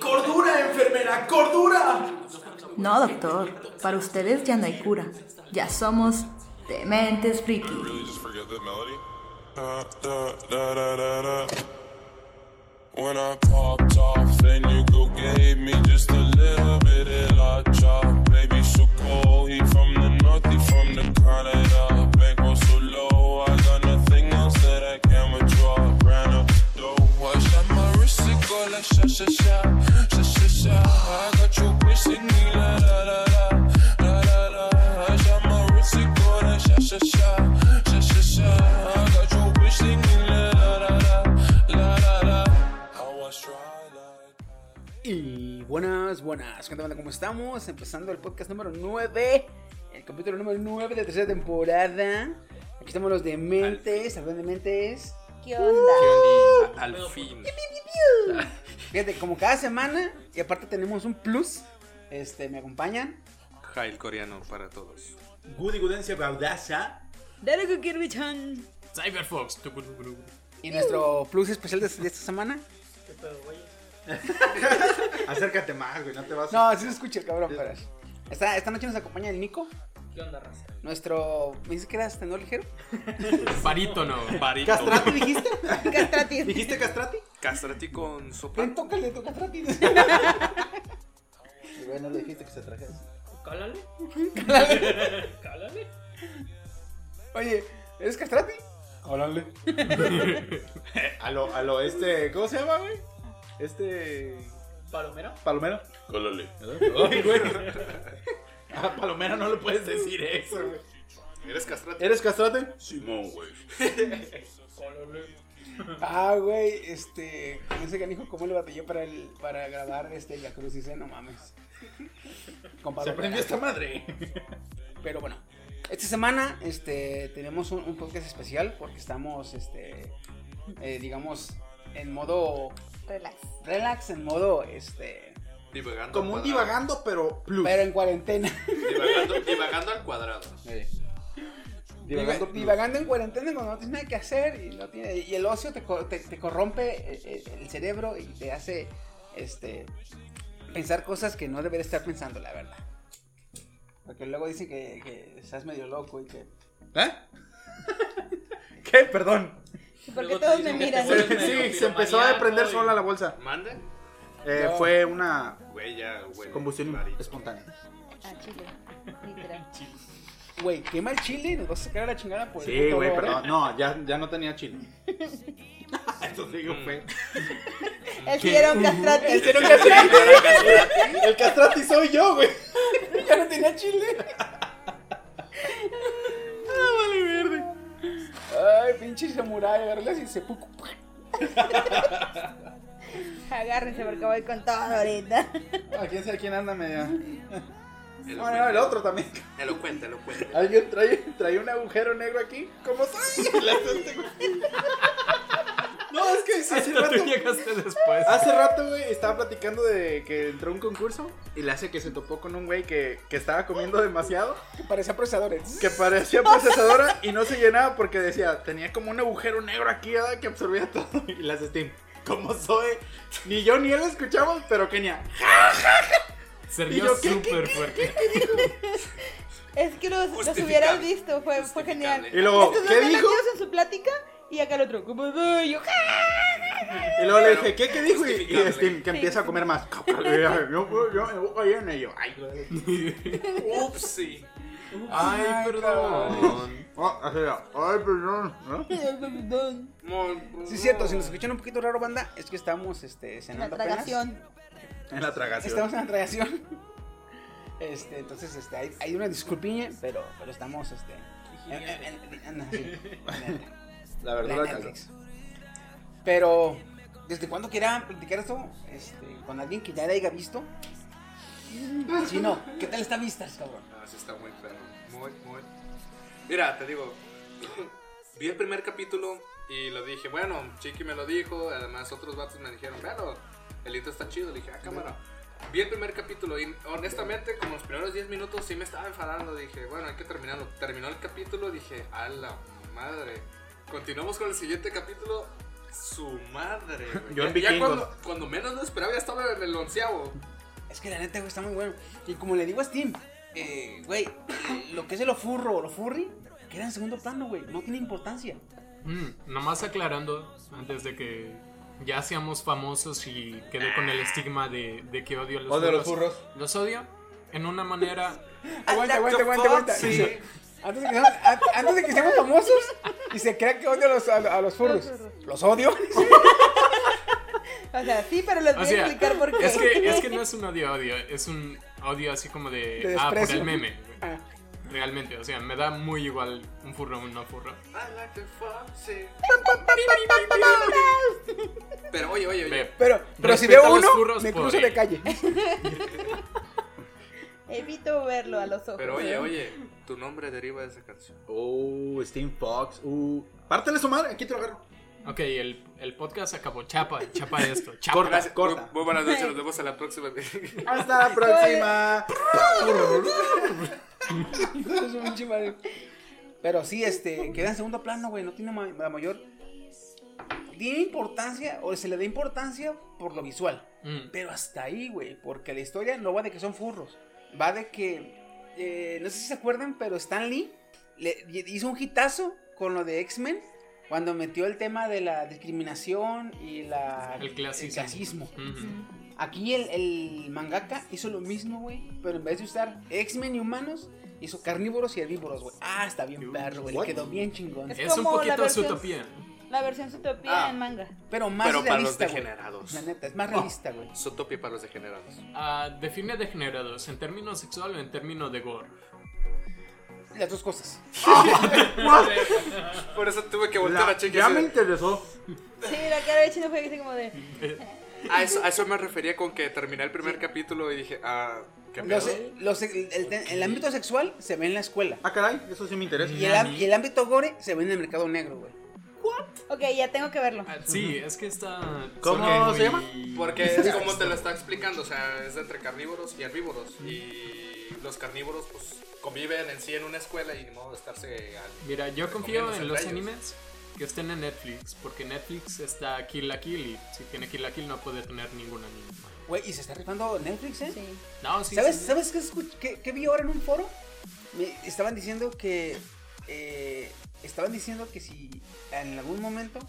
cordura, enfermera, cordura. No, doctor. Para ustedes ya no hay cura. Ya somos dementes friki. really just forget the melody. Da, da, da, da, da, da. When I popped off, then you go gave me just a little bit of la chop. Baby, so cold, he from the north, he from the Canada. Bank was so low, I got nothing else that I can withdraw. Ran up though, I shot my wrist, it go like sha sha sha, sha sha sha. I got you wishing me la la la la, la la la. I shot my wrist, it go like sha sha sha, sha sha sha. I got you wishing me la la la la, la la la. I was dry like. Y buenas, buenas. ¿Qué onda, banda? ¿Cómo estamos? Empezando el podcast número 9. El capítulo número 9 de la tercera temporada. Aquí estamos los dementes, hablando de mentes. Uh. ¿Qué onda? Al fin. Fíjate, como cada semana, y aparte tenemos un plus. Este, me acompañan. Jail coreano para todos. Goody Gudencia Baudaza. Cyberfox. Y nuestro plus especial de, de esta semana. Acércate más, güey, no te vas No, así se escucha el cabrón, pero. Esta, esta noche nos acompaña el Nico. ¿Qué onda, raza? Nuestro. ¿Me dices que eras tenor ligero? Barítono. Barito. ¿Castrati dijiste? Castrati. ¿Dijiste castrati? Castrati con sopa. Ven, tócale, toca Castrati. Bueno, le dijiste que se trajese. Cálale. Cálale. Oye, ¿eres Castrati? Órale. a, lo, a lo, este, ¿cómo se llama, güey? Este. ¿Palomero? Palomero. Colole. Ay, güey. A Palomero no le puedes decir eso, güey. Eres castrati. ¿Eres castrate? Simón, güey. Ah, güey, este. Con ese canijo, ¿cómo le batalló para, el, para grabar este La Cruz? Dice, no mames. Con Pablo Se prendió Picasso. esta madre. Pero bueno, esta semana este, tenemos un, un podcast especial porque estamos, este, eh, digamos, en modo Relax. relax, en modo, este, Divagando. Como un al divagando, pero plus. pero en cuarentena. cuadrado. Divagando, divagando al cuadrado. Divagando Diva- plus. divagando en cuarentena cuando no tienes nada que hacer y, no tiene- y el ocio te, co- te- te corrompe el, el- el cerebro y te hace, este, pensar cosas que no deberías estar pensando, la verdad. Porque luego dicen que, que estás medio loco y que... ¿Eh? ¿Qué? Perdón. ¿Por qué todos me miran? Sí, sí, se empezó a prender sola la bolsa. ¿Manda? Eh, No. Fue una Güey, ya, güey. combustión Barito. espontánea. Ah, chile. Literal. Güey, quema el chile, nos vas a sacar a la chingada por el Sí, puto güey, olor". ¿eh? perdón. No, ya, ya no tenía chile. Entonces digo, fue. El fiero castrati. El cero castrati. El castrati soy yo, güey. Ya no tenía chile. Ah, vale, verde. Ay, pinche samurai, agarrarlas y se pucu. Agárrense porque voy con todo ahorita. Ah, quién sabe quién anda media. No, Elocuente. no, el otro también. Elocuente, elocuente. Alguien trae, trae un agujero negro aquí. ¿Cómo soy? no, es que hace rato, llegaste después. hace rato, güey, estaba platicando de que entró a un concurso y le hace que se topó con un güey que, que estaba comiendo demasiado, Que parecía procesadores. que parecía procesadora y no se llenaba porque decía, tenía como un agujero negro aquí ¿verdad? que absorbía todo. Y las Steam, ¿cómo soy? Ni yo ni él lo escuchamos, pero Kenia. Se Y rió yo, ¿qué, qué, súper fuerte. Es que los, los Justificable. hubieras visto, fue, fue genial. Justificable. Y luego, Estos dos ¿qué están dijo? metidos en su plática Y acá el otro, como doy yo. ¡ja! Y luego le dije, ¿qué, qué dijo? Y, y este, que empieza a comer más. Yo, yo, yo me boca llena y yo, ay, güey. Upsi. Ay, perdón. Oh, así, ay, perdón. ¿no? Sí, es cierto, si nos escuchan un poquito raro, banda, es que estamos este, La cenando apenas. tragación. En la tragación. Estamos en la tragación. Este, entonces, este, hay, hay una disculpiña, pero, pero estamos, este... en- en- en- en- así, en- La en verdad, Netflix. Pero, ¿desde cuándo quería platicar esto? Este, con alguien que ya la haya visto. Si no, ¿qué tal está vistas, cabrón? Ah, sí está muy perro. Muy, muy. Mira, te digo, vi el primer capítulo y lo dije, bueno, Chiqui me lo dijo, además otros vatos me dijeron, claro, el hito está chido, le dije, ah, cámara. Vi el primer capítulo y honestamente, como los primeros 10 minutos sí me estaba enfadando, dije, bueno, hay que terminarlo. Terminó el capítulo, dije, a la madre. Continuamos con el siguiente capítulo. Su madre. güey. Yo en ya, ya vikingos. cuando, cuando menos lo esperaba, ya estaba en el onceavo. Es que la neta, güey, está muy bueno. Y como le digo a Steam, eh, güey, lo que es el ofurro o lo furry queda en segundo plano, güey. No tiene importancia. Mm, nomás aclarando, antes de que ya seamos famosos y quedé con el estigma de, de que odio a los O de los burros. burros. Los odio en una manera. Aguanta, aguanta, aguanta, aguanta. Sí. Dice, Antes de, que seamos, an- antes de que seamos famosos y se crea que odio a los, a, a los furros. ¿Los odio? O sea, sí, pero les voy O sea, a explicar por qué. es que, es que no es un odio odio, es un odio así como de. De ah, por desprecio. el meme. güey. Ah. Realmente, o sea, me da muy igual un furro o un no furro. I like the foxy. Pero oye, oye, oye. Ve, Pero, pero si Respeta veo a los uno, furros me por cruzo él. de calle. Evito verlo a los ojos. Pero oye, ¿eh? oye, tu nombre deriva de esa canción. Uh, Steam Fox. Uh. Pártele su madre, aquí te lo agarro. Ok, el, el podcast acabó. Chapa, chapa esto. Chapa. Gracias, corta. Muy, muy buenas noches, nos vemos a la próxima. Hasta la próxima. Su pinche madre. Pero sí, este, queda en segundo plano, güey. No tiene ma- la mayor. Tiene importancia, o se le da importancia por lo visual. Mm, Pero hasta ahí, güey. Porque la historia no va de que son furros. Va de que. eh, no sé si se acuerdan, pero Stan Lee le hizo un hitazo con lo de X-Men. Cuando metió el tema de la discriminación y la, el clasismo. clasismo. Mm. Aquí el, el mangaka hizo lo mismo, güey. Pero en vez de usar X-Men y humanos, hizo carnívoros y herbívoros, güey. Ah, está bien perro, güey. Le What? quedó bien chingón. Es Es un como la poquito versión- Zootopia. La versión Zootopia Ah. en manga. Pero más Pero para los realista, güey. degenerados. La neta, es más realista, güey. Sotopia para los degenerados. Ah, define degenerados en términos sexual o en términos de gore. Las dos cosas. Por eso tuve que voltear a Chiqui. ya así me de- interesó. Sí, la cara de chino fue así como de. A eso, a eso me refería con que terminé el primer capítulo y dije, ah, qué pedo. Los- los- el, el- el ámbito sexual se ve en la escuela. Ah, caray, eso sí me interesa. Y el, am- y el ámbito gore se ve en el mercado negro, güey. Ok, ya tengo que verlo. Ah, sí, es que está. ¿Cómo son se llama? Porque es como te lo está explicando, o sea, es entre carnívoros y herbívoros. Y los carnívoros, pues, conviven en sí en una escuela y ni modo de estarse al Mira, yo confío Comiéndose en los entre ellos. animes que estén en Netflix, porque Netflix está Kill la Kill y si tiene Kill la Kill no puede tener ningún anime. Güey, y se está rifando Netflix, ¿eh? Sí. No, sí. ¿Sabes, sí. ¿sabes qué, escuch- qué- qué vi ahora en un foro? Me estaban diciendo que. eh, estaban diciendo que si en algún momento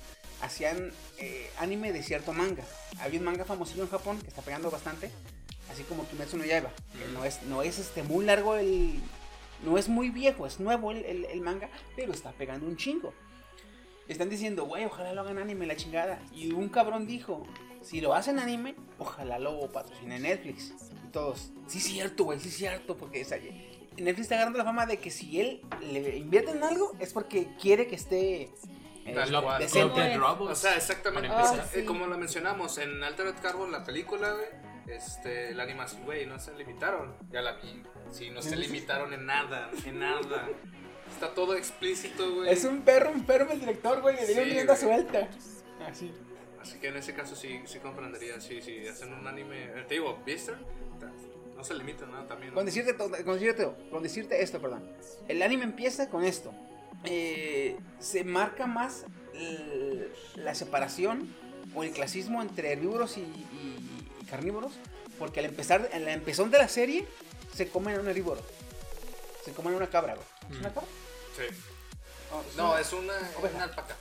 hacían eh, anime de cierto manga. Había un manga famosillo en Japón que está pegando bastante. Así como Kimetsu no Yaiba. que no es, no es este, muy largo el. No es muy viejo, es nuevo el, el- el manga, pero está pegando un chingo. Están diciendo, güey, ojalá lo hagan anime, la chingada. Y un cabrón dijo, si lo hacen anime, ojalá lo patrocine Netflix. Y todos, sí es cierto, güey, sí es cierto, porque es ayer. Netflix está agarrando la fama de que si él le invierte en algo es porque quiere que esté... eh, Tal Club- cual. Club ¿Cómo de es? Robots. O sea, exactamente. Para empezar. es- Ah, sí. eh, Como lo mencionamos en Altered Carbon, la película, güey, Este, la animación, güey, no se limitaron. Ya la vi. Sí, no se limitaron en nada, en nada. Está todo explícito, güey. Es un perro, un perro el director, güey, le dio Sí, rienda güey. suelta. Así. Así que en ese caso sí, sí comprendería. Sí, sí, hacen un anime. eh, Te digo, ¿viste? No se limita en nada también. ¿no? Con decirte, to- con decirte, con decirte esto, perdón. El anime empieza con esto. Eh, se marca más el- la separación o el clasismo entre herbívoros y, y- y carnívoros. Porque al empezar, al empezón de la serie, se comen a un herbívoro. Se comen a una cabra, güey. ¿Es una cabra? Sí. Oh, sí. No, Mm. es una, Oveja. una alpaca.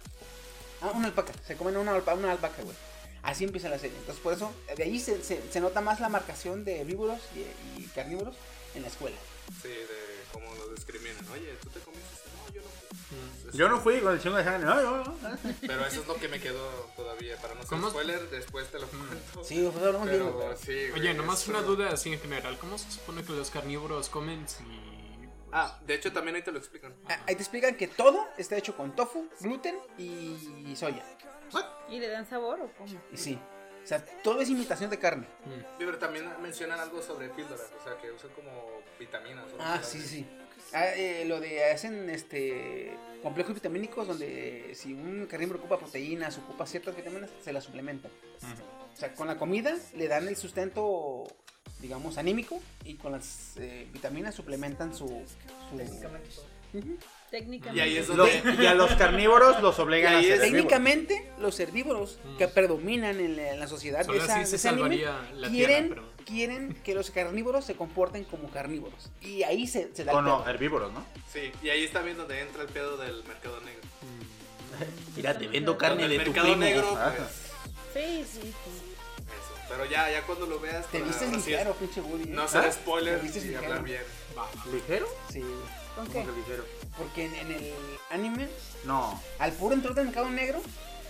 Ah, una alpaca. Se comen una, alpa- una alpaca, güey. Así empieza la serie. Entonces, por eso, de ahí se, se- se nota más la marcación de herbívoros y, y carnívoros en la escuela. Sí, de cómo los discriminan. Oye, tú te comiste esto? No, yo no. Mm. Eso- Yo no fui con el chingo de sangre. No, no, no. Pero eso es lo que me quedó todavía. Para no ser ¿Cómo? spoiler, después te lo cuento. Sí, güey, pues, hablamos bien, güey, Pero pero- sí, güey, Oye, nomás eso- una duda así en general. ¿Cómo se supone que los carnívoros comen si... Ah, de hecho también ahí te lo explican. Ah, Ahí te explican que todo está hecho con tofu, gluten y soya. ¿Y le dan sabor o cómo? Y sí. O sea, todo es imitación de carne. Sí, Pero también mencionan algo sobre píldoras, o sea, que usan como vitaminas. o Ah, algo sí, así. sí. Ah, eh, lo de hacen este complejos vitamínicos donde si un carnívoro ocupa proteínas, ocupa ciertas vitaminas, se las suplementan. O sea, con la comida le dan el sustento, digamos, anímico y con las eh, vitaminas suplementan su... su- Ujú. Técnicamente. Y ahí es Los- donde... y a los carnívoros los obligan Y a ahí ser es- herbívoros. Técnicamente, los herbívoros que predominan en la, en la sociedad Solo de esa- así se de ese anime, salvaría la quieren, tierra, pero... quieren que los carnívoros se comporten como carnívoros. Y ahí se, Oh, se da el O Oh, no, pedo. herbívoros, ¿no? Sí, y ahí está bien donde entra el pedo del mercado negro. Mira, te vendo Donde el mercado negro, Ah, pues, Sí, sí, sí. eso. Pero ya, ya cuando lo veas... Te con la- vistes ahora sí Ah, es- ligero, pinche Woody. ¿eh? No ser ¿Ah? spoiler Te vistes y ligero. hablar bien. ¿Ligero? Sí, ¿Con ¿Cómo qué? que ligero? porque en, en el anime, No. al puro entrar del mercado negro,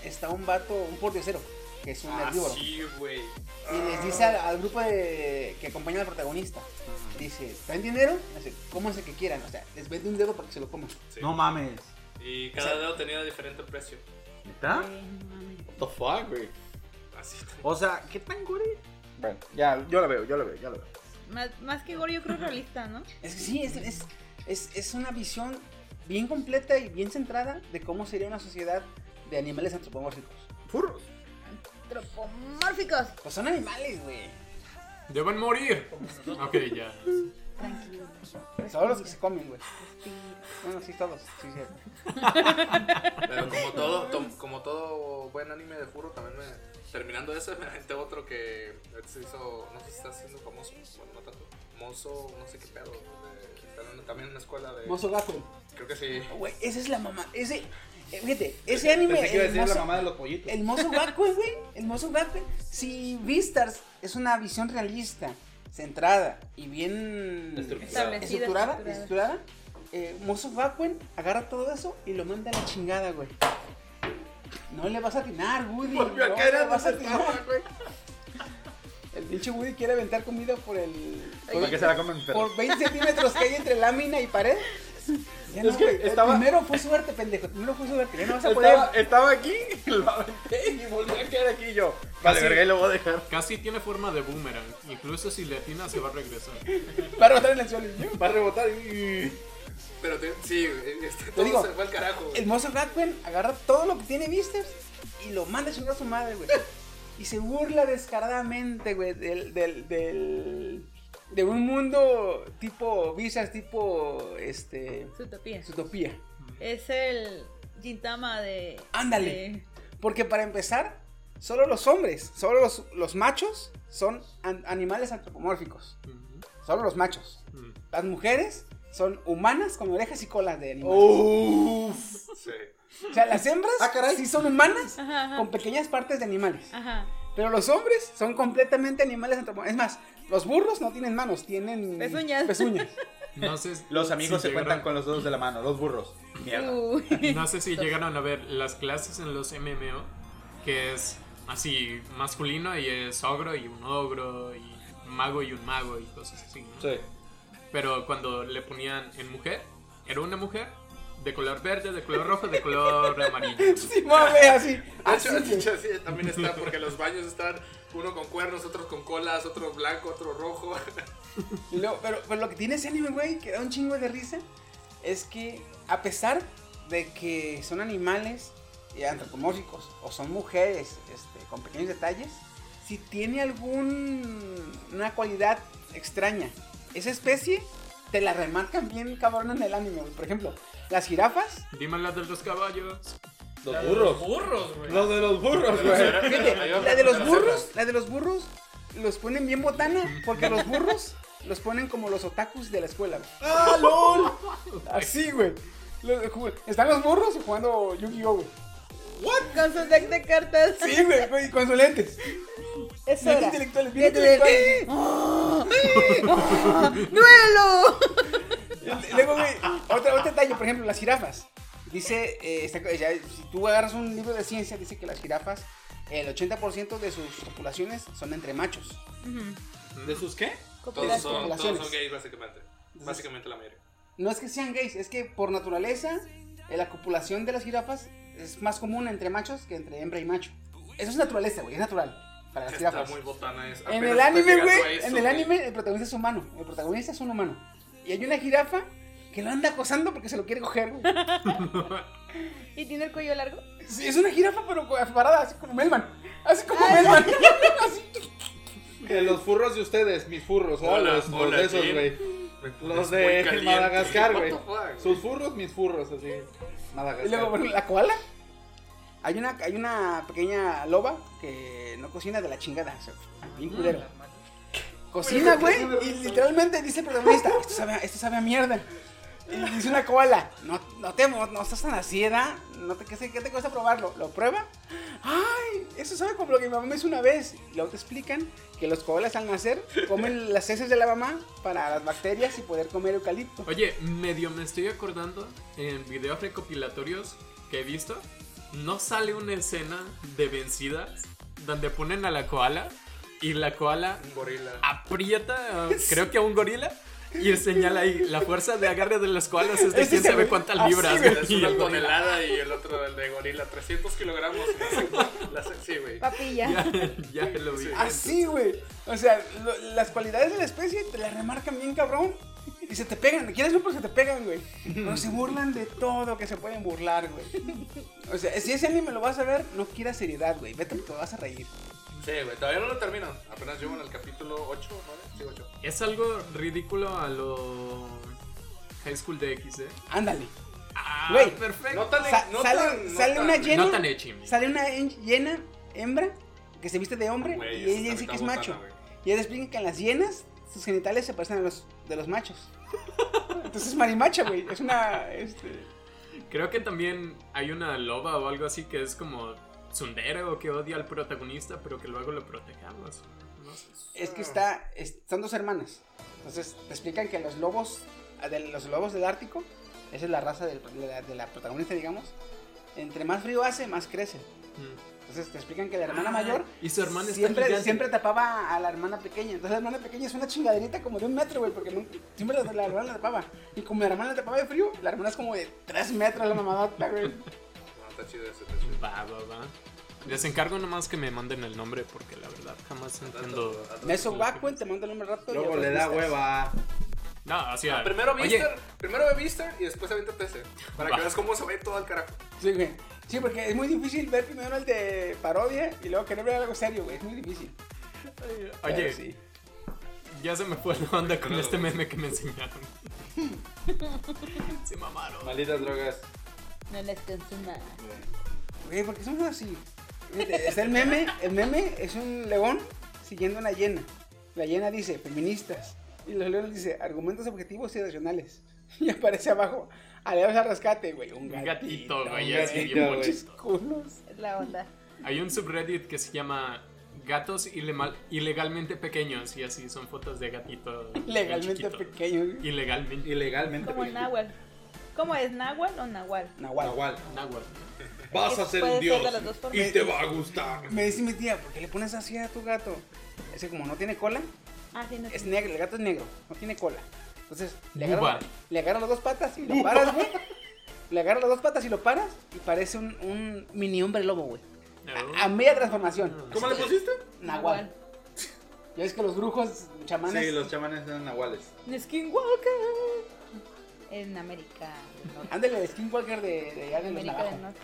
está un vato, un pordiosero, que es un Ah, herbívoro. sí, güey. Y les dice al, al grupo de- que acompaña al protagonista, dice, ¿traen dinero? Dice, cómanse que quieran, o sea, les vende un dedo para que se lo coman. Sí. No mames. Y cada dedo tenía diferente precio. ¿Está? What the fuck, güey. Así. O sea, ¿qué tan gore? Bueno, ya, yo la veo, yo la veo, yo la veo. Más, más que gore, yo creo realista, ¿no? Es que sí, es, es, es, es una visión bien completa y bien centrada de cómo sería una sociedad de animales antropomórficos. Furros. Antropomórficos. Pues son animales, güey. Deben morir. Ok, ya. Tranquilo. Todos los que se comen, güey. Bueno, sí, todos, sí, cierto. Pero como todo, tom- como todo buen anime de furro, también me. Terminando ese, me aventé otro que se hizo. No sé si está haciendo famoso. Bueno, no tanto. Mozo, no sé qué pedo. de- está en- también en una escuela de. Mozo Gaku. Creo que sí. Güey, esa es la mamá. Ese, eh, fíjate, ese anime. Pensé que iba a el decir mozo- la mamá de los pollitos. El mozo Gaku, güey. El mozo Gaku. Si Vistars es una visión realista, centrada y bien Estructurada. estructurada, Establecida, estructurada, eh, mozo Gaku agarra todo eso y lo manda a la chingada, güey. No le vas a atinar, Woody. Volvió a no caer le a vas a donde atinar. estaba, güey. El pinche Woody quiere aventar comida por el. Para que se la comen perros. por 20 centímetros que hay entre lámina y pared. Ya no, Es que güey. estaba- Primero fue suerte, pendejo. Primero fue suerte. Ya no vas a poder. Estaba, estaba aquí, lo aventé y volví a quedar aquí yo. Vale, Así. verga, y lo voy a dejar. Casi tiene forma de boomerang. Incluso si le atina se va a regresar. Va a rebotar en el suelo. Va a rebotar y... Pero te- sí, güey, este, todo digo, se fue al carajo. güey. El mozo Gatwen agarra todo lo que tiene Visters y lo manda a chingar a su madre, güey. Y se burla descaradamente, güey, del, del, del- de un mundo tipo Visters, tipo, este, Utopía. utopía. Es el Gintama de. Ándale. de- Porque para empezar, solo los hombres, solo los, los machos son an- animales antropomórficos. Ujú. Solo los machos. Mm. Las mujeres son humanas con orejas y colas de animales. Uff. Sí. O sea, las hembras sí son humanas Ajá, ajá. Ah. con pequeñas partes de animales. Ajá. Pero los hombres son completamente animales antropomórficos. Es más, los burros no tienen manos, tienen Pezuñas. pezuñas. No sé si- Los amigos si se cuentan llegaron- con los dedos de la mano, los burros. Mierda. Uy. No sé si llegaron a ver las clases en los MMO, que es así masculino y es ogro y un ogro y mago y un mago y cosas así. ¿no? Sí. Pero cuando le ponían en mujer, era una mujer de color verde, de color rojo, de color amarillo. Sí, mame, así. De así hecho, güey. dicho así, también está porque los baños están uno con cuernos, otros con colas, otro blanco, otro rojo. Y luego, pero, pero lo que tiene ese anime, güey, que da un chingo de risa, es que a pesar de que son animales eh, antropomórficos o son mujeres este, con pequeños detalles, si tiene alguna cualidad extraña, esa especie te la remarcan bien cabrón en el anime, güey. Por ejemplo, las jirafas, Dime la de los caballos. Los burros. Burros, güey. Los de los burros, güey. fíjate, la de los burros, la de los burros los ponen bien botana porque los burros los ponen como los otakus de la escuela, güey. ¡Ah, LOL! Así, güey. Lo- ju- Están los burros y jugando Yu-Gi-Oh, güey. ¿What? Con su deck de cartas. Sí, güey, güey, con sus lentes. Es Bien hora. intelectuales, bien Bien intelectuales. ¡Duelo! Y Luego, güey, otro, otro detalle, por ejemplo, las jirafas. Dice, eh, esta co- ya, si tú agarras un libro de ciencia, dice que las jirafas, el 80% de sus poblaciones son entre machos. ¿De sus qué? Todos Copilas. son, todos Compilaciones. son gays, básicamente. Básicamente la mayoría. No es que sean gays, es que por naturaleza, eh, la copulación de las jirafas es más común entre machos que entre hembra y macho. Eso es naturaleza, güey, es natural para las Está jirafas. muy botana esa. En Apenas el está anime, llegando güey, a eso, en el güey. anime el protagonista es humano, el protagonista es un humano. Y hay una jirafa que lo anda acosando porque se lo quiere coger, güey. ¿Y tiene el cuello largo? Sí, es una jirafa, pero co- parada, así como Melman. Así como Melman. Así. Que los furros de ustedes, mis furros, oh, Hola, los, los hola, de esos, Jim. güey. Me Los pones muy de caliente. Madagascar, What güey. the fuck, Sus furros, mis furros, así. Madagascar. Y luego, bueno, la koala. Hay una, hay una pequeña loba que no cocina de la chingada. o sea, bien culero. Cocina, güey. Y literalmente dice el protagonista, esto sabe, a- esto sabe a mierda. Y le dice una koala, no, no te mo- no estás tan así, ¿verdad? No te, ¿qué, sé- qué te cuesta probarlo? ¿Lo prueba? ¡Ay! Eso sabe como lo que mi mamá me hizo una vez. Y luego te explican que los koalas al nacer comen las heces de la mamá para las bacterias y poder comer eucalipto. Oye, medio me estoy acordando en videos recopilatorios que he visto, no sale una escena de vencidas donde ponen a la koala y la koala Un gorila. aprieta, eh, creo que a un gorila. Y señala ahí, la fuerza de agarre de las koalas es de Ese quién se sabe ve cuántas así, libras. güey. güey. Es Y el una gorila- tonelada y el otro el de gorila, 300 kilogramos. Ah. La se- Sí, güey. Papilla. Ya, ya lo vi. Así, güey. O sea, lo- las cualidades de la especie te las remarcan bien cabrón. Y se te pegan, quieres ver, pero se te pegan, güey. Pero se burlan de todo que se pueden burlar, güey. O sea, si ese anime lo vas a ver, no quieras seriedad, güey. Vete porque te vas a reír. Sí, güey. Todavía no lo termino. Apenas llevo en el capítulo 8, 9. Sí, 8. Es algo ridículo a lo High School de X, ¿eh? Ándale. Ah, Güey, perfecto. No tan. Sa- no sale tan- no sale tan- una llena. No tan ecchi, mi. sale una hen- llena hembra que se viste de hombre Güey, y ella está dice que bien es botana, macho. güey. Y ella explica que en las hienas sus genitales se parecen a los de los machos. Entonces es marimacha, güey. Es una. Este... Creo que también hay una loba o algo así que es como sundero que odia al protagonista, pero que luego lo protejamos. No sé. Es que está, es- son dos hermanas. Entonces te explican que los lobos, ah, de los lobos del Ártico, esa es la raza del- de, la, de la protagonista, digamos. Entre más frío hace, más crecen. Mm. Entonces te explican que la hermana mayor Y Ah, su hermana está siempre, gigante. siempre tapaba a la hermana pequeña. Entonces la hermana pequeña es una chingaderita como de un metro, güey, porque nunca- siempre la, la hermana la tapaba. Y como la hermana la tapaba de frío, la hermana es como de tres metros la mamadota, güey. No, está chido ese, está chido. Va, va, va. Les encargo nomás que me manden el nombre porque la verdad jamás entiendo. Meso Bakuen, te manda el nombre rápido. y Luego otros le da listas. hueva. No, o sea. Ah, Primero oye, Vister, primero ve Vister y después aviéntate ese. Para Va. que veas cómo se ve todo el carajo. Sí, güey. Sí, porque es muy difícil ver primero el de parodia y luego querer ver algo serio, güey. Es muy difícil. eh, Oye, Pero sí. ya se me fue la onda con este meme que me enseñaron. se mamaron. Malditas drogas. No les consuma. Güey, ¿por qué somos así? Fíjate, Está el meme. El meme es un león siguiendo una hiena. La hiena dice, feministas. Y los leones dice, argumentos objetivos y racionales. Y aparece abajo, aleados al rescate, güey. Un Un gatito. gatito, güey. un así bien gatito, güey. bonito. Culos. Es la onda. Hay un subreddit que se llama Gatos ilema- ilegalmente pequeños y así son fotos de gatito Legalmente chiquito. pequeño. güey. Ilegalmente. Ilegalmente. Como Nahual. ¿Cómo es? ¿Nahual o Nahual? Nahual. Nahual. Nahuatl. Vas a ser Puede un ser de dios. las dos formas. Y te va a gustar. Me dice mi tía, ¿por qué le pones así a tu gato? Es que como no tiene cola, Ah, sí, no es sé. negro, el gato es negro, no tiene cola. Entonces, le Buba. agarras, le agarras las dos patas y lo paras, güey. Le agarras las dos patas y lo paras y parece un, un mini hombre lobo, güey. Oh. A, a media transformación. ¿Cómo le pusiste? Nahual. Ya ves que los brujos chamanes. Sí, los chamanes eran nahuales. Skinwalker. En América. del Norte. Ándale, de Skinwalker de, de allá de los América navajos. del Norte.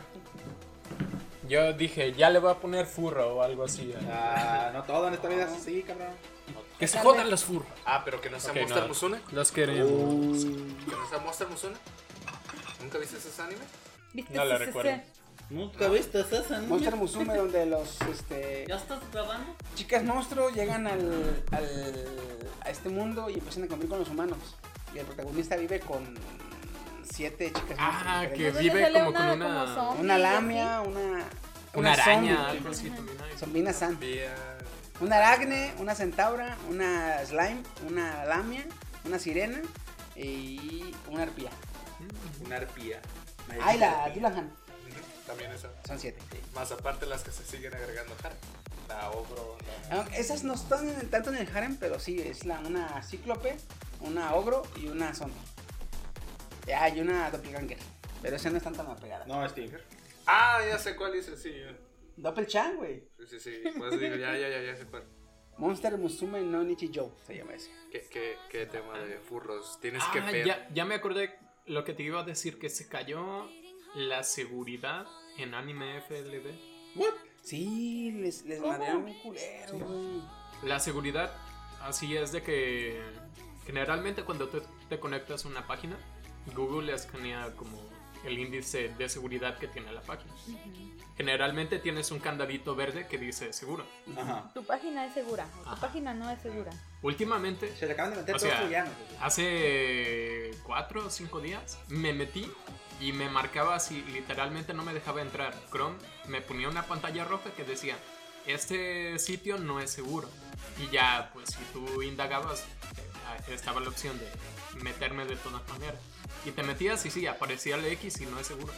Yo dije, ya le voy a poner furro o algo así. Ah, no todo en esta vida es así, cabrón. Que se jodan los furros. Oh. Ah, pero que no sea Ok, Monster no. Musuna. Los queremos. Que no sea Monster Musuna. ¿Nunca viste esos animes? ¿Viste? No la Sí, sí, recuerdo. sí. Nunca viste esa Monster Musume, donde los este, estás grabando? chicas monstruos llegan al, al- a este mundo y empiezan a convivir con los humanos. Y el protagonista vive con siete chicas. Ah, diferentes. que ¿Dónde vive sale como con una una. como zombie? Una lamia, una. Una araña, zombie, algo así también hay. Zombina san. Vía- Una aracne, una centaura, una slime, una lamia, una sirena y una arpía. Una arpía. Ay, la Dullahan. También esa. Son siete. Más aparte las que se siguen agregando Jara. La ogro, la... Ah, Esas no están en- tanto en el harem, pero sí, es la, una cíclope, una ogro y una zombie. Ah, y una doppelganger. Pero esa no están tan apegadas. No, Stinger. Ah, ya sé cuál dice, sí. Doppelchan, güey. Sí, sí, sí. Por eso digo, ya, ya, ya, ya sé cuál. Monster Musume no Nichijou se llama ese. ¿Qué, qué, qué tema de furros? Tienes que Ah, ver. ya, ya me acordé lo que te iba a decir, que se cayó la seguridad en anime FLB. Sí, les, les madrearon Oh. un culero, güey. La seguridad, así es de que generalmente cuando te, te conectas a una página, Google escanea como el índice de seguridad que tiene la página. Generalmente tienes un candadito verde que dice seguro. Ajá. Tu página es segura. o Tu Ajá. página no es segura. Últimamente, Se le acaban de meter O todos sea, los troyanos. Hace cuatro o cinco días me metí y me marcaba así, literalmente no me dejaba entrar. Chrome me ponía una pantalla roja que decía, este sitio no es seguro. Y ya, pues si tú indagabas, eh, estaba la opción de meterme de todas maneras. Y te metías y sí, aparecía el X y no es seguro.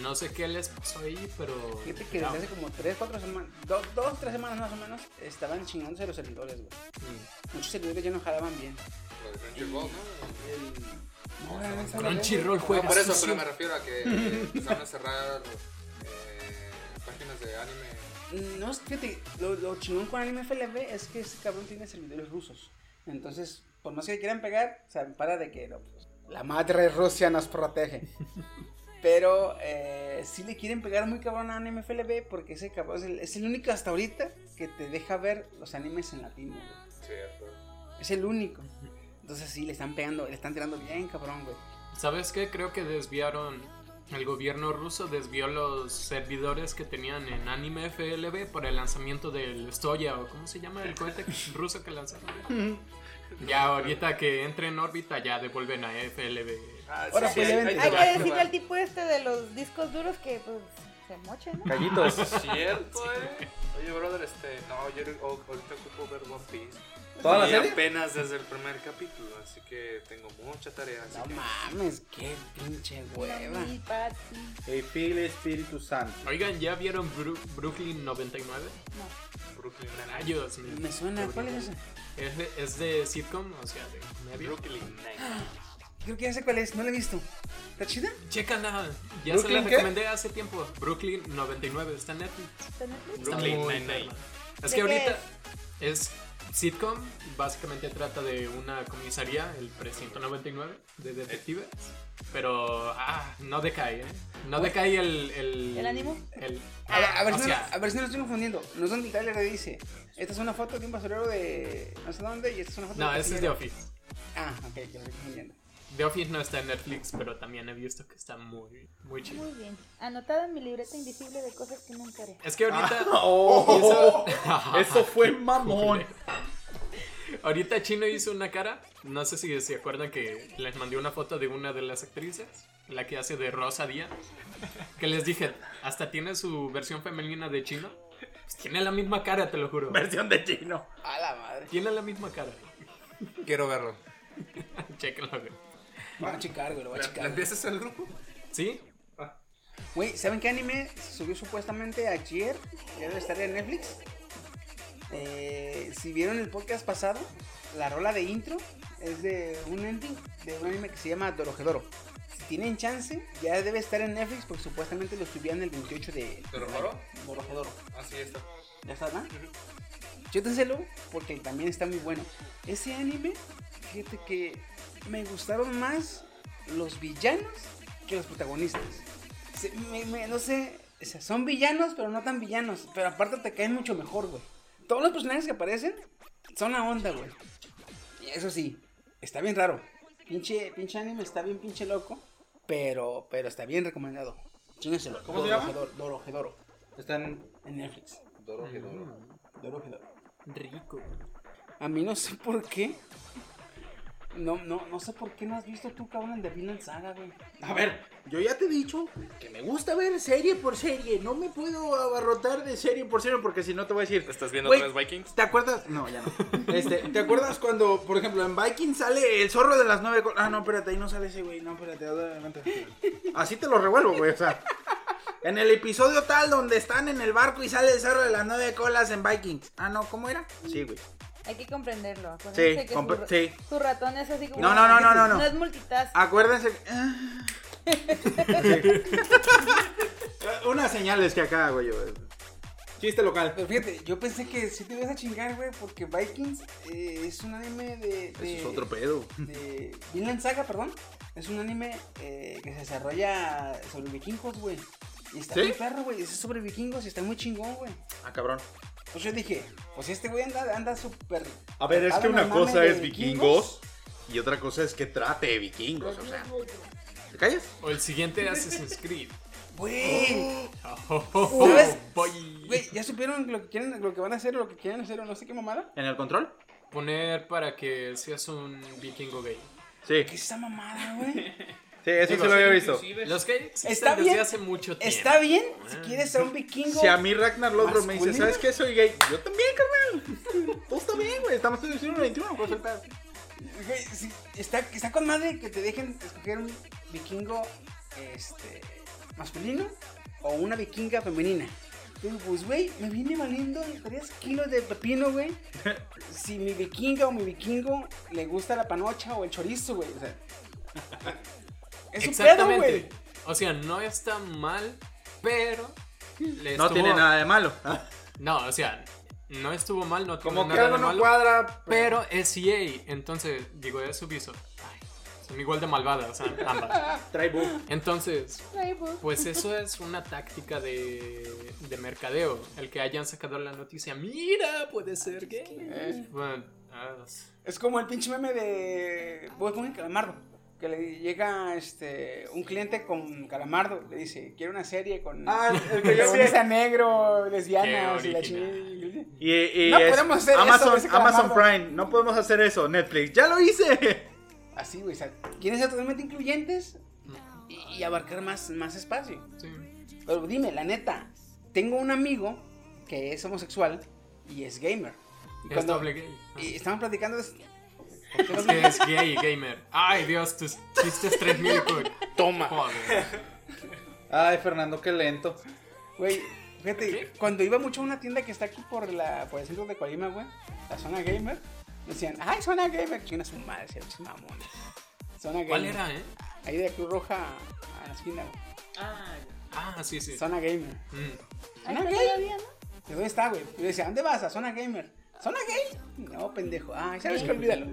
No sé qué les pasó ahí, pero... Fíjate que desde hace como 3, 4 semanas, 2, 3 semanas más o menos, estaban chingándose los servidores, güey. Mm. Muchos servidores ya no jalaban bien. Lo de Crunchyroll, El... ¿no? No, la neta, la Crunchyroll juega No, por eso, sucio. pero me refiero a que eh, empezaron a cerrar eh, páginas de anime. verga. No, es- fíjate, lo, lo chingón con Anime FLB es que ese cabrón tiene servidores rusos. Entonces, por más que le quieran pegar, se ampara de que no, pues, la madre Rusia nos protege. Pero eh, sí le quieren pegar muy cabrón a Anime FLB porque ese cabrón es el, es el único hasta ahorita que te deja ver los animes en latino, güey. Cierto. Es el único. Entonces sí, le están pegando, le están tirando bien, cabrón, güey. ¿Sabes qué? Creo que desviaron. El gobierno ruso desvió los servidores que tenían en Anime FLB para el lanzamiento del Stoya o ¿cómo se llama el cohete que- ruso que lanzaron? ya ahorita que entre en órbita ya devuelven a FLB. Ahora, pues, ya vente. Ahí Hay que decirle al tipo este de los discos duros que pues se moche, ¿no? Gallitos. Cierto, eh. Oye, brother, este. No, yo o- ahorita ocupo ver One Piece. ¿Toda la y serie? apenas desde el primer capítulo, así que tengo mucha tarea. Así No que... mames, qué pinche hueva. Mi Patsy. Y pile Espíritu Santo. Oigan, ¿ya vieron Bru- Brooklyn 99? Brooklyn Nine-Nine. Rayos, me- Me suena, ¿cuál es esa? Es de, es de sitcom, o sea, de comedia. Brooklyn Nine. Creo que ya sé cuál es, no la he visto. ¿Está chida? Chécala, ya se ¿Brooklyn la qué? recomendé hace tiempo. Brooklyn 99, está en Netflix. ¿Está en Netflix? Está Brooklyn muy Nine-Nine. enferma. Es ¿De que qué ahorita es sitcom, básicamente trata de una comisaría, el 399, de detectives, pero ah, no decae, ¿eh? No decae el... ¿El, ¿El ánimo? el- A ver, a ver o si, no, sea, a ver si no lo estoy confundiendo. No es donde el trailer dice. Esta es una foto de un basurero de no sé dónde y esta es una foto no, de un ese es The basurero. Office. Ah, ok, ya lo estoy confundiendo. The Office no está en Netflix, pero también he visto que está muy, muy chido. Muy bien. Anotada en mi libreta invisible de cosas que nunca haré. Es que ahorita... Ah, Oh, hizo- eso fue mamón. Ahorita Chino hizo una cara, no sé si se acuerdan que les mandé una foto de una de las actrices, la que hace de Rosa Díaz, que les dije, hasta tiene su versión femenina de Chino. Pues tiene la misma cara, te lo juro. Versión de chino. A la madre. Tiene la misma cara. Quiero verlo. Chéquenlo, güey. Lo voy a checar, güey, lo voy a ¿La checar. empiezas en el grupo? ¿Sí? Güey, ¿saben qué anime se subió supuestamente ayer? Ya debe estar en Netflix. Eh, si vieron el podcast pasado, la rola de intro es de un ending de un anime que se llama Dorohedoro. Si tienen chance, ya debe estar en Netflix porque supuestamente lo subían el 28 de... ¿Dorohedoro? Dorohedoro. Así está. ¿Ya está, no? Chétenselo porque también está muy bueno. Ese anime, fíjate que me gustaron más los villanos que los protagonistas. Se- me- me- no sé, o sea, son villanos, pero no tan villanos. Pero aparte te caen mucho mejor, güey. Todos los personajes que aparecen son la onda, güey. Y eso sí, está bien raro. Pinche, pinche anime está bien pinche loco, pero, pero está bien recomendado. Chíngenselo. ¿Cómo se llama? Dorohedoro- Dorohedoro, Están. en Netflix. Doro que doro. Dorohedoro. Rico. A mí no sé por qué. No, no, no sé por qué no has visto tú, cabrón, de Vinland Saga, güey. A ver, yo ya te he dicho que me gusta ver serie por serie. No me puedo abarrotar de serie por serie porque si no te voy a decir. ¿Estás viendo "Güey, otra vez Vikings? ¿Te acuerdas? No, ya no. Este, ¿Te acuerdas cuando, por ejemplo, en Viking sale el zorro de las nueve? co- Ah, no, espérate, ahí no sale ese güey. No, espérate, adelante. Así te lo revuelvo, güey. O sea, en el episodio tal donde están en el barco y sale el zorro de las nueve colas en Viking. Ah, no, ¿cómo era? Sí, güey. Hay que comprenderlo. acuérdense que compre- su, ra- sí. su ratón es así como. No, no, no, no, no, no. No es multitask. Acuérdense. que- Ah. Sí. Unas señales que acá, güey. eh. güey. Chiste local. Pero fíjate, yo pensé que sí te ibas a chingar, güey, porque Vikings eh, es un anime de. de Eso es otro pedo. de Vinland Saga, perdón. Es un anime eh, que se desarrolla sobre vikingos, güey. Y está ¿Sí? muy perro, güey. Es sobre vikingos y está muy chingón, güey. Ah, cabrón. Pues yo dije, pues este güey anda, anda súper. A ver, Ah, es que Adam, una mame cosa de es vikingos y otra cosa es que trate de vikingos, o sea. ¿Te callas? O el siguiente Assassin's Creed. Güey, Oh, oh, oh, ¿Sabes? boy. güey, ¿ya supieron lo que, quieren, lo que van a hacer o lo que quieren hacer o no sé qué mamada? ¿En el control? Poner para que seas un vikingo gay. Sí. ¿Qué es esa mamada, güey? Sí, eso Digo, sí lo había visto. Los gays Está están desde bien. hace mucho tiempo. Está bien si quieres ser un vikingo. Si a mí Ragnar Lodbrok me dice, Masculino. ¿sabes qué? Soy gay. Yo también, carnal. Pues está bien, güey. Estamos en el siglo XXI, ¿cuál es el pedo? Güey, sí, está, está con madre que te dejen escoger un vikingo este, masculino o una vikinga femenina. Pero, pues, güey, me viene valiendo 3 kilos de pepino, güey. Si mi vikinga o mi vikingo le gusta la panocha o el chorizo, güey. O sea, es un pedo, güey. Exactamente. O sea, no está mal, pero. le No estuvo- tiene nada de malo. Ah, No, o sea, no estuvo mal, no tiene Como que nada algo de no malo, cuadra, pero. Pero es EA, entonces, digo, es Ubisoft. Ay, son igual de malvadas, o sea, ambas. Trae bug. Entonces, Ay, pues. Pues eso es una táctica de, de mercadeo. El que hayan sacado la noticia, mira, puede ser que. Bueno, ah, Es como el pinche meme de Bob Esponja y Calamardo. Que le llega este, un cliente con Calamardo. Le dice, quiero una serie con... Ah, el que yo vi. protagonista negro, lesbianas Qué y la original. chingada. Y, y No es podemos hacer eso, Amazon, ese calamardo. Amazon Prime. No podemos hacer eso. Netflix. ¡Ya lo hice! Así, güey. O sea, quieren ser totalmente incluyentes y, y abarcar más, más espacio. sí. Pero dime, la neta, tengo un amigo que es homosexual y es gamer. Y Es doble gay. Ah, y estaban platicando de... Es que es gay, gamer. Ay, Dios, tus chistes 3000 cool. Toma. Joder. Ay, Fernando, qué lento. Güey, fíjate, cuando iba mucho a una tienda que está aquí por, la, por el centro de Colima, güey, la zona gamer, decían, ay, zona gamer, que una su madre, se mamones. Zona gamer. ¿Cuál era, eh? Ahí de la Cruz Roja a la esquina, güey. Ah, sí, sí. Zona gamer. Mm. Ay, ¿Zona pero gay? todavía, ¿no? ¿De dónde está, güey? Yo decía, ¿dónde vas? A zona gamer. ¿Zona gay? No, pendejo. "Ah, Ay, ¿sabes qué? Olvídalo.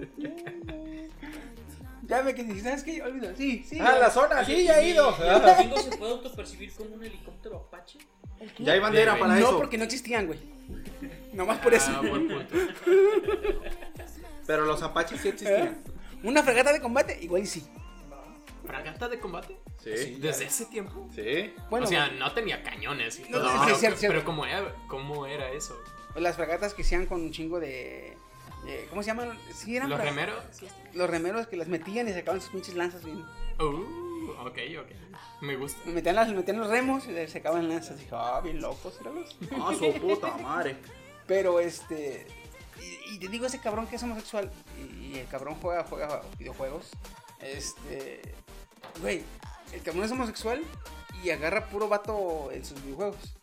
Ya me que dijiste, ¿sabes qué? Olvídalo. Sí, sí. Ah, la zona, sí, ya he ido. Ah, domingo se puede autopercibir como un helicóptero Apache? Ya hay bandera para no, eso. porque no existían, güey. Nomás por eso. Ah, buen punto. Pero los apaches sí existían. Una fregata de combate, igual y sí. ¿Fragata de combate? Sí. ¿Desde ese tiempo? Sí. Bueno, o sea, no tenía cañones y No, todo. sí, pero, sí, cierto, cierto. pero ¿cómo, era, ¿cómo era eso? güey, las fregatas que hacían con un chingo de. de- ¿Cómo se llaman? Sí, eran ¿Los fra- remeros? Los remeros que las metían y sacaban sus pinches lanzas. Bien. Uh, ok, ok. Me gusta. Metían, las, metían los remos y les sacaban lanzas. Dije, ah, bien locos, míralos. Ah, su puta madre. Pero este. Y, y te digo, ese cabrón que es homosexual y, y el cabrón juega, juega videojuegos. Este. Güey, el cabrón es homosexual y agarra puro vato en sus videojuegos.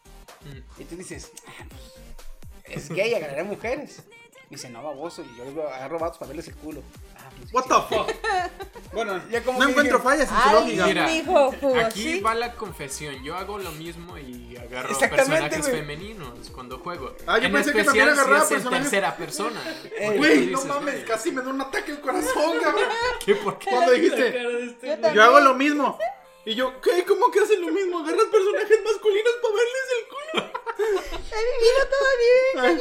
Mm. Y tú dices, "Ah, pues, es gay, agarraré mujeres. Y dice, no, baboso, y yo les voy- agarro vatos para verles el culo. Ah, pues, What sí. the fuck. Bueno, Ya como no que encuentro dije, fallas en su Ay, lógica. Mira, dijo Fugo, Aquí ¿sí? va la confesión. Yo hago lo mismo y agarro Exactamente, personajes güey. femeninos cuando juego. Ah, yo en pensé que especial también agarraba si es en personajes- tercera persona. Ey, Porque Güey, tú no dices, mames, "Güey, casi me da un ataque al corazón, cabrón. ¿Qué por qué? Cuando La dijiste, cara de este Yo güey. también. yo hago lo mismo. Y yo, ¿qué? ¿Cómo que hacen lo mismo? Agarras personajes masculinos para verles el culo. He vivido todo bien,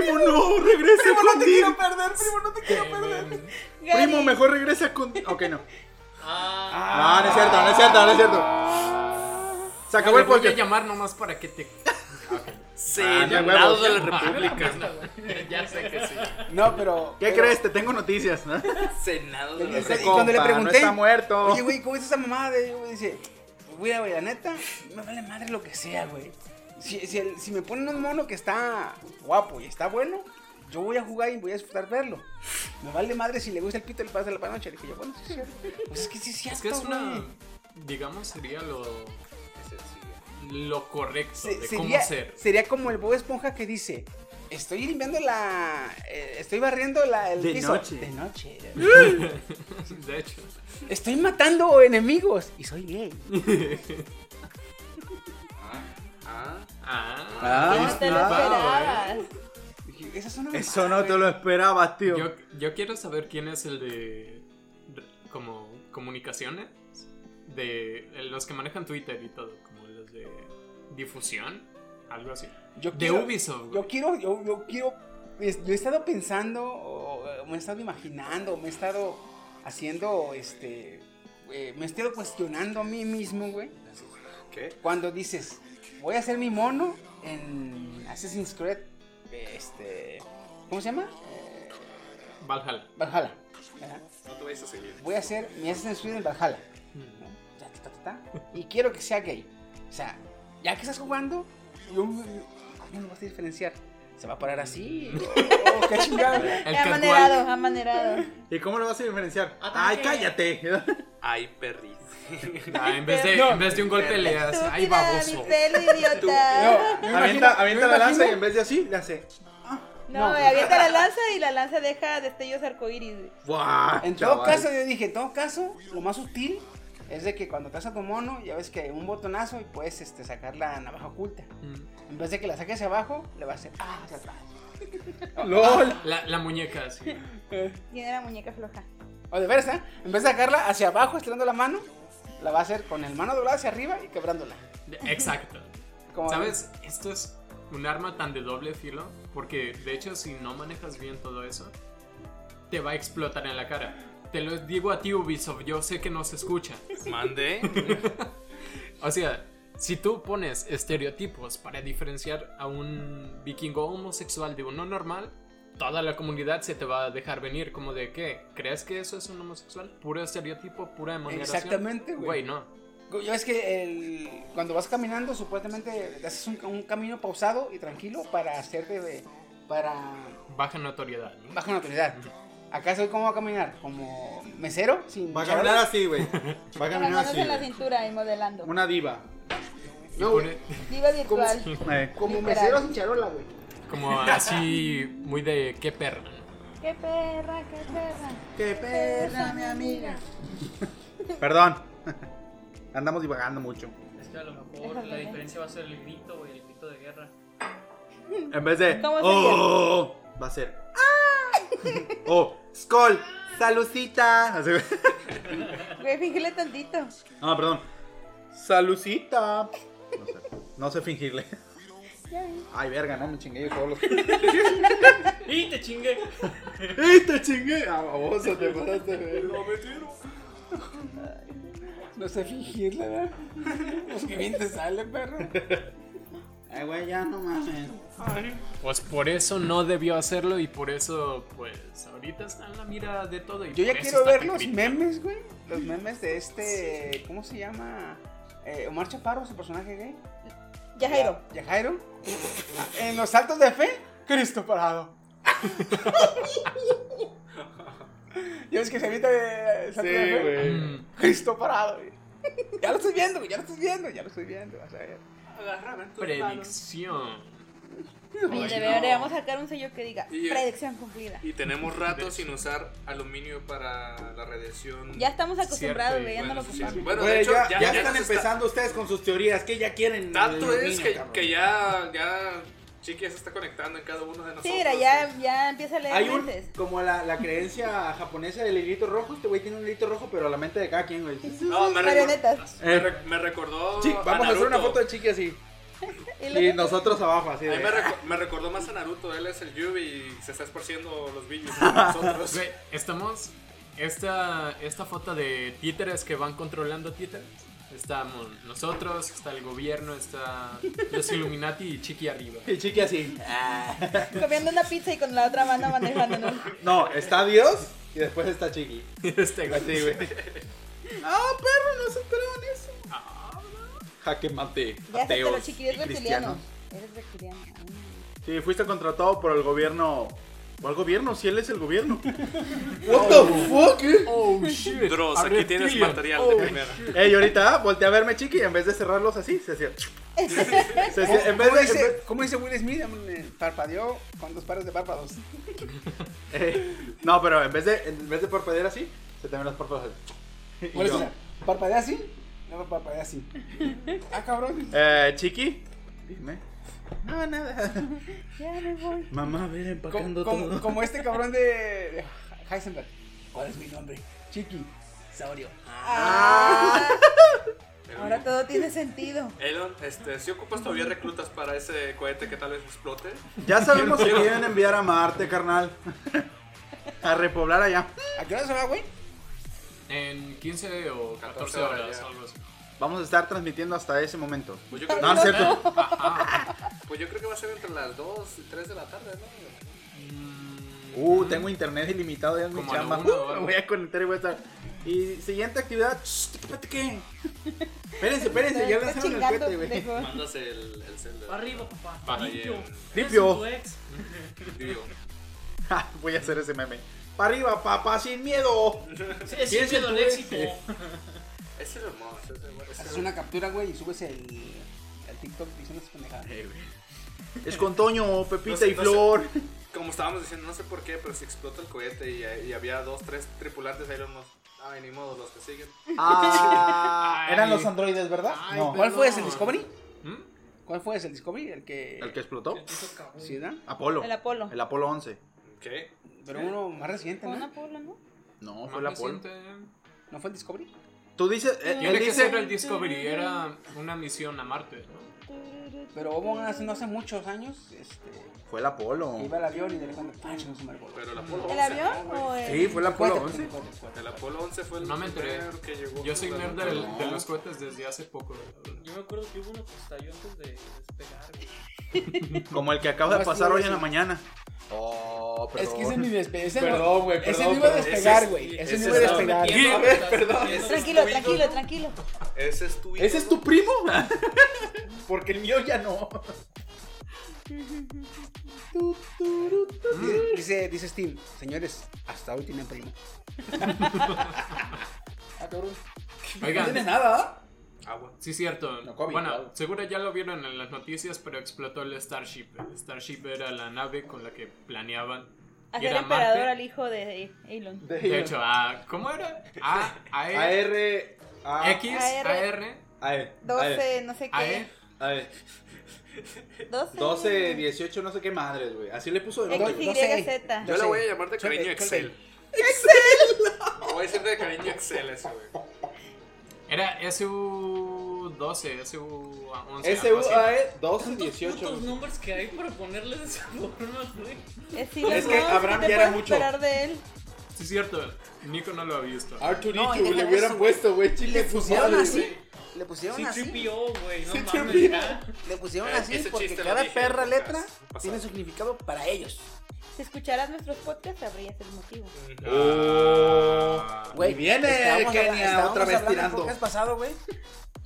Primo, no, regresa con Dean. perder, primo, no te quiero Em, Gary, Primo, mejor regresa con. Ok, no. Ah, No, no es cierto, no es cierto, no es cierto. Se acabó Ah, le el voy a podcast. llamar nomás para que te. Ok. Sí, Ah, de Senado huevos. de la República. ya sé que sí. No, pero. ¿Qué pero- crees? Te tengo noticias, ¿no? Senado Y- y- y Compa, cuando le no pregunté, está muerto. oye, güey, ¿cómo es esa mamada? de- güey?" dice, güey, güey, la neta, me vale madre lo que sea, güey. Si, si, el- si me ponen un mono que está guapo y está bueno, yo voy a jugar y voy a disfrutar verlo. Me vale madre si le gusta el pito el pase de la panoche. Le dije yo, bueno, sí, es cierto. Pues es que sí es cierto, Es que es una. güey. Digamos, sería lo. Lo correcto Se- de sería, cómo ser. sería como el Bob Esponja que dice, estoy limpiando la... eh, estoy barriendo la, el De piso. noche. De noche. de hecho. Estoy matando enemigos y soy gay. Ah. Ah. Ah, es te lo malvado, esperabas. ¿eh? Eso no te lo esperabas, tío. Yo, yo quiero saber quién es el de. re- Como comunicaciones. De eh, los que manejan Twitter y todo. Como los de difusión. Algo así. Yo de quiero- Ubisoft. güey. Yo quiero, yo, yo quiero, es- yo he estado pensando, o, eh, me he estado imaginando, me he estado haciendo, este, eh, me he estado cuestionando a mí mismo, güey. ¿Qué? Cuando dices, voy a hacer mi mono en Assassin's Creed, este, ¿cómo se llama? Valhalla. Valhalla. ¿verdad? No te vais a seguir. Voy a hacer mi Assassin's Creed en Valhalla. ¿no? Ta, ta, ta, ta, ta. Y quiero que sea gay. O sea, ya que estás jugando, yo, yo- ¿cómo lo vas a diferenciar? ¿Se va a parar así? Oh, ¡Qué chingada! amanerado, amanerado. ¿Y cómo lo vas a diferenciar? ¡Ay, cállate! Ay, perris. Ah, en, vez de, en vez de un golpe le das. ¡Ay, baboso! Pelo idiota. No, avienta, avienta la lanza y en vez de así, le hace. No, No. me avienta la lanza y la lanza deja destellos arcoíris. güey. En todo chaval. caso, yo dije, en todo caso, lo más sutil es de que cuando te a tu mono, ya ves que un botonazo y puedes este, sacar la navaja oculta. En vez de que la saques hacia abajo, le vas a hacer ah, hacia atrás. ¡Lol! La, la muñeca, sí. Tiene la muñeca floja. O de veras, ¿eh? En vez de sacarla hacia abajo, estirando la mano, la va a hacer con el mano doblada hacia arriba y quebrándola. Exacto. Como- ¿Sabes? Esto es un arma tan de doble filo. Porque de hecho, si no manejas bien todo eso, te va a explotar en la cara. Te lo digo a ti, Ubisoft. Yo sé que no se escucha. Mande. O sea, si tú pones estereotipos para diferenciar a un vikingo homosexual de uno normal, toda la comunidad se te va a dejar venir como de que, ¿crees que eso es un homosexual? Puro estereotipo, pura demoneración. Exactamente, güey. Güey, no. Yo es que el- cuando vas caminando, supuestamente haces un, un camino pausado y tranquilo para hacerte de. para. Baja notoriedad. ¿no? baja notoriedad. Acá soy cómo va a caminar, como mesero, sin. Va a caminar así, güey. Va a Con las caminar manos así. en la güey. cintura y modelando. Una diva. Ah, Diva virtual. Eh, Como Literal. mesero sin charola, güey. Como así, muy de qué perra. ¿no? Qué perra, qué perra. Qué perra, mi amiga. Perdón. Andamos divagando mucho. Es que a lo mejor la diferencia va a ser el grito, güey, el grito de guerra. En vez de. ¿Cómo "Oh, sería? oh, oh", va a ser. O Skull, salucita. Así, güey. Güey, fíjale tantito. No, Ah, perdón. Salucita. No sé, no sé fingirle. Ya vi. Ay, verga, no me chingué yo solo. ¡Y te chingué! ¡Ey, te chingué! Ah, baboso, te pasaste, güey. No sé fingirla, ¿verdad? Pues que bien te sale, perro. Ay, Eh, güey, ya no mames. Pues por eso no debió hacerlo y por eso, pues, ahorita está en la mira de todo. Y Yo ya por eso quiero está ver los Pepito. memes, güey. Los memes de este. ¿Cómo se llama? Eh, Omar Chaparro, su personaje gay. Yajairo. Yajairo. Ah, en los saltos de fe, Cristo parado. ya ves que se evita el salto de fe. güey. Cristo parado, güey. Ya lo estoy viendo, güey, ya lo estoy viendo, ya lo estoy viendo. Vas a ver. Predicción. Y Ay, no. deberíamos sacar un sello que diga Y- predicción cumplida. Y tenemos rato sin usar aluminio para la radiación. Ya estamos acostumbrados, Cierto, güey, y ya no lo bueno, sí, compramos. Bueno, Güey, de hecho, ya, ya ya, ya están nos está- empezando ustedes con sus teorías. que ya quieren? Tanto es aluminio, que, cabrón? que ya, ya Chiqui ya se está conectando en cada uno de nosotros. Sí, mira, Eh. ya, ya empieza a leer Hay un, mentes. como la, la creencia japonesa del hilito rojo, este güey tiene un hilito rojo, pero a la mente de cada quien, güey. No, me, recor- Marionetas. me Eh, re- me recordó. Sí, vamos a hacer una Naruto. foto de Chiqui así. Y luego- Y nosotros abajo, así. A mí de- me, reco- me recordó más a Naruto, él es el Yubi y se está esparciendo los billos a nosotros. Güey, estamos. Esta, esta foto de títeres que van controlando títeres. Estamos nosotros, está el gobierno, está los Illuminati y Chiqui arriba. Y Chiqui así. Comiendo una pizza y con la otra mano manejando. ¿no? No, está Dios y después está Chiqui. Este güey. Así, güey. ¡Ah, perro! No se esperaban eso. Ah. Jaque mate. Ya sé, pero Ateos chiqui, eres y cristianos. reptiliano. Eres reptiliano. Sí, fuiste contratado por el gobierno. ¿Cuál gobierno? Si él es el gobierno. What the eh? fuck? Oh, shit. Dross, A aquí tienes reptilian. material Oh, de primera. Ey, ahorita ah, voltea a verme, chiqui, y en vez de cerrarlos así, se hacía. Se hacía- en vez ¿Cómo de. en dice, vez- cómo dice Will Smith? Eh, Parpadeó con dos pares de párpados. eh, no, pero en vez de, en vez de parpadear así, se te ven las párpados así. Y Por yo, eso, parpadea así, luego parpadea así. Ah, cabrón. eh, chiqui, dime. No, nada. Ya me voy. Mamá, ven Como, empacando como- todo. como este cabrón de, de Heisenberg. ¿Cuál es mi nombre? Chiqui. Saurio. Ahora todo tiene sentido. Elon, este, si ocupas todavía reclutas para ese cohete que tal vez explote. Ya sabemos que quieren enviar a Marte, carnal. A repoblar allá. ¿A qué hora se va, güey? En 15 o 14 horas horas, ya. algo así. Vamos a estar transmitiendo hasta ese momento. Pues yo creo que, No, no es cierto. pues yo creo que va a ser entre las 2 y 3 de la tarde, ¿no? Uh, tengo internet ilimitado ya en mi Como a la chamba. una, Uh, ¿verdad? me voy a conectar y voy a estar. Y siguiente actividad. shh, espérate, ¿qué? Espérense, espérense, ya Estás lanzaron el chingando, cohete, güey. pendejo. Mandas el, el cel de- Pa' Arriba, papá. Pa' Limpio. arriba. Limpio. Eres tu ex. Digo, Ja, voy a hacer ese meme. Para arriba, papá, sin miedo. Sí, es el miedo al éxito. Eh, Ese es hermoso. ese es bueno, ese Haces es- una captura, güey, y subes el, el TikTok diciendo esas pendejadas. Es con Toño, Pepita No sé, y no sé. Flor. Como estábamos diciendo, no sé por qué, pero si explota el cohete y, y había dos, tres tripulantes, ahí los nos. Ay, ni modo, los que siguen. Ah, eran Ay. los androides, ¿verdad? Ay, no. ¿Cuál fue perdón. ese, el Discovery? ¿Mm? ¿Cuál fue ese, el Discovery? El que... ¿El que explotó? Sí, ¿verdad? Apolo. El Apolo. El Apolo 11. ¿Qué? Pero uno más reciente, Con ¿no? Apolo, ¿no? No, Más fue el Apolo. reciente. ¿No fue el Discovery? Tú dices, eh, Tiene él que ser dice, el Discovery, era una misión a Marte, ¿no? Pero hubo una hace no hace muchos años, este... fue el Apolo. que Iba al avión y de repente, ¡pam! Se un barco. Pero el Apolo 11. ¿El avión ¿no, o güey? el.? Sí, fue el Apolo 11. El Apolo 11 fue el No me enteré. primero que llegó. Yo soy Pues, nerd no, del- no. de los cohetes desde hace poco. la verdad. Yo me acuerdo que hubo uno que estalló antes de despegar. güey. Como el que acaba de No, es que pasar iba a hoy en la decir- mañana. Oh, Es que ese ni despegar. Perdón, güey, Ese perdón, no iba a perdón. despegar, Ese- güey. este, Ese no ese iba a es- despegar. Metiendo, ¿Qué? estás Perdón. metiendo- Tranquilo, tranquilo, tranquilo. Ese es tu ¿Ese es tu primo? Porque el mío ya no. Dice- Dice, dice Steam, señores, hasta hoy tienen primo. ah, cabrón. No Oigan, tienes nada, ¿ah? Agua. Sí, cierto. No, COVID, bueno, claro. seguro ya lo vieron en las noticias, pero explotó el Starship. El Starship era la nave con la que planeaban Hacer ir a emperador Marte. al hijo de Elon. De hecho, a, ¿cómo era? A, A, E, A R A X, AR. A, R, A E. 12, no sé A, E. qué. A E. 12. 12, 18, no sé qué madres, güey. Así le puso de X, nombre. Y, doce. Z. Yo sé. la voy a llamar de cariño Choque, Excel. ¡Excel! La voy a decir de cariño Excel ese, güey. Era SU-12, SU-11. S algo U así. A E 12, ¿Cuántos 18. putos güey. nombres que hay para ponerles de esa forma, güey? Es, Elon Es que Musk, Abraham ¿qué te ya era puedes mucho. esperar de él? Sí, cierto. Nico no lo ha visto. R2D2 No, y deja le de hubieran eso, güey. puesto, güey. Chile, Le pusieron madre, así. güey. Le pusieron Sí, así. tripió, güey. No Sí, mames, tripió. ya. Le pusieron Eh, así ese porque chiste lo cada dije, perra Lucas, letra pasado. tiene su significado para ellos. Si escucharas nuestros podcasts, sabrías el motivo. Güey, Ah, Y viene estábamos eh, Kenia habla- estábamos otra vez hablando el tirando. podcast pasado, güey.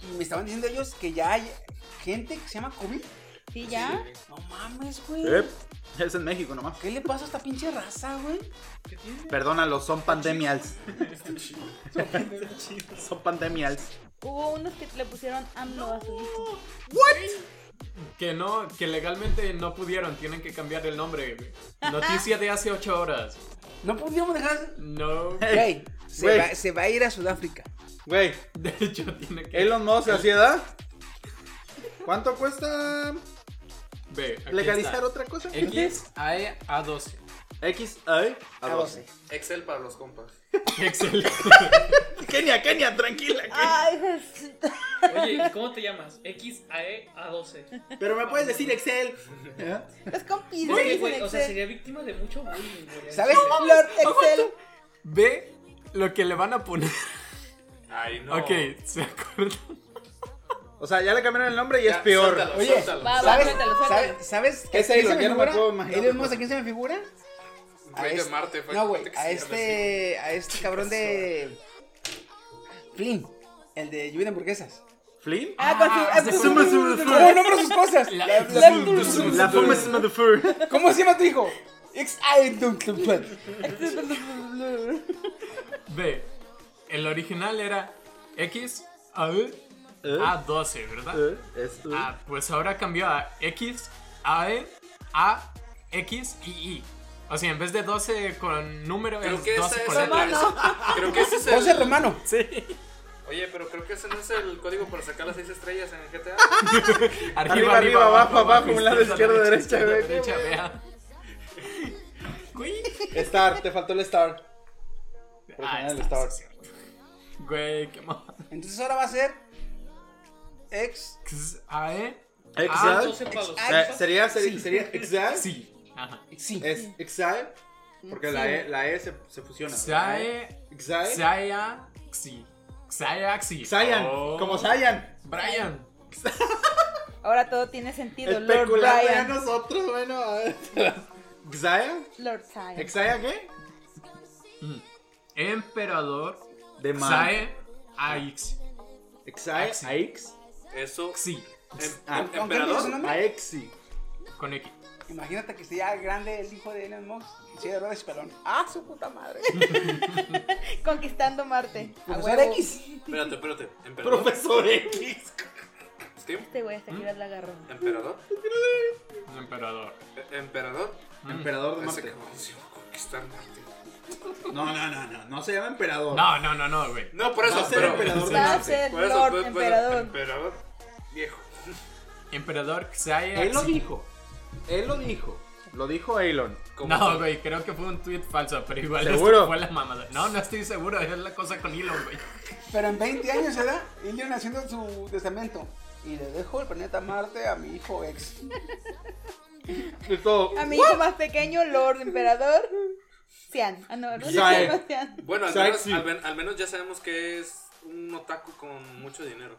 Y me estaban diciendo ellos que ya hay gente que se llama COVID. ¿Sí, ya? No mames, güey. Eh, Es en México nomás. ¿Qué le pasa a esta pinche raza, güey? Perdónalo, son pandemials. son pandemials. Hubo unos que le pusieron AMLO a su hijo. Que no, que legalmente no pudieron, tienen que cambiar el nombre. güey. Noticia de hace 8 horas. No podíamos dejar. No, Güey, se güey. va, se va a ir a Sudáfrica. Güey, de hecho tiene que... Elon Musk, así edad. ¿Cuánto cuesta Ve, aquí está. legalizar otra cosa? X, A, E, A12. X A ¿eh? E A 12. Excel para los compas. Excelente. Kenia, Kenia, tranquila. Ah. Ay, Jesús. Oye, ¿cómo te llamas? XAEA12. Pero me puedes decir Excel. ¿Eh? Los compis Oye, dicen güey, o sea, Excel. sería víctima de mucho bullying, güey. ¿Sabes? Lord Excel. Ve lo que le van a poner. Ay, no. Ok, se acuerdan. O sea, ya le cambiaron el nombre y es peor. Oye, Va, va, ¿sabes, suéltalo, suéltalo. ¿sabes, ¿sabes ¿Qué es quién Elon? se me Ya no me figura? puedo imaginar. Elon Musk, ¿a quién se me figura? A Rey de este- Marte, fue No, el güey, que se a llama este, a este cabrón de... Flynn, el de lluvia de hamburguesas. ¿Flynn? Ah, con Ah, su. se ah, fue. su- ¿Cómo nombra sus cosas? La- La- la- la- La fuma es motherfucker. ¿Cómo se llama tu hijo? Ex- ay, dum, dum, dum. Ve, el original era X A U, A12, ¿verdad? Es tú. Ah, pues ahora cambió a X A E A X I I. O sea, en vez de 12 con número Creo es que 12 ese es con el. letra. Creo que ese es José el. Romano. Oye, pero creo que ese no es el código para sacar las 6 estrellas en el GTA. Arriba, arriba, abajo, abajo, un lado izquierdo, derecha, izquierda, güey. derecha, vea. Güey. Star, te faltó el Star. Ah, el está, Star. sí, sí. Güey, qué mal. Entonces ahora va a ser ex X A E Exile. Entonces, para los- Eh, Sería, sería, sería Exile. Sí. Ajá. sí. Es Exile. Porque la E, la e se, se fusiona. E, E, ¿verdad? E. Xae- Exile. E, Xayaxi. Xayaxi. Cyan. Oh. Como Cyan. Brian. Ahora todo tiene sentido. Lord Especulando ya Brian. nosotros, bueno. a ver. Xia. Lord Zion. ¿Exile qué? Emperador. E, De Xae. Aixi. Exile. Axi. Aix. Eso. Xi. em- ¿Aunque Ah, em- no tiene su Emperador. nombre? Aexi. Con X. Imagínate que sea grande el hijo de Elon Musk. Sí, de ruedas y pelón. Ah, su puta madre. Conquistando Marte. Pues, Profesor huevo. X. Espérate, espérate. Emperador. Profesor X. Steam. Este güey hasta que la agarró. Emperador. Emperador. e- Emperador. Mm, Emperador de Ese Marte. cabrón se va a conquistar Marte. No, no, no, no. No se llama emperador. No, no, no, no, güey. No, por eso. Va a ser pero- emperador de Va a Marte. ser Por eso, Lord pues, pues, Emperador. Emperador. Viejo. Emperador Xae. Él lo Axi. dijo. Él lo dijo. Lo dijo Elon. No, güey, creo que fue un tweet falso, pero igual ¿Seguro? fue la mamada. No, no estoy seguro, es la cosa con Elon, güey. Pero en 20 años, ¿verdad? Elon haciendo su testamento. Y le dejo el planeta Marte a mi hijo ex. Y todo. A mi hijo más pequeño, Lord Emperador. Cian. Ah, no, no, Zion. no, Cian. Bueno, al menos, Sexy. al, men- al menos ya sabemos que es un otaku con mucho dinero.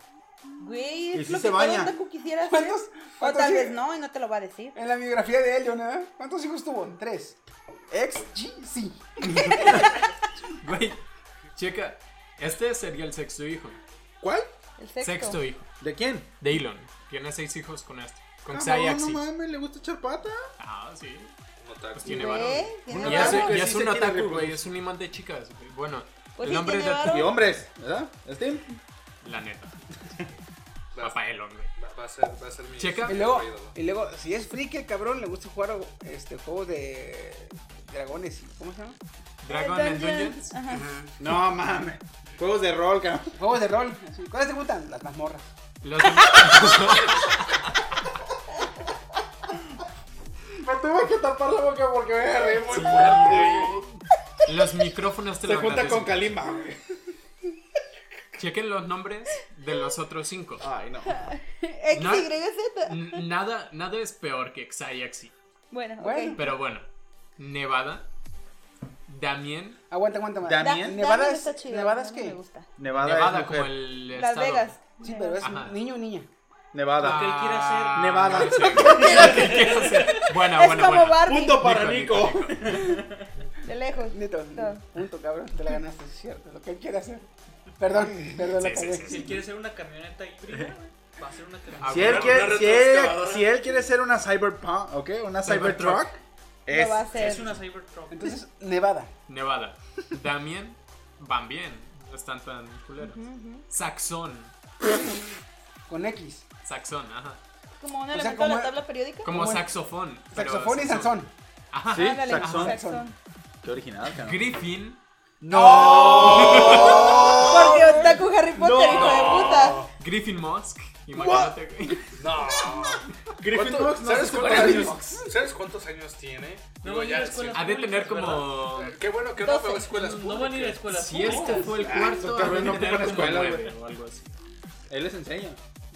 Güey, Y es sí lo se que baña. todo otaku quisiera hacer. ¿Cuántos- O cuántos tal sí? vez no, y no te lo va a decir. En la biografía de Elon, ¿verdad? ¿Cuántos hijos tuvo? Tres. Ex, G, sí. Güey, checa, este sería el sexto hijo. ¿Cuál? El sexto. Sexto hijo. ¿De quién? De Elon. Tiene seis hijos con este. Con Ah, Xayaxi. no mames, le gusta echar pata. Ah, sí. Un otaku. Pues tiene Güey, varón. tiene Y Ya es, varón. sé que y es sí un se quiere otaku, güey. reproducir. Es un imán de chicas, güey. Bueno, Pues el sí, nombre es tiene de Y varón. hombres, ¿verdad? ¿Steam? La neta. Va, Papá Elon, güey. va- va a ser, va a ser mi. Checa. Y luego, ídolo. y luego, si es friki el cabrón, le gusta jugar este, juegos de dragones. y- ¿Cómo se llama? Dragon and Dungeons. Dungeons. Ajá. No mames. Juegos de rol, cabrón. Juegos de rol. así. ¿Cuáles te gustan? Las mazmorras. Los- Me tuve que tapar la boca porque me agarré muy Los micrófonos te Se lo junta con agradecen. Kalimba, güey. Chequen los nombres de los otros cinco. Ay, no. X, No. Y, Z. N- Nada, nada es peor que Xayaxi. Bueno, Bueno. ok. Pero bueno, Nevada, Damien, Aguanta, aguanta. aguanta. Da- Da- Damián. Nevada Damián es- está chido, Nevada es Damián que- me gusta. Nevada, Nevada es como mujer. el Las estado. Vegas. Sí, pero es Ajá. Ah. niño o niña. Nevada. él quiere hacer. Ah, Nevada. no sé, güey. ¿Qué quiere hacer? Bueno, es bueno, como bueno. Barbie. Punto para Nico. Nico, De lejos. Neto, No. punto, cabrón. Te la ganaste, es cierto. Lo que él quiere hacer. Perdón, perdón, Sí, la sí, cagué. sí, Si él quiere ser una camioneta y prima, va a ser una camioneta. Ah, Si él, Una quiere, si, él, retroexcavadora. si él quiere ser una cyberpunk, ¿ok? Una Cybertruck. cybertruck. Lo va a Es hacer. Es una Cybertruck. Entonces, Nevada. Nevada, Damien, van bien. No están tan culeros. Saxón, Con X. saxón, ajá. Como un sea, elemento de como- la tabla periódica. Como Como el- saxofón. pero Saxofón y saxón. Sansón. Ajá. Sí, Ándale, saxón. saxón. Qué original, cabrón. Griffin, Porque Otaku Harry Potter, hijo de puta. Griffin Musk. Imagínate, güey. No. Griffin ¿Cuánto- Box, no ¿sabes, sé cuántos cuántos años. años, ¿Sabes cuántos años tiene? No Digo, voy a ir a ya, la escuela. sí. Ha de tener como. Qué bueno que no fue a Doce. escuelas No van a ir a públicas. escuelas Si este fue el cuarto, Ah, ha de no ocupan tener como escuela, güey. nueve o algo así. Él les enseña.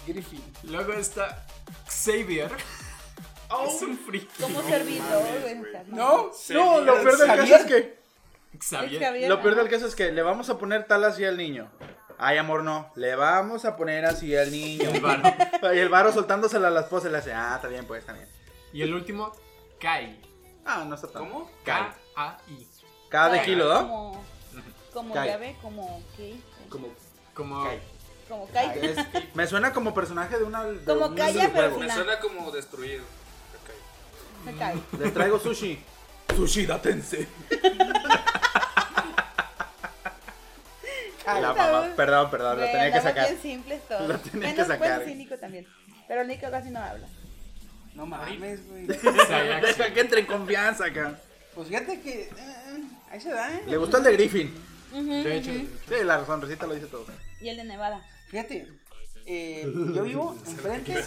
Griffin. Luego está Xavier. Oh. Es un friki. Como servidor, güey. o sea, No, No, lo peor del caso Xavier. es que. Xavier. Xavier, Lo peor ajá. del caso es que le vamos a poner tal así al niño. Ay, amor, no. Le vamos a poner así al niño. El varo. y el varo soltándosela a la esposa y le hace, ah, está bien, pues, está bien. Y el último, Kai. Ah, no está tan. ¿Cómo? Kai. K-A-I. Cada Ah, de Ay, kilo, ¿no? Como, como Kai. llave, como qué. Como. Como. Como Kai. Es- me suena como personaje de una. de Como un Kaya, videojuego. pero sin Me la- suena como destruido. Ok. Kai. Le traigo sushi. Sushi, datense. La mamá, perdón, perdón, lo Güey, tenía que andamos sacar. bien simples todos. Lo tenía Menos, que sacar. bueno, sí, Nico también. Pero Nico casi no habla. No mames, güey. Deja que entre en confianza acá. Pues fíjate que. eh, ahí se da, ¿eh? Le gustó el de Griffin. Ujú, ujú. Sí, la sonrisita lo dice todo. Y el de Nevada. Fíjate, eh, yo vivo enfrente.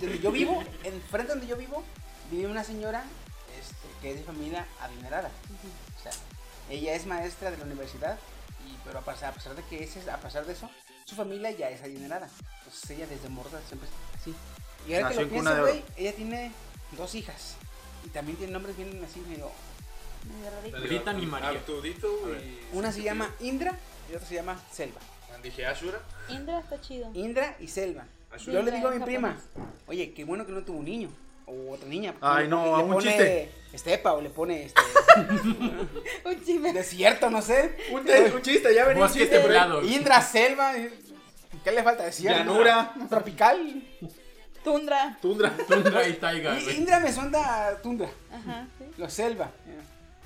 Donde yo vivo, enfrente donde yo vivo, vive una señora este, que es de familia adinerada. O sea, ella es maestra de la universidad, y, pero a pasar, a pesar de que ese, a pesar de eso, su familia ya es adinerada. Entonces ella desde morda siempre es así. Y ahora Nació que en lo cuna pienso, de oro. güey, ella tiene dos hijas. Y también tiene nombres bien así medio... Medio rarito. Britan y María. Arturito y. Una se llama Indra y la otra se llama Selva. "Ah, Dije Ashura. Indra está chido. Indra y Selva. Ashura. Yo le Indra digo a es mi prima, japonés. oye, qué bueno que no tuvo un niño o otra niña. porque Ay, le- no, le a un pone chiste. Estepa o le pone este, Un chisme. desierto, no sé. Un, te- un chiste, Ah, ya venimos. Bosques templados. Indra, selva. eh, ¿Qué le falta? Desierto. Llanura. Tropical. Tundra. Tundra. Tundra y Taiga, Y- güey. Indra me suena a tundra. Ajá, sí. Lo selva.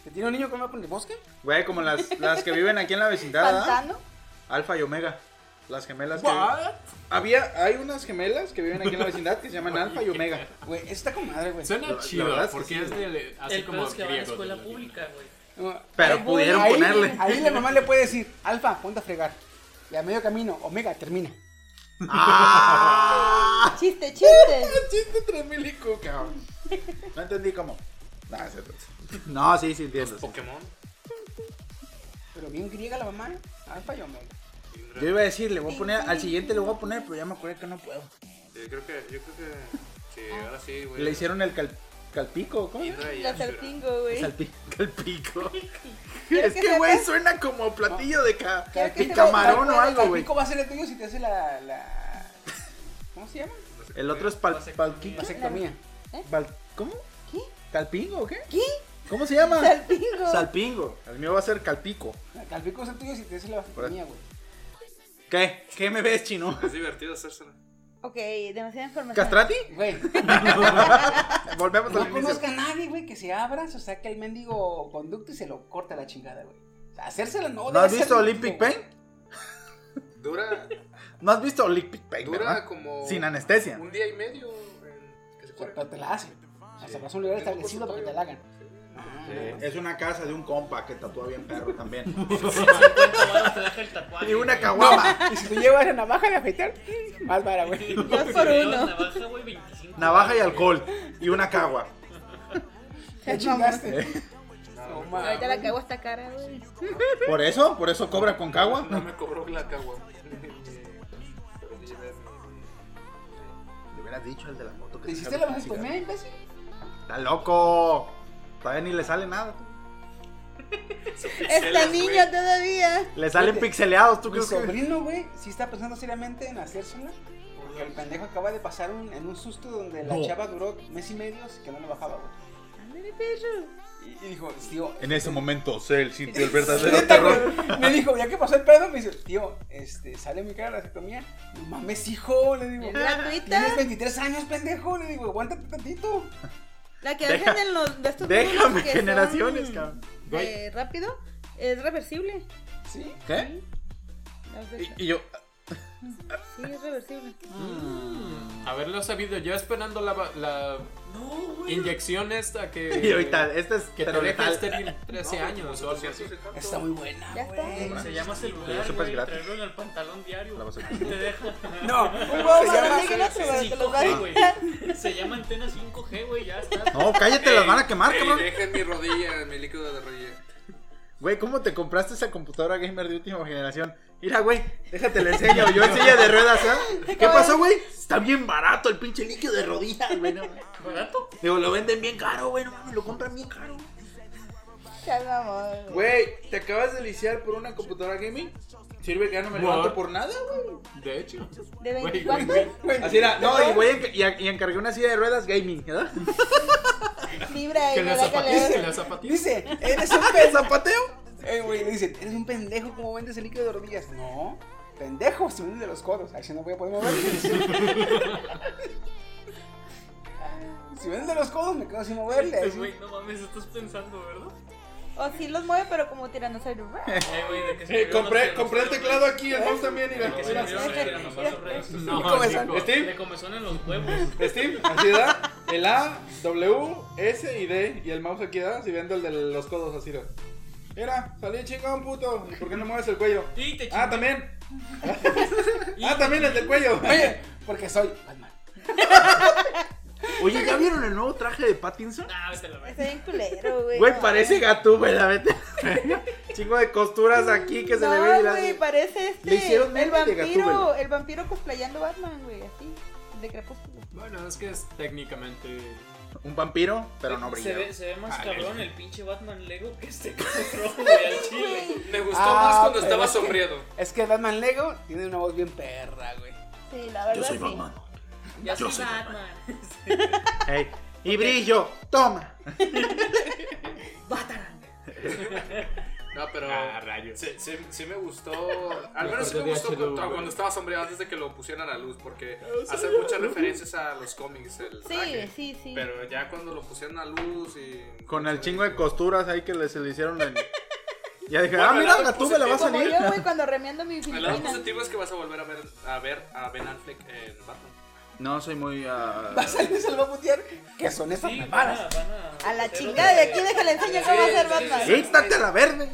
¿Te tiene un niño que va con el bosque? Güey, como las, las que viven aquí en la vecindad. ¿verdad? Pantano. Alfa y Omega. Las gemelas que. Había, hay unas gemelas que viven aquí en la vecindad que se llaman Alfa y Omega. Güey, eso está con madre, güey. Suena La- la chido, verdad es que porque sí, es de, así El como peor es que va a la griego, escuela de la- pública, güey. No, Pero ahí voy, pudieron ahí- ponerle. Ahí la mamá le puede decir, Alfa, ponte a fregar. Y a medio camino, Omega, termina. ¡Ah! Chiste, chiste. Chiste transmilico, cabrón. No entendí cómo. No, es cierto. No, sí, sí entiendo. sí. Pokémon. Pero bien griega la mamá, Ah, Alfa y Omega. Indra. Yo iba a decir, le voy a poner, al siguiente le voy a poner, pero ya me acuerdo que no puedo. eh, Yo creo que. Yo creo que. Sí, Ah. ahora sí, Pues- güey. Le hicieron el cal- calpico, ¿cómo? Indra y La Ashura. saltingo, güey. Salpi- calpico. Quiero Es que, güey, sepas- suena como platillo de ca- Quiero que de sepas- camarón o Bueno, algo, güey. Tampico va a ser el tuyo si te hace la. la... ¿Cómo se llama? El otro es pal, palquico. Vasectomía. Pal- ¿Cómo? ¿Qué? ¿Calpingo o qué? ¿Qué? ¿Cómo se llama? Saltingo. Salpingo. El mío va a ser calpico. Calpico es el tuyo si te hace la vasectomía, güey. ¿Qué? ¿Qué me ves, chino? Es divertido hacérsela. Ok, demasiada información. ¿Castrati? Güey, Volvemos al no inicio. conozca a nadie, güey, que se abra, se saque el mendigo conducto y se lo corta la chingada, güey. O sea, hacérsela no. ¿No debe has ser visto lo Olympic mismo, güey. Pain? Dura. ¿No has visto Olympic Pain? Dura verdad? como. Sin anestesia. Un día y medio. en- que se Pero cure. pero te la hacen. O sea, vas a un lugar establecido para que te la hagan. Ah, Eh, Es una casa de un compa que tatúa bien perro también. Bueno, te deja el tatuaje. y una güey. caguama. Y si tú llevas la navaja de afeitar, más para, güey. Dos por uno. Navaja, güey, 25. Navaja y alcohol. Y una cagua. Te chingaste. No, Ahorita Ah, mames. la cago esta cara, güey. ¿Por eso? ¿Por eso cobra con cagua? No me cobró la cagua. Le hubieras dicho el de la moto que ¿Te se hiciste la sabe con vasectomía, cigarro. imbécil? ¡Está loco! Todavía ni le sale nada. Está niño todavía. Le salen pixeleados, ¿tú Mi crees que? sobrino, güey, sí está pensando seriamente en hacérsela. Porque el pendejo acaba de pasar un- en un susto donde la No. chava duró mes y medio así que no le bajaba, güey. Ándale, perro. Y, y dijo, tío. eh, En ese momento, Cell sintió el verdadero neta, terror. güey, Me dijo, ya que pasó el pedo, me dice, tío, este, sale mi cara la vasectomía. No mames, hijo, le digo. Es gratuita. Tienes 23 años, pendejo, le digo, aguántate tantito. La que Deja- hacen en los de estos déjame módulos que generaciones, son cabrón. De rápido es reversible. ¿Sí? ¿Qué? Las de- Y, y yo. Sí, es reversible. Ah, Haberlo sabido, yo esperando la, va- la No, güey. inyección esta que. Y ahorita, este es Que te pero deja letal. estéril 13 años o algo así. Está muy buena, Ya está. güey. Se llama Yo celular, sepa es güey. gratis. Traerlo en el pantalón diario. La vas a- Te deja. No, un huevo huevo más grande que el otro, güey, te lo 5G, güey. Se llama antena 5G, güey, ya está. No, cállate, las van a quemar, Ey, cabrón. dejen mi rodilla, mi líquido de rodilla. Güey, ¿cómo te compraste esa computadora gamer de última generación? Mira, güey, déjate le enseño. Yo en silla de ruedas, ¿eh? ¿Qué pasó, güey? Está bien barato el pinche líquido de rodillas, güey. no mames. ¿Barato? Digo, lo venden bien caro, güey. No mames, lo compran bien caro. Ya vamos. Güey, ¿te acabas de liciar por una computadora gaming? Sirve que ya no me What? levanto por nada, güey. De hecho. ¿De Güey, 24? güey, güey. Así era. No, y, voy a enca- y, a- y encargué una silla de ruedas gaming, ¿verdad? Libra y Que me la da zapatilla, que calor. la zapatilla. Dice, eres un pendejo. ¿Zapateo? Eh, güey, le dicen, eres un pendejo, ¿cómo vendes el líquido de rodillas? No, pendejo, se unen de los codos. Así no voy a poder moverme. si venden de los codos, me quedo sin moverle. Este así. güey, no mames, estás pensando, ¿verdad? O si los mueve, pero como tiranosaurio. Eh, güey, de que se Eh, murió compré, unos compré el teclado aquí, el mouse también. Y la, Que se mira. murió mira, el tiranosaurio rex. No, chico, Steve. Le comezón en los huevos. Steve, así da. El A, W, S y D. Y el mouse aquí da. Si viendo el de los codos, así da. Mira, salí chingón, puto. ¿Y ¿Por qué no mueves el cuello? Y te Ah, también. ah, también el del cuello. Oye, porque soy Batman. Oye, ¿ya vieron el nuevo traje de Pattinson? Ah, Nah, vete a la verga. Está bien culero, güey. Güey, no. parece gatú, güey, la vete. Chingo de costuras aquí que se le ve y No, la- güey, parece este. Le hicieron el meme de Gatúbela. vampiro, el vampiro cosplayando Batman, güey, así, de crepúsculo. Bueno, es que es técnicamente. Un vampiro, pero no Se brilla. ve, se ve más Ah, este. cabrón el pinche Batman Lego que este cabrón, güey, al chile. Me gustó Ah, más cuando pero estaba es que- sombreado. Es que Batman Lego tiene una voz bien perra, güey. Sí, la verdad. sí. Ya soy Batman. Ey, Y brillo, toma. No, pero. Ah, rayos. Sí, sí- sí me gustó. Al menos sí acordé me de gustó H2, cuando, güey. cuando estaba sombreado antes de que lo pusieran a luz, porque Ah, hace muchas referencias a los cómics. El Sí, traje. sí, sí. Ah, Pero ya cuando lo pusieron a luz y. Con el chingo de costuras ahí que le- se le hicieron en... Ya dije, Bueno, ah, mira, el Pues lado Gatú me la va a Como salir. yo, güey, cuando remiendo mi El lado filipina. positivo es que vas a volver a ver a, ver a Ben Affleck en Batman. No, soy muy... ah, Va a salir, se lo va a putear. Que son esas Sí, van mamadas. a, van a. A la hacer chingada de otra aquí, déjale enseño cómo Sí, hacer sí, Batman. sí. ¡Quítate este". a la verde!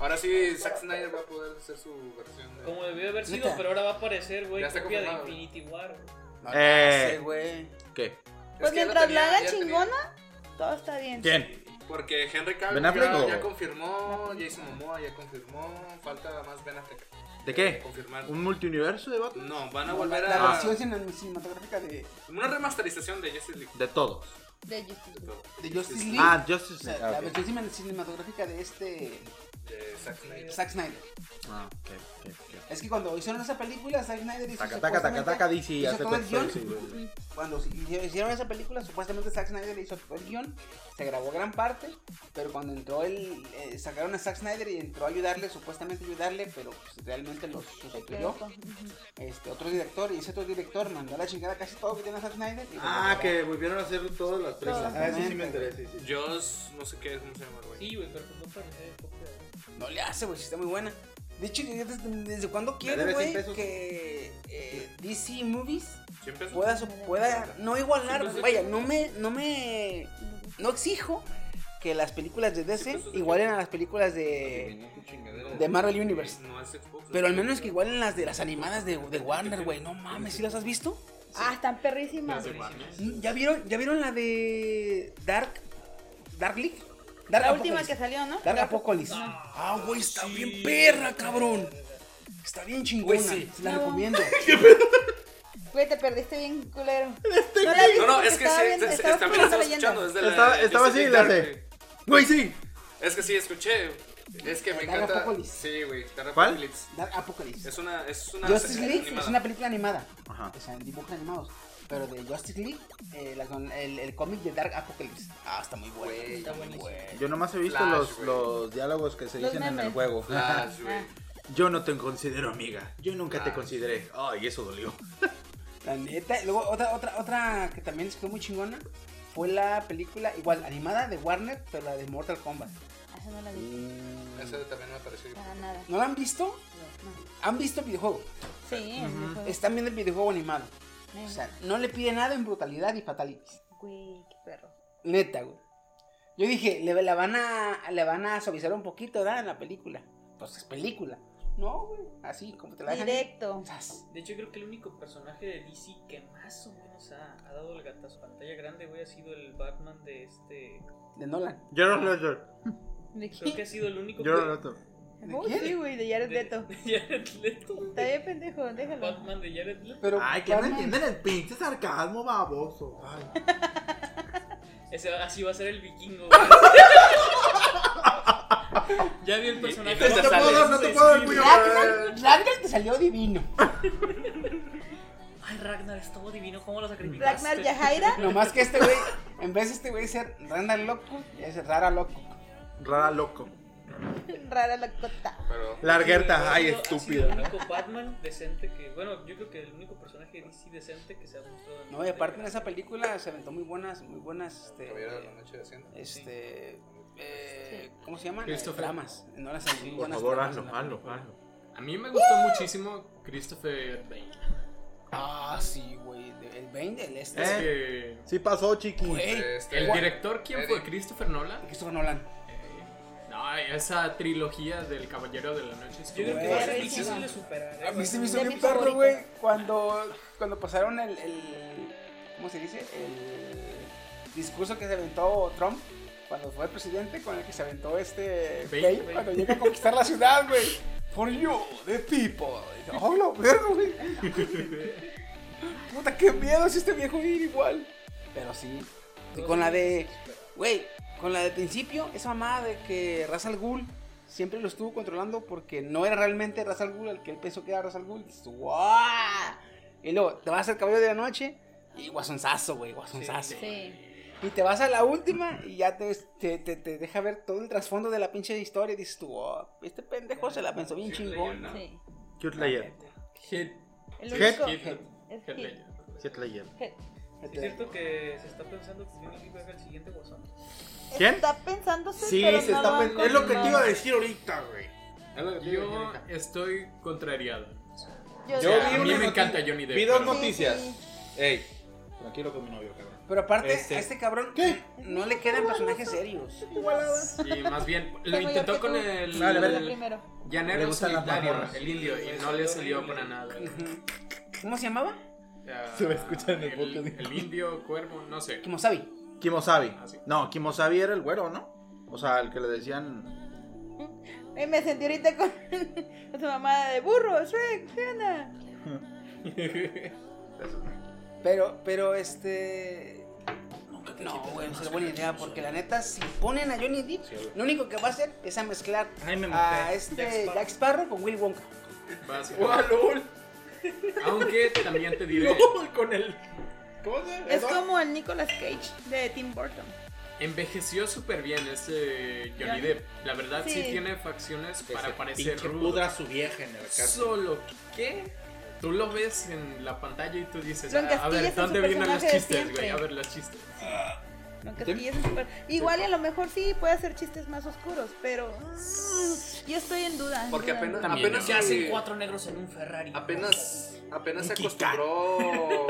Ahora sí, Zack Snyder va a poder hacer su versión. De... Como debió haber sido, Neta. pero ahora va a aparecer, güey, Ya está copia de confirmado. Infinity War. güey. No Eh. sé, güey. ¿Qué? Es Pues que ya lo mientras tenía, la haga ya tenía. chingona, todo está bien. ¿Quién? Porque Henry Cavill ¿Ben Affleck ya, o- ya confirmó, Jason Momoa ya confirmó, falta más Ben Affleck. ¿De qué? Confirmar. ¿Un multiuniverso de Batman? No, van a La, volver la a versión cine- cinematográfica de, una remasterización de Justice League. De todos. De YouTube. de Justice League. Ah, Justice la, League. la ah, ok. versión cine- cinematográfica de este De Zack Snyder. Zack Snyder. Ah, ok, ok, ok. Es que cuando hicieron esa película, Zack Snyder hizo Taca, taca, taca, taca, supuestamente- DC. hizo hace todo el todo guión. eso, güey. Cuando hici- hicieron esa película, supuestamente Zack Snyder hizo todo el guión, se grabó gran parte, pero cuando entró el, eh, sacaron a Zack Snyder y entró a ayudarle, supuestamente ayudarle, pero pues, realmente lo sustituyó este, otro director, y ese otro director mandó a la chingada casi todo lo que tiene Zack Snyder. y pues, lo Ah, mandó a- que volvieron a hacer todas las tres. Todas. Ah, eso sí me interesa, sí, sí. Joss, no sé qué es, cómo se llama, güey. Sí, güey, pero pues no parece copia. No le hace, güey, si está muy buena. De hecho, yo desde, desde cuándo quiero, debes cien güey, pesos. que eh, DC Movies ¿Cien pesos? pueda, su- pueda no igualar, Entonces- vaya, no me, no me, no exijo que las películas de DC igualen a las películas de, de Marvel Universe. No es Xbox. Pero al menos que igualen las de las animadas de, de Warner, güey, no mames, ¿sí las has visto? Ah, están perrísimas. ¿Ya vieron, ya vieron la de Dark, Dark League? Dark La última Apocalypse. que salió, ¿no? Dark Apocalypse. Ah, güey, está bien perra, cabrón. Está bien chingona. Se la No. recomiendo. Güey, te perdiste bien, culero. No, la No, viste no, porque es que sí, estaba viendo- es- estabas también la estaba leyendo. escuchando desde la- Estaba- desde estaba así, Big la Dark, sé. güey. Güey, sí. Es que sí, escuché. Es que me Dark encanta. Apocalypse. Sí, güey, Dark ¿Cuál? Apocalypse. Dark Apocalypse. Es una es una Justice serie League animada. es una película animada. Ah, Ajá. O sea, en dibujos animados. Pero de Justice League, eh, la con- el, el cómic de Dark Apocalypse. Ah, está muy bueno. Está muy bueno. Yo nomás he visto Flash, los, güey. los diálogos que se Los dicen en el memes. juego. Flash, Ah, güey. Yo no te considero amiga. Yo nunca te Ah, Flash. consideré. Ay, eso dolió. La neta. y Luego, otra, otra, otra que también se quedó muy chingona fue la película, igual, animada de Warner, pero la de Mortal Kombat. Ah, esa no la vi. Esa también me pareció. Para nada. ¿No la han visto? No, no. ¿Han visto el videojuego? Sí, el mejor. Están viendo el videojuego animado. Me- O sea, no le pide nada en brutalidad y fatalities. Güey, qué perro. Neta, güey. Yo dije, le la van a, le van a suavizar un poquito, ¿verdad? En la película. Pues es película. No, güey. Así, como te la dejan. Directo. Sas. De hecho, creo que el único personaje de DC que más o menos ha, ha dado el gatazo pantalla grande, güey, ha sido el Batman de este. De Nolan. Gerard Ledger. ¿De Creo que ha qué? sido el único. Gerard que- Ledger. Uy, quién? sí, güey, de Jared de- Leto. de Jared Leto. güey. Está bien pendejo, déjalo. Batman de Jared Leto. Pero, Ay, que no Batman- entienden el pinche sarcasmo baboso. Ay. Ese, así va a ser el vikingo, güey. Ya vi el personaje. Este No te puedo dar, no te puedo dar, puño. Ah, Ragnar- Ragnar te salió divino. Ay, Ragnar, estuvo divino. ¿Cómo lo sacrificaste? Ragnar Yajaira. Nomás que este güey, en vez de este güey ser Randa loco, es Rara loco. Rara loco. Rara la cota. Larguerta, ay, Ha sido estúpida. El único Batman decente que. Bueno, yo creo que el único personaje de DC decente que se ha mostrado. en- No, y aparte en esa película se aventó muy buenas, muy buenas, este. Este. eh, ¿Cómo se llaman? Christopher. Dramas. No las aventó muy Por buenas favor, tramas hazlo, en la hazlo, película. hazlo. A mí me gustó muchísimo Christopher Bane. Ah, sí, güey. de- El Bane del este. Es Eh, que Sí pasó, chiqui. Güey. el director, ¿quién fue? ¿Christopher Nolan? Christopher Nolan. No, esa trilogía del Caballero de la Noche. Yo creo que va a ser difícil de superar. A mí se me hizo De bien mis perro, favoritos. güey. Cuando, cuando pasaron el, el- ¿Cómo se dice? El discurso que se aventó Trump. Cuando fue presidente, con el que se aventó este. Bane, Bane, Bane. cuando llega a conquistar la ciudad, güey. For you, the people. Y yo, ¡Oh, lo verga, güey! Puta, qué miedo si este viejo ir igual. Pero sí. Y con la de. Güey, con la de principio, esa mamada de que Ra's al Ghul siempre lo estuvo controlando porque no era realmente Ra's al Ghul el que él pensó que era Ra's al Ghul. Dices, "Guau". Y luego te vas al cabello de la noche y guasonzazo, güey, guasonzazo. Sí. Y te vas a la última y ya te, te, te- te deja ver todo el trasfondo de la pinche historia. Y dices tú, "Oh, este pendejo se la pensó bien chingón. Sí. Cute Layer. Head, El Head- único. Head- Es Head Heath. Ledger. Heath Ledger. Heath. Este, Es cierto que se está pensando que Billy Lee haga el siguiente guasón. ¿Quién? Está pensándose. Sí, pero se no está lo han pen- Es lo que te iba a confirmado. decir ahorita, güey. Es lo que te iba a decir Yo ahorita. estoy contrariado. Yo, O sea, vi a mí una me noti- encanta Johnny Depp. Vi dos pero- noticias. Sí, Ey, tranquilo con mi novio, cabrón. Pero aparte, Este. a este cabrón no le quedan personajes serios. Y más bien, lo Soy mayor que intentó tú. con el. Vale, vale. Lo primero. Le Llanero gustan las solitario, mazmorras. el indio, y no le salió para nada. Ujú. ¿Cómo se llamaba? Ah, Se va a escuchar en el podcast. El indio, cuervo, no sé. Kimosabi. Kimosabi. Ah, sí. No, Kimosabi era el güero, ¿no? O sea, el que le decían. Ay, Eh, me sentí ahorita con, con su mamá de burro, Shrek, ¿qué onda? Pero, pero este. No, güey, no es buena idea, porque la neta, si ponen a Johnny Depp, lo único que va a hacer es a mezclar Ay, me a muté. este Jack Sparrow con Willy Wonka. Básicamente. Aunque también te diré, Con el. ¿Cómo se Es como el Nicolas Cage de Tim Burton. envejeció súper bien ese Johnny Johnny. Depp. La verdad sí, Sí. tiene facciones Pues para parecer pinche rudo. pudra su vieja en el cárcel. Solo que tú lo ves en la pantalla y tú dices, Lo "Ah, a encastillas ver, en su ¿dónde vienen los personaje de chistes, güey? siempre. A ver, los chistes. Aunque sí, es súper- Igual y a lo mejor sí puede hacer chistes más oscuros, pero mm, yo estoy en duda. en Porque duda, en apenas, duda. También, apenas ¿no? Se hacen se- cuatro negros en un Ferrari. Apenas, apenas se acostumbró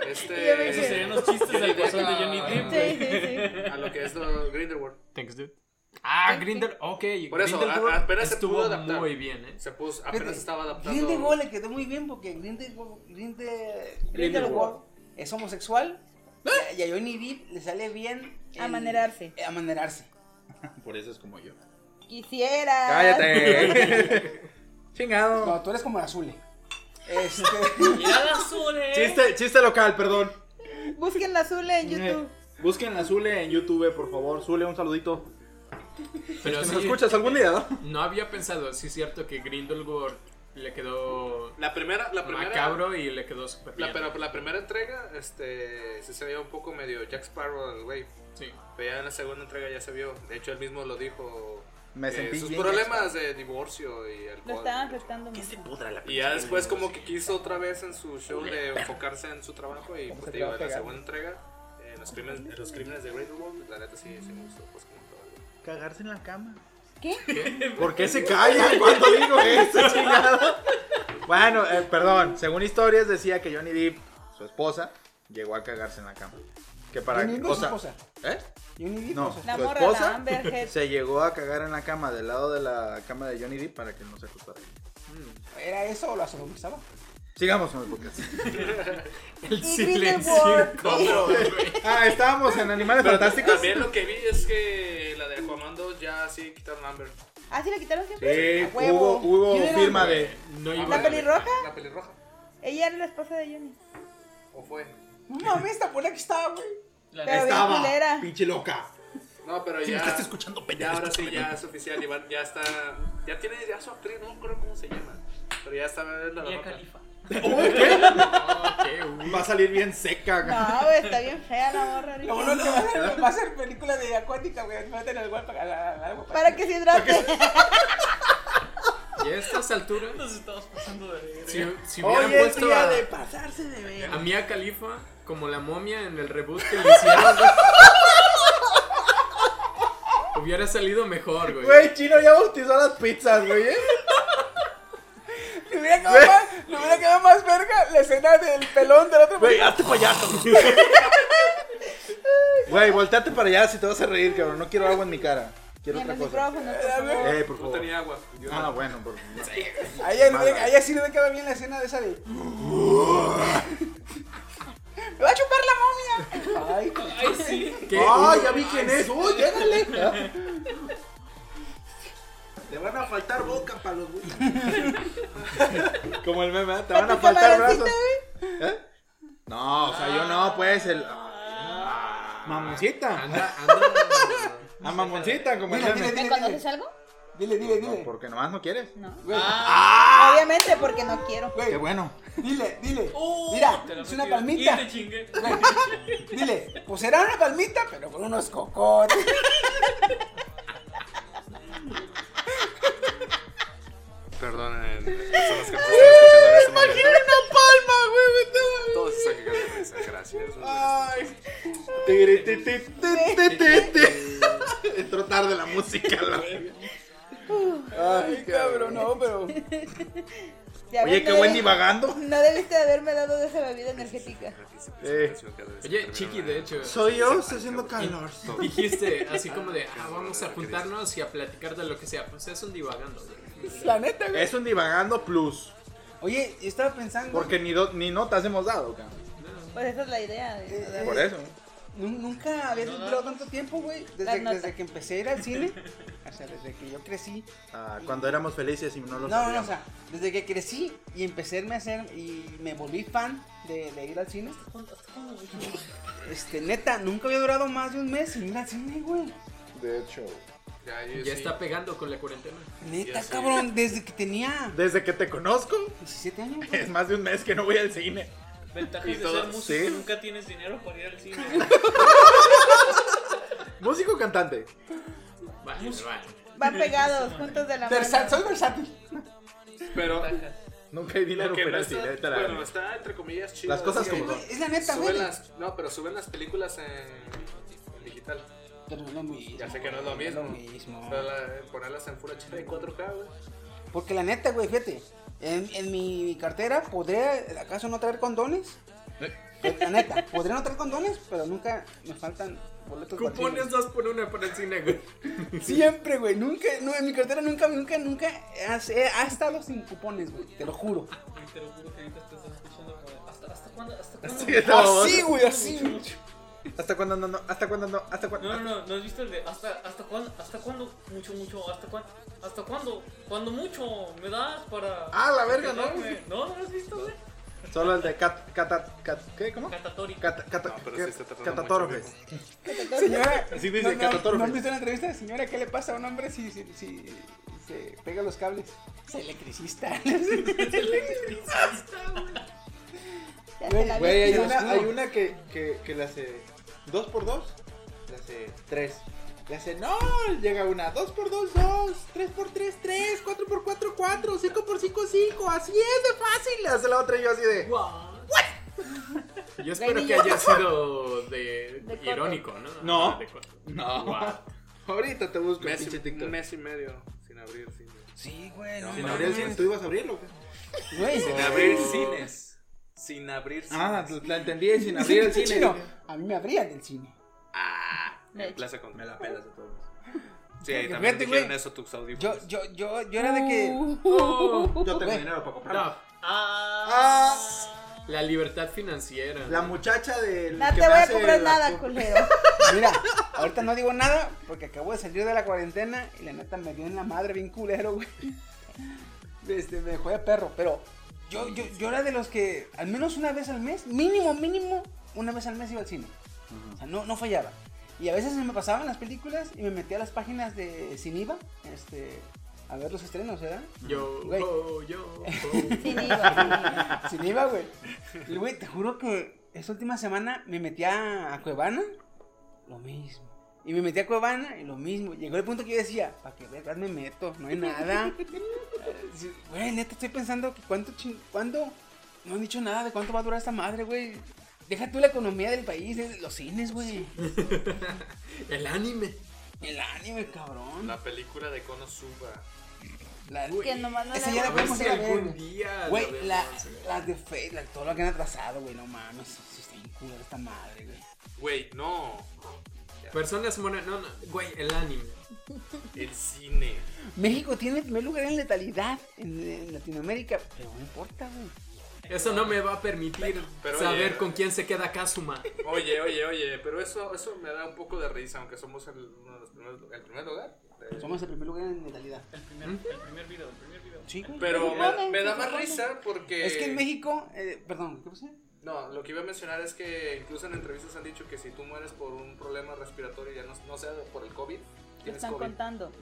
Ya me este. Esos serían los chistes del guasón de Johnny Depp, Sí, sí, A lo que es lo- Grindelwald. Thanks, dude. Ah, Grindel, ok. Por eso, Grindelwald a- apenas se estuvo pudo adaptar. muy bien, ¿eh? Se puso, apenas estaba adaptando. Grindelwald le quedó muy bien porque Grindel- Grindel- Grindelwald Grindelwald. es homosexual ¿Eh? y a- y a Johnny Depp le sale bien. el- Amanerarse. eh, Amanerarse. Por eso es como yo. sí. Quisiera. ¡Cállate! No, Chingado. tú eres como el azul. eh. Este. Mirada azul, eh. Chiste, chiste local, perdón. Busquen la azul Eh. en YouTube. Busquen a Zule en YouTube, por favor. Zule, un saludito. Pero ¿Nos sí, escuchas algún día, no? No había pensado, sí es cierto que Grindelwald le quedó La primera, la primera. macabro y le quedó súper bien. La, pero la primera entrega, este, sí se veía un poco medio Jack Sparrow, el güey. Sí. Pero ya en la segunda entrega ya se vio. De hecho, él mismo lo dijo. Me eh, sentí sus bien problemas de divorcio y alcohol. Lo estaban afectando mucho. Y ya después como que quiso otra vez en su show de enfocarse en su trabajo y pues te digo, en la segunda entrega, eh, los, crímenes, en los crímenes de Grindelwald, pues, la neta sí, sí me gustó, pues como todo. güey. Cagarse en la cama. ¿Qué? ¿Por qué se callan cuando digo eso, chingado? Bueno, eh, perdón. Según historias decía que Johnny Depp, su esposa, llegó a cagarse en la cama. Que para Johnny Depp o es su sea, esposa. ¿Eh? Johnny Depp No, o sea, La su morra, esposa la Amber Heard. se llegó a cagar en la cama del lado de la cama de Johnny Depp para que no se acostara. ¿Era eso o la sodomizaba? Sigamos con el podcast. El Y silencio Grindelwald. incómodo, güey. Ah, estábamos en Animales Pero Fantásticos. También lo que vi es que la de Aquaman 2 ya sí quitaron a Amber, ¿Ah, sí la quitaron siempre? Sí, A huevo. hubo, hubo ¿Quién era? firma de. No iba ¿La pelirroja? la pelirroja, Ella era la esposa de Johnny. o fue. No mames, esta buena que estaba, güey. Pero bien culera. Pinche loca. No, pero Si ya. me estás escuchando, pendejo, Ya ahora sí, escúchame, ya güey. es oficial. y va- ya está. Ya tiene ya su actriz, no me acuerdo cómo se llama. Pero ya está. La Mia Califa. Va a salir bien seca. No, güey, está bien fea la morra ahorita. No, no, no. Va a ser película de acuática, güey. Va a tener agua para la- la agua Para que se hidrate. Y a estas alturas, Nos estamos pasando de verga. si, si hubieran Hoy es puesto día a, de pasarse de ver. a Mia Khalifa como la momia en el reboot que le hicieron, güey, hubiera salido mejor, güey. Güey, Chino ya bautizó las pizzas, güey. ¿eh? Le hubiera quedado más- le hubiera quedado más verga la escena del pelón del otro. Güey, hazte payaso. Güey, volteate para allá si te vas a reír, cabrón. No quiero agua en mi cara. Quiero Ni en otra los cosa. micrófonos, por favor. Eh, por favor. Tenía agua. Yo Ah, bueno, por A ella, le hubiera- a ella sí le hubiera quedado bien la escena de esa de. ¡Me va a chupar la momia! Ay, Ay, sí. ¿Qué? ¡Ah, ya vi quién es! ¡Uy, llégale! Te van a faltar boca para los güeyes. Como el meme, ¿eh? te Para van a tu faltar camaroncito, brazos. ¿Eh? No, o sea, yo no, pues el. Ah, Mamoncita. Anda, anda. A mamoncita, como el Dile, meme. dile, ¿Me conoces algo? Dile, dile, dile. No, porque nomás no quieres. No. Güey, Obviamente porque no quiero. güey, Qué bueno. Dile, dile. Uh, Mira, te la es una metí. palmita. Y te chingué. Dile, pues será una palmita, pero con unos cocotes. Perdonen. Son los eh, que me están escuchando en este momento. palma, güey! Ah. Todos están cagados de risa, Gracias. Ay. Tiri, ti, ti, ti, ti, ti, ti. Entró tarde la música, la verga. Ay, Cabrón, no, pero. Ya ves, Oye, qué no buen debes- divagando. No debiste de haberme dado de esa bebida energética. Eh, Oye, Chiqui, de hecho, soy yo, está haciendo calor. dijiste así como de, ah, vamos a juntarnos y a platicar de lo que sea. Pues es un divagando, güey. La neta, güey. Es un divagando plus. Oye, yo estaba pensando. Porque ni, do- ni notas hemos dado, cabrón. Pues esa es la idea. de- de- Por eso. Nun- eh, Nunca había durado tanto tiempo, güey. Las Desde, notas. desde que empecé a ir al cine. O sea, desde que yo crecí. Ah, cuando éramos felices y no lo No, no, no, o sabíamos. sea, desde que crecí y empecé a hacer y me volví fan de, de ir al cine. Este, neta, nunca había durado más de un mes sin ir al cine, güey. De hecho, Ya, yo Ya sí. está pegando con la cuarentena. Neta, Ya sé. cabrón, desde que tenía Desde que te conozco, 17 años. güey. es más de un mes que no voy al cine. Ventajas Y de todo- ser músico. sí. Nunca tienes dinero para ir al cine. Músico o cantante. Vale, vale. Van pegados, juntos de la Versa- mano. soy versátil. Pero. Nunca hay dinero, Lo que pero no sí, está, neta, la bueno, verdad. está entre comillas chido. Las cosas Sí, como güey. son. Es la neta, güey. Suben las, no, pero suben las películas en, en digital. Pero no es lo mismo. Ya sé que no es lo güey, mismo. es lo mismo. Pero la- eh, ponerlas en Full HD y 4K, güey. Porque la neta, güey, fíjate. En, en mi, mi cartera, ¿podría acaso no traer condones? Eh. La neta, podría no traer condones, pero nunca me faltan boletos para el cine. Cupones dos por una para el cine, güey. Siempre, güey. Nunca, no, en mi cartera nunca, nunca, nunca ha, eh, ha estado sin cupones, güey. Te lo juro. Y te lo juro que ahorita estás escuchando como, ¿Hasta, hasta cuándo? ¿Hasta cuándo? Sí, no, Así, güey, así. ¿Hasta cuándo no? no? ¿Hasta cuándo no? ¿Hasta cuándo? No, no, no, ¿no has visto el de hasta, hasta cuándo? ¿Hasta cuándo? Mucho, mucho, ¿hasta cuándo? ¿Hasta cuándo? ¿Cuándo mucho me das para...? Ah, la verga, ¿no? quedarme? No, no lo has visto, güey. Solo el de Cat. Cata. Cat- ¿Qué? ¿Cómo? Catatórica. Cata. Cata. No, pero sí está tardando Catatoro, mucho, güey. Señora, Así dice, no, no, Catatoro, ¿no has güey. visto la entrevista? Señora, ¿qué le pasa a un hombre si, si, si se pega los cables? Es electricista. Ya te la Güey, hay viste. una, hay una que, que, que le hace dos por dos, le hace tres. Le hace, no, llega una, dos por dos, dos, tres por tres, tres, cuatro por cuatro, cuatro, cinco por cinco, cinco, así es de fácil. Le hace la otra y yo así de, Yo espero Güey, que yo- haya sido de, De corto. irónico, ¿no? No. Ah, de corto. no, What? ahorita te busco el Mes pinche y- TikTok. un mes y medio sin abrir cines. Sí, güey. No, Sin mames. abrir el cine, ¿tú ibas a abrirlo? güey? Güey. Sin abrir cines. Sin abrir cines. Ah, pues, la entendí, sin abrir el cine. Chino, dije, a mí me abrían del cine. En Plaza Me Condesa. la pelas de todos. Sí, ahí Fíjate, también dijeron güey. eso tus Yo, audífonos. yo, yo, yo era de que. Oh, Yo tengo Güey. dinero para comprar. No, Ah, la libertad financiera. la muchacha del. No que te me voy a hace comprar las nada, comp- culero. Mira, ahorita no digo nada porque acabo de salir de la cuarentena y la neta me dio en la madre bien culero, güey. Este, me dejó de perro, pero yo, yo, yo era de los que al menos una vez al mes, mínimo, mínimo, una vez al mes iba al cine. O sea, no, no fallaba. Y a veces se me pasaban las películas y me metía a las páginas de Ciniva, este, a ver los estrenos, ¿verdad? Yo, Güey. yo, yo. oh. Sin IVA. Sin IVA, güey. Y, güey, te juro que esta última semana me metí a, a Cuevana, lo mismo. Y me metí a Cuevana y lo mismo. Llegó el punto que yo decía, ¿para qué verdad me meto? No hay nada. Sí, Güey, neta, estoy pensando que cuánto ching... ¿Cuándo? No han dicho nada de cuánto va a durar esta madre, güey. Deja tú la economía del país, eh, los cines, güey. El anime. El anime, cabrón. La película de Konosuba. La, Que nomás no Esa la ya he la podemos ir a ver, algún güey. día la Güey, la, vemos, güey. las de Fate, la- todo lo que han atrasado, güey, no mames. Sí, sí, está bien culero esta madre, güey. Güey, no. Personas monas. No, no, güey, el anime. El cine. México tiene el primer lugar en letalidad en, en Latinoamérica, pero no importa, güey. Eso no me va a permitir Pero, saber oye, con quién se queda Kazuma. Oye, oye, oye, pero eso, eso me da un poco de risa, aunque somos el, uno de los primeros, lu- el primer lugar. Eh, Somos el primer lugar en letalidad. ¿Mm? El primer, el primer video, el primer video. Sí, güey. Pero me, me da Se más supone. risa porque... Es que en México, eh, perdón, ¿qué pasó? No, lo que iba a mencionar es que incluso en entrevistas han dicho que si tú mueres por un problema respiratorio, ya no, no sea por el COVID, Lo tienes están COVID. contando. Ujú.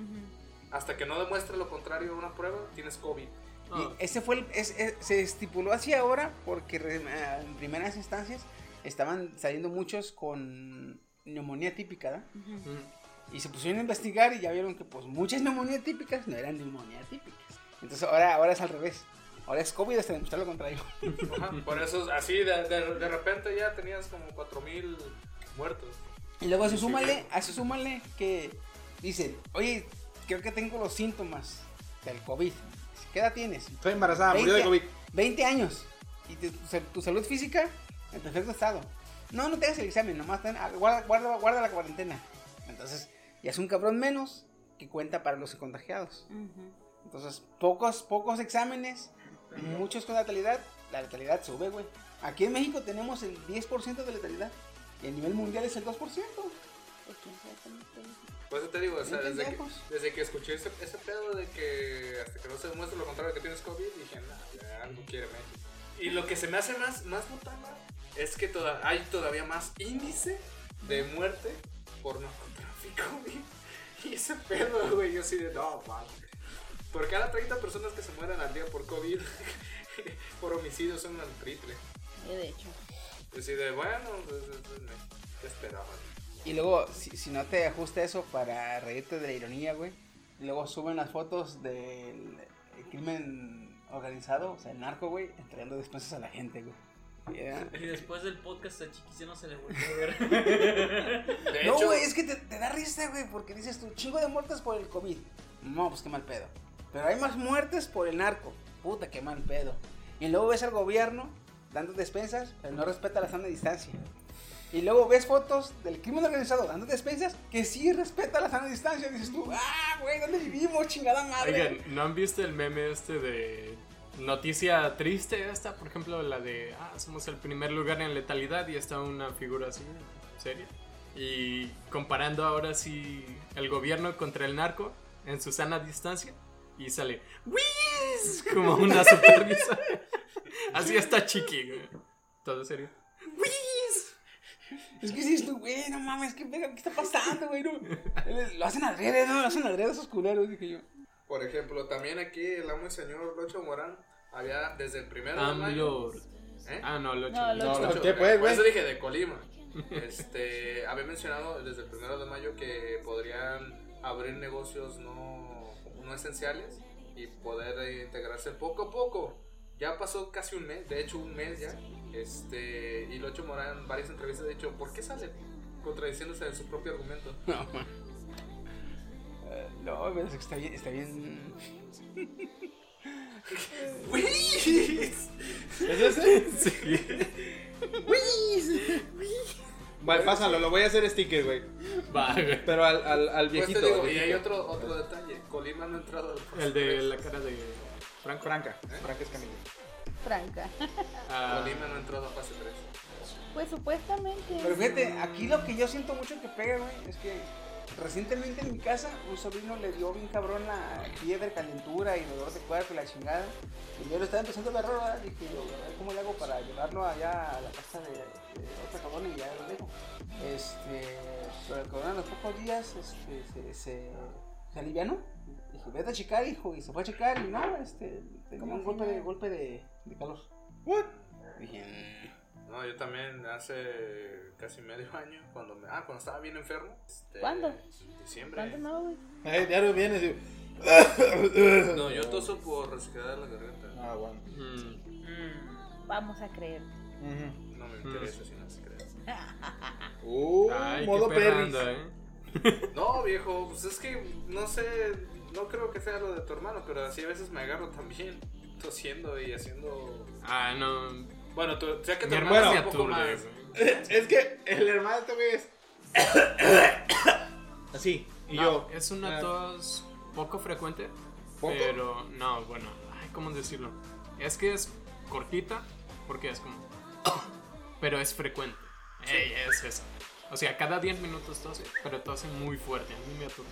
Hasta que no demuestre lo contrario en una prueba, tienes COVID. Ah, Y ese fue el- es- es- se estipuló así ahora porque re- eh, en primeras instancias estaban saliendo muchos con neumonía típica, ¿verdad? Ujú. mm. Y se pusieron a investigar y ya vieron que pues muchas neumonías típicas no eran neumonías típicas. Entonces ahora, ahora es al revés. Ahora es COVID hasta demostrar lo contrario. Ajá, por eso, así, de, de- de repente ya tenías como 4.000 muertos. Y luego a eso Sí, sí, súmale, bien. a eso súmale que dicen, oye, creo que tengo los síntomas del COVID. ¿Qué edad tienes? Estoy embarazada, murió de COVID. 20 años. Y te- tu, sal- tu salud física en perfecto estado. No, no te hagas el examen, nomás ten- ah, guarda, guarda, guarda la cuarentena. Entonces, ya es un cabrón menos que cuenta para los contagiados. Ujú. Entonces, pocos, pocos exámenes, muchos con letalidad, la letalidad sube, güey. Aquí en México tenemos el 10% de letalidad y a nivel mundial es el 2%. Pues quién sabe cómo está el- Por eso te digo, o sea, Bien desde que, pendejos. desde que escuché ese, ese pedo de que hasta que no se demuestre lo contrario que tienes COVID, dije, no, ya algo quiere México. Y lo que se me hace más, más notable es que toda, hay todavía más índice de muerte por narcotráfico, güey. Y ese pedo, güey, yo así de, no, man. Por cada 30 personas que se mueran al día por COVID, por homicidio son al triple. Eh, De hecho. Yo así de, bueno, pues, pues, me- ¿qué esperaba? Y luego, si, si no te ajusta eso para reírte de la ironía, güey, y luego suben las fotos del el crimen organizado, o sea, el narco, güey, entregando despensas a la gente, güey. Ya. Y después del podcast a Chiquis ya no se le volvió a ver. De No, hecho, güey, es que te, te da risa, güey, porque dices tú, chingo de muertes por el COVID. No, pues qué mal pedo. Pero hay más muertes por el narco. Puta, qué mal pedo. Y luego ves al gobierno dando despensas, pero no respeta la sana distancia. Y luego ves fotos del crimen organizado dando despensas que sí respeta la sana distancia. Y dices tú, ah, güey, ¿dónde vivimos? Chingada madre. Oigan, ¿no han visto el meme este de noticia triste esta? Por ejemplo, la de, ah, somos el primer lugar en letalidad y está una figura así, seria. Y comparando ahora sí el gobierno contra el narco en su sana distancia y sale, ¡Wiz! Como una super risa. Así está chiqui, güey. Todo serio. ¡Wiz! Es que dices tú, güey, no mames, ¿qué, pedo? ¿Qué está pasando, güey? No. Lo hacen alrededor, no, lo hacen alrededor esos culeros, dije yo. Por ejemplo, también aquí el amo y señor Locho Morán había desde el primero de mayo. AMLO. ¿Eh? Ah, no, lo No, lo- no, Locho. Locho, ¿Qué, pues, por güey? eso dije de Colima. Este, había mencionado desde el primero de mayo que podrían abrir negocios no, no esenciales y poder eh, integrarse poco a poco. Ya pasó casi un mes, de hecho un mes ya. Este, y Locho Morán en varias entrevistas ha dicho, ¿por qué sale? Contradiciéndose en su propio argumento. No, man. Eh, No, pero es que está bien, está bien. ¿Es ese? Vale, pásalo, lo voy a hacer sticker, güey. Va, güey. Pero al, al, al Pues te viejito. digo, al y viejito. hay otro, otro detalle, Colima no ha entrado al El de la cara de... Franco. Franca. Franca es Camilo. Franca. ah, Colima no ha entrado a fase 3. Pues supuestamente. Pero fíjate, aquí lo que yo siento mucho que pega, güey, es que Recientemente en mi casa, un sobrino le dio bien cabrón la fiebre, calentura y dolor de cuerpo y la chingada. Y yo lo estaba empezando a agarrar, ¿verdad? dije, yo, a ver ¿cómo le hago para llevarlo allá a la casa de, de otro cabrón y ya lo dejo? Este, pero el cabrón a los pocos días este, se, se, se alivianó. Dije, vete a checar, hijo, y se fue a checar y no, este, tenía un golpe de, golpe de, de calor. ¿What? Dije, No, yo también hace casi medio año, cuando me, ah, cuando estaba bien enfermo. este, ¿Cuándo? en Diciembre. ¿Cuándo no, güey? Eh, diario vienes y... No, yo toso por resequedad de la garganta. Ah, bueno. mm, Vamos a creer. No me interesa si no se cree. Uh, Ay, modo qué perra perris. anda, ¿eh? No, viejo, pues es que no sé, no creo que sea lo de tu hermano, pero así a veces me agarro también tosiendo y haciendo. Ah, no. Bueno, tú, o sea que tu Mi hermano hermana se es un poco aturde, más. güey. Es que el hermano de este güey es... Así. Y No, yo... es una ah. tos poco frecuente, ¿Poco? pero no, bueno, ay, ¿cómo decirlo? Es que es cortita, porque es como... pero es frecuente. Ey, es eso. O sea, cada 10 minutos tose, pero tose muy fuerte. A mí me aturde.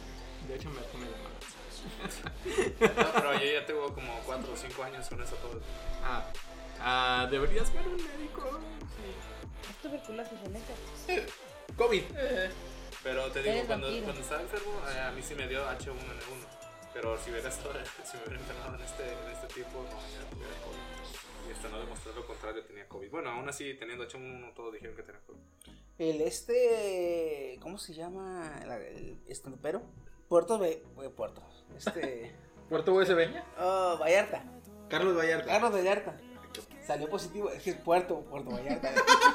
De hecho, me pone de malas. No, pero yo ya tengo como 4 o 5 años con esa tos. Ah, ah, deberías ver un médico. Es tuberculosis, de neta. COVID. Pero te digo, Eres cuando, vampiro. cuando estaba enfermo, eh, a mí sí me dio H1N1. Pero si hubiera estado, si me hubiera enfermado en este, en este tiempo, no, ya tuviera COVID. Y hasta no demostrar lo contrario, tenía COVID. Bueno, aún así, teniendo H1N1, todos dijeron que tenía COVID. El este. ¿Cómo se llama? La- El estampero. Puerto B. eh, Puerto. Este. Puerto USB. Oh, Vallarta. Carlos Vallarta. Carlos Vallarta. Salió positivo. Es que es Puerto, Puerto Vallarta.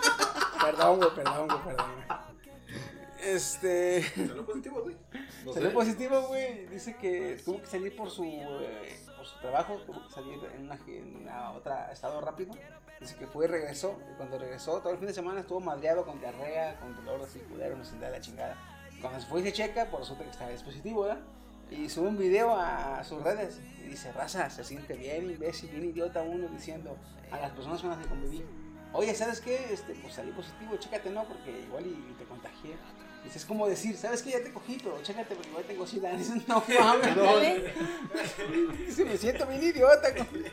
perdón, güey, perdón, güey, perdón. Este. ¿Salió positivo, güey? No Salió sé. positivo, güey. Dice que tuvo que salir por su, eh, por su trabajo, tuvo que salir en una, en una otra estado rápido. Dice que fue y regresó. Y cuando regresó, todo el fin de semana estuvo madreado con diarrea, con dolor así culero, no sé, de la chingada. Cuando se fue y se checa, por resulta que estaba dispositivo, ¿verdad? Y sube un video a sus redes y dice, raza, se siente bien imbécil, bien idiota uno diciendo a las personas con las que conviví, oye, ¿sabes qué? Este, pues salí positivo, chécate, ¿no? Porque igual y, y te contagié. Dice, es como decir, ¿sabes qué? Ya te cogí, pero chécate porque igual tengo sida. Dice, no mames, no. Ándale. Dice, me siento bien idiota. güey.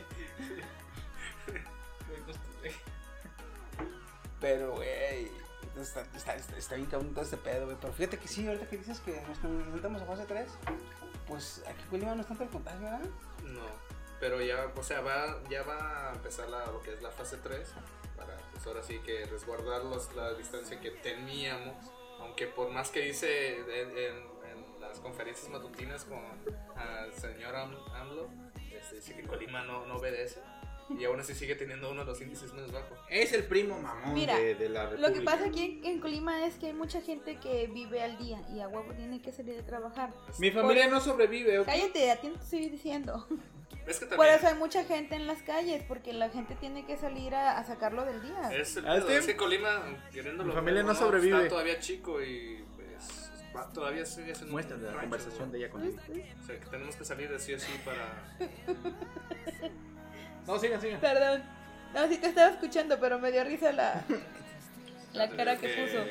Pero, güey, está, está, está, está bien cabrón todo este pedo, güey. Pero fíjate que sí, ahorita que dices que nos enfrentamos a fase 3, pues aquí en Colima no es tanto el contagio, ¿verdad? No, pero ya, o sea, va, ya va a empezar la, lo que es la fase 3 para, pues ahora sí que resguardar los- la distancia que teníamos, aunque por más que dice en, en- en las conferencias matutinas con ah, el señor Am- AMLO, este, dice que Colima no, no obedece y aún así sigue teniendo uno de los índices más bajos. Es el primo mamón Mira, de, de la República. Lo que pasa aquí en Colima es que hay mucha gente que vive al día y a huevo tiene que salir a trabajar. Mi familia no sobrevive. ¿ok? Cállate, a ti no te estoy diciendo. Es que Por también eso hay mucha gente en las calles, porque la gente tiene que salir a, a sacarlo del día. es, el Ah, pedo, sí. es que Colima, queriéndolo, Mi familia o no sobrevive. está todavía chico y pues va- todavía sigue siendo un Muéstrame la rancho, conversación de ella con él. O sea, que tenemos que salir de sí o sí para... No, sigan, sigan. Perdón. No, sí te estaba escuchando, pero me dio risa la, la cara que puso. puso.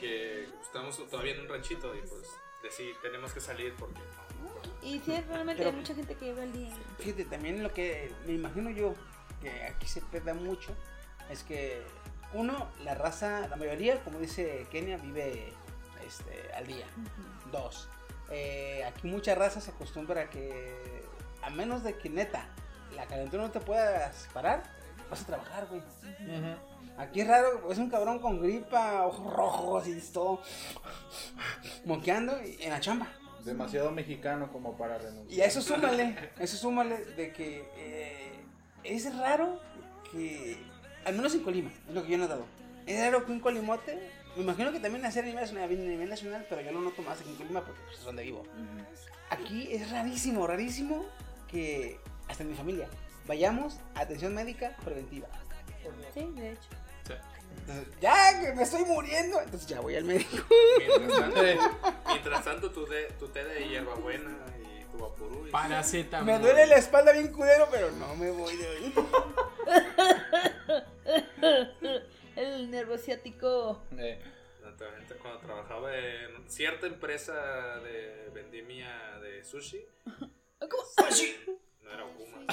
Que estamos todavía en un ranchito y pues de sí, tenemos que salir porque no. Y sí, realmente Pero- hay mucha gente que vive al día. Fíjate, también lo que me imagino yo que aquí se pega mucho es que, uno, la raza, la mayoría, como dice Kenia, vive este, al día. Ujú. Dos, eh, aquí mucha raza se acostumbra a que, a menos de que neta, la calentura no te puedas parar, vas a trabajar, güey. Aquí es raro, es un cabrón con gripa, ojos rojos y todo, moqueando y- en la chamba. Demasiado mexicano como para renunciar. Y a eso súmale, a eso súmale de que eh, es raro que, al menos en Colima, es lo que yo he notado, es raro que un colimote, me imagino que también hacer a nivel nacional, a nivel nacional, pero yo lo noto más aquí en Colima porque pues, es donde vivo. Aquí es rarísimo, rarísimo que, hasta en mi familia, vayamos a atención médica preventiva. Sí, de hecho. Entonces, ya que me estoy muriendo, entonces ya voy al médico. Mientras tanto, mientras tanto tu, de, tu té de hierbabuena y tu vapurú. Y Ah, Paracetamol. Me duele la espalda bien culero, pero no me voy de ahí. El nervio ciático. Eh, No departamento cuando trabajaba en cierta empresa de vendimia de sushi. No era Okuma.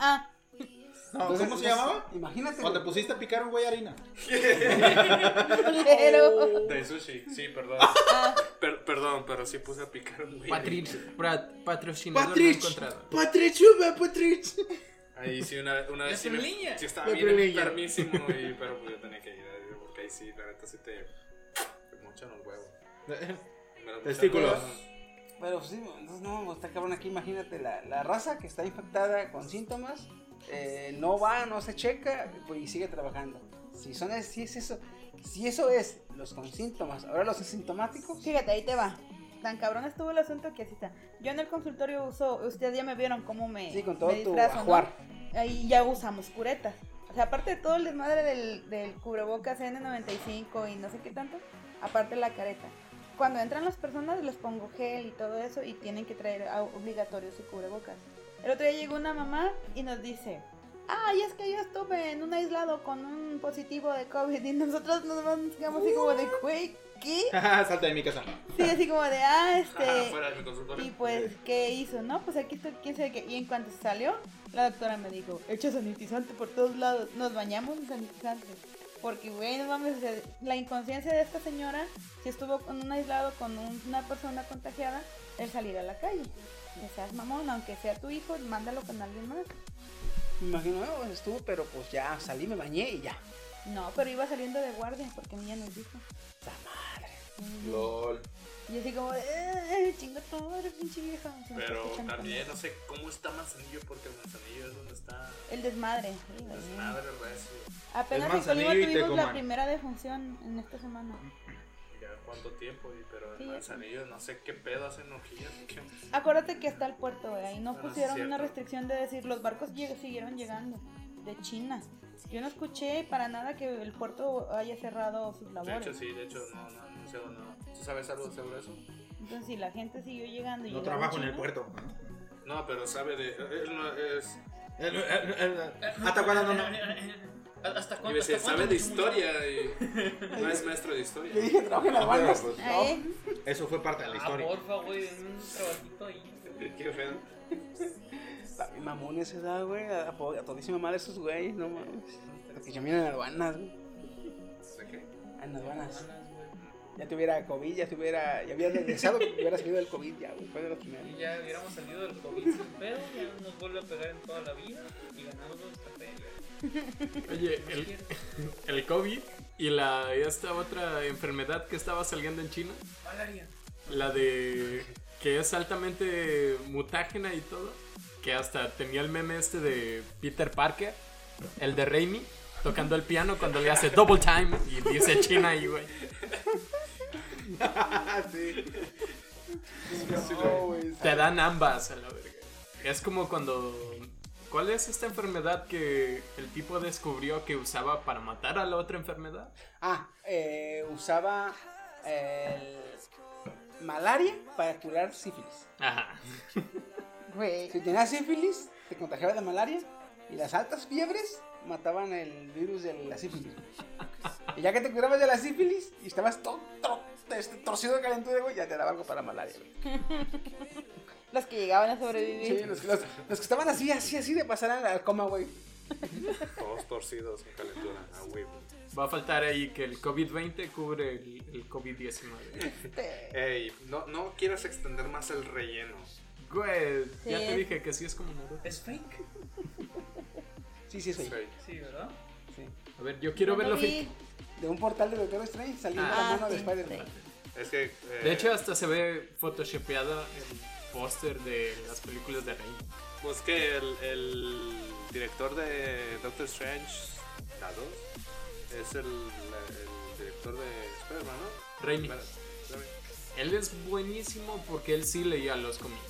Ah, No, ¿Cómo se llamaba? pues, Imagínate. Cuando pusiste a picar un güey harina. culero. De sushi, sí, perdón. Ah. Per- perdón, pero sí puse a picar un güey. Patric- pra- patrocinador no Patric. encontrado. Patrick, chupa, Patrick. Ahí sí, una, una vez sí, me, Patrulilla. sí estaba bien Patrulilla. enfermísimo, y- pero pues yo tenía que ir, eh, porque ahí sí, la neta sí te, te mochan los huevos. Ah, Me lo mochan Testículos. los huevos. Pero pues, sí, entonces no, pues, está cabrón aquí, imagínate, la, la raza que está infectada con síntomas, eh, no va, no se checa pues, y sigue trabajando. Si son es- si es eso, si eso es los con síntomas, ahora los asintomáticos, Fíjate, ahí te va. Tan cabrón estuvo el asunto que así está. Yo en el consultorio uso, ustedes ya me vieron cómo me. sí, con todo me tu disfrazo, ¿no? ajuar. Ahí ya usamos curetas. O sea, aparte de todo el desmadre del, del cubrebocas N95 y no sé qué tanto, aparte la careta. Cuando entran las personas les pongo gel y todo eso y tienen que traer a- obligatorio su cubrebocas. El otro día llegó una mamá y nos dice, ay, es que yo estuve en un aislado con un positivo de COVID y nosotros nos quedamos así como de, güey, ¿qué? Salta de mi casa. Sí, así como de, ah, este... Ajá, fuera de mi consultorio. Y pues, ¿qué hizo? No, pues aquí estoy, quién sabe qué. Y en cuanto salió, la doctora me dijo, echa sanitizante por todos lados. Nos bañamos en sanitizante. Porque, güey, no mames, o sea, la inconsciencia de esta señora, si estuvo con un aislado con un- una persona contagiada, el salir a la calle. No seas mamón, aunque sea tu hijo, mándalo con alguien más. Me imagino, "Ah, pues, estuvo, pero pues ya salí, me bañé y ya. No, pero iba saliendo de guardia porque mi ya nos dijo. LOL. Y así como, eh, chinga tu madre, pinche vieja. Se me está Pero escuchando también, no sé cómo está Manzanillo, porque el Manzanillo es donde está El desmadre. sí, las güey. madres recio. El Apenas en Colima manzanillo y tuvimos la Tecomán. primera defunción en esta semana. Ya cuánto tiempo, y- pero Sí, en ya. Manzanillo no sé qué pedo hacen orgías. qué- Acuérdate que está el puerto, güey. Ahí no Ah, pusieron cierto. una restricción de decir los barcos lleg- siguieron llegando de China. Yo no escuché para nada que el puerto haya cerrado sus De labores. hecho, sí, de hecho, no, no, no sé, no. ¿Tú sabes algo sobre eso? Entonces, si la gente siguió llegando y No llegaron trabajo en el chinos, puerto. No, pero sabe de. Él no es. Hasta cuándo no, no. ¿Hasta Y cuándo? dice, hasta sabe cuándo? de historia y no es maestro de historia. Le dije, trabaja en las Bueno, bandas. pues, Ahí, eso fue parte de la Ah, historia. porfa, güey, un trabajito ahí. Qué feo. Está bien mamón esa edad, güey, a, a todísima madre esos güeyes, no mames. Porque yo miro en aduanas, güey. ¿De qué? En aduanas. Ya tuviera COVID, ya tuviera, ya hubiera regresado, hubiera salido del COVID ya, güey, fue de los Y primeros. ya hubiéramos salido del COVID sin pedo, ya nos vuelve a pegar en toda la vida y ganamos nuestra feria. Oye, el, el COVID y la esta otra enfermedad que estaba saliendo en China, Malaria. la de que es altamente mutágena y todo, que hasta tenía el meme este de Peter Parker, el de Raimi, tocando el piano cuando le hace double time y dice China ahí, güey. Te dan ambas a la verga. Es como cuando. ¿Cuál es esta enfermedad que el tipo descubrió que usaba para matar a la otra enfermedad? Ah, eh, usaba eh, el malaria para curar sífilis. Ajá. güey. Si tenías sífilis, te contagiaba de malaria y las altas fiebres mataban el virus de la sífilis. Y ya que te curabas de la sífilis y estabas todo tro- este, torcido de calentura, güey, ya te daba algo para malaria. güey. Los que llegaban a sobrevivir. Sí, los, que- los- los que estaban así, así, así de pasar al, al coma, güey. Todos torcidos con calentura. A huevo. Va a faltar ahí que el COVID-20 cubre el, el COVID-19. Este, Ey, no, no quieras extender más el relleno. Güey, ya Sí. te dije que sí es como Naruto. ¿Es fake? Sí, sí, sí. Fake. Sí, ¿verdad? A ver, yo quiero no verlo vi. fake. De un portal de Doctor Strange saliendo la Ah, mano de sí, Spider-Man. Es que. eh, De hecho, hasta se ve photoshopeada el póster de las películas de Raimi. busqué el, el director de Doctor Strange, la 2. Es el, el director de Spider-Man, ¿no? Raimi. Espera, espérame. Él es buenísimo porque él sí leía los cómics.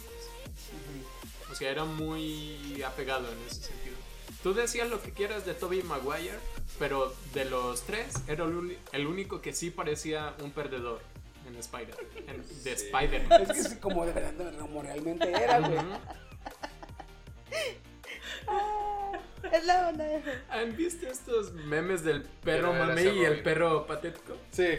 O sea, era muy apegado en ese sentido. Tú decías lo que quieras de Toby Maguire, pero de los tres era el, uni- el único que sí parecía un perdedor en Spider. en- de Sí. Spider. Es que es como de verdad, de verdad, como realmente era, güey. Ujú. Es la onda de eso. ¿Han visto estos memes del perro Pero era mami y el Saborín. perro patético? Sí.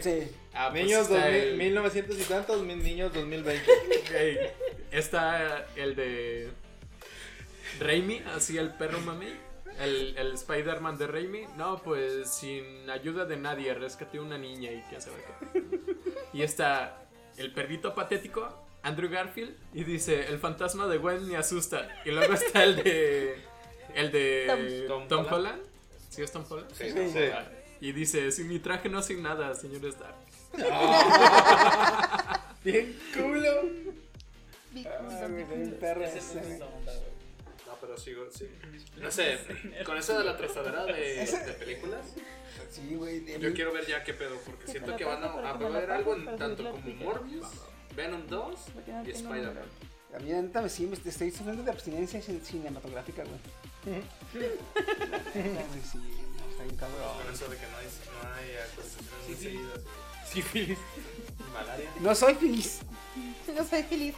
Ah, pues niños está 2000, el- 1900 y tantos, mil niños 2020. Ey, está el de Raimi, así el perro mami. El, el Spider-Man de Raimi. No, pues sin ayuda de nadie, rescate una niña y quién sabe qué. Y está el perrito patético, Andrew Garfield, y dice, el fantasma de Gwen me asusta. Y luego está el de... El de Tom, Tom- Tom Holland. ¿Sí es Tom Holland? Sí, Tom Sí. Holland. Y dice, sin mi traje no hacen nada, señor Stark. Bien culo. Ah, No, pero sigo, sí. No sé, con eso de la trazadera de, de películas, Sí, güey. de yo mí- quiero ver ya qué pedo, porque siento te que lo van paso, a, pero a te lo haber paso, algo en pero tanto no como expliques. Morbius, Venom 2 Porque no y tengo Spider-Man. A mí, la neta, me- sí, me te estoy sufriendo de abstinencia cin- cinematográfica, güey. La neta, güey, sí, no, está bien Con cabrón. eso de que no hay, no hay acusaciones muy seguidas. Sífilis. Malaria. No soy feliz. No soy feliz.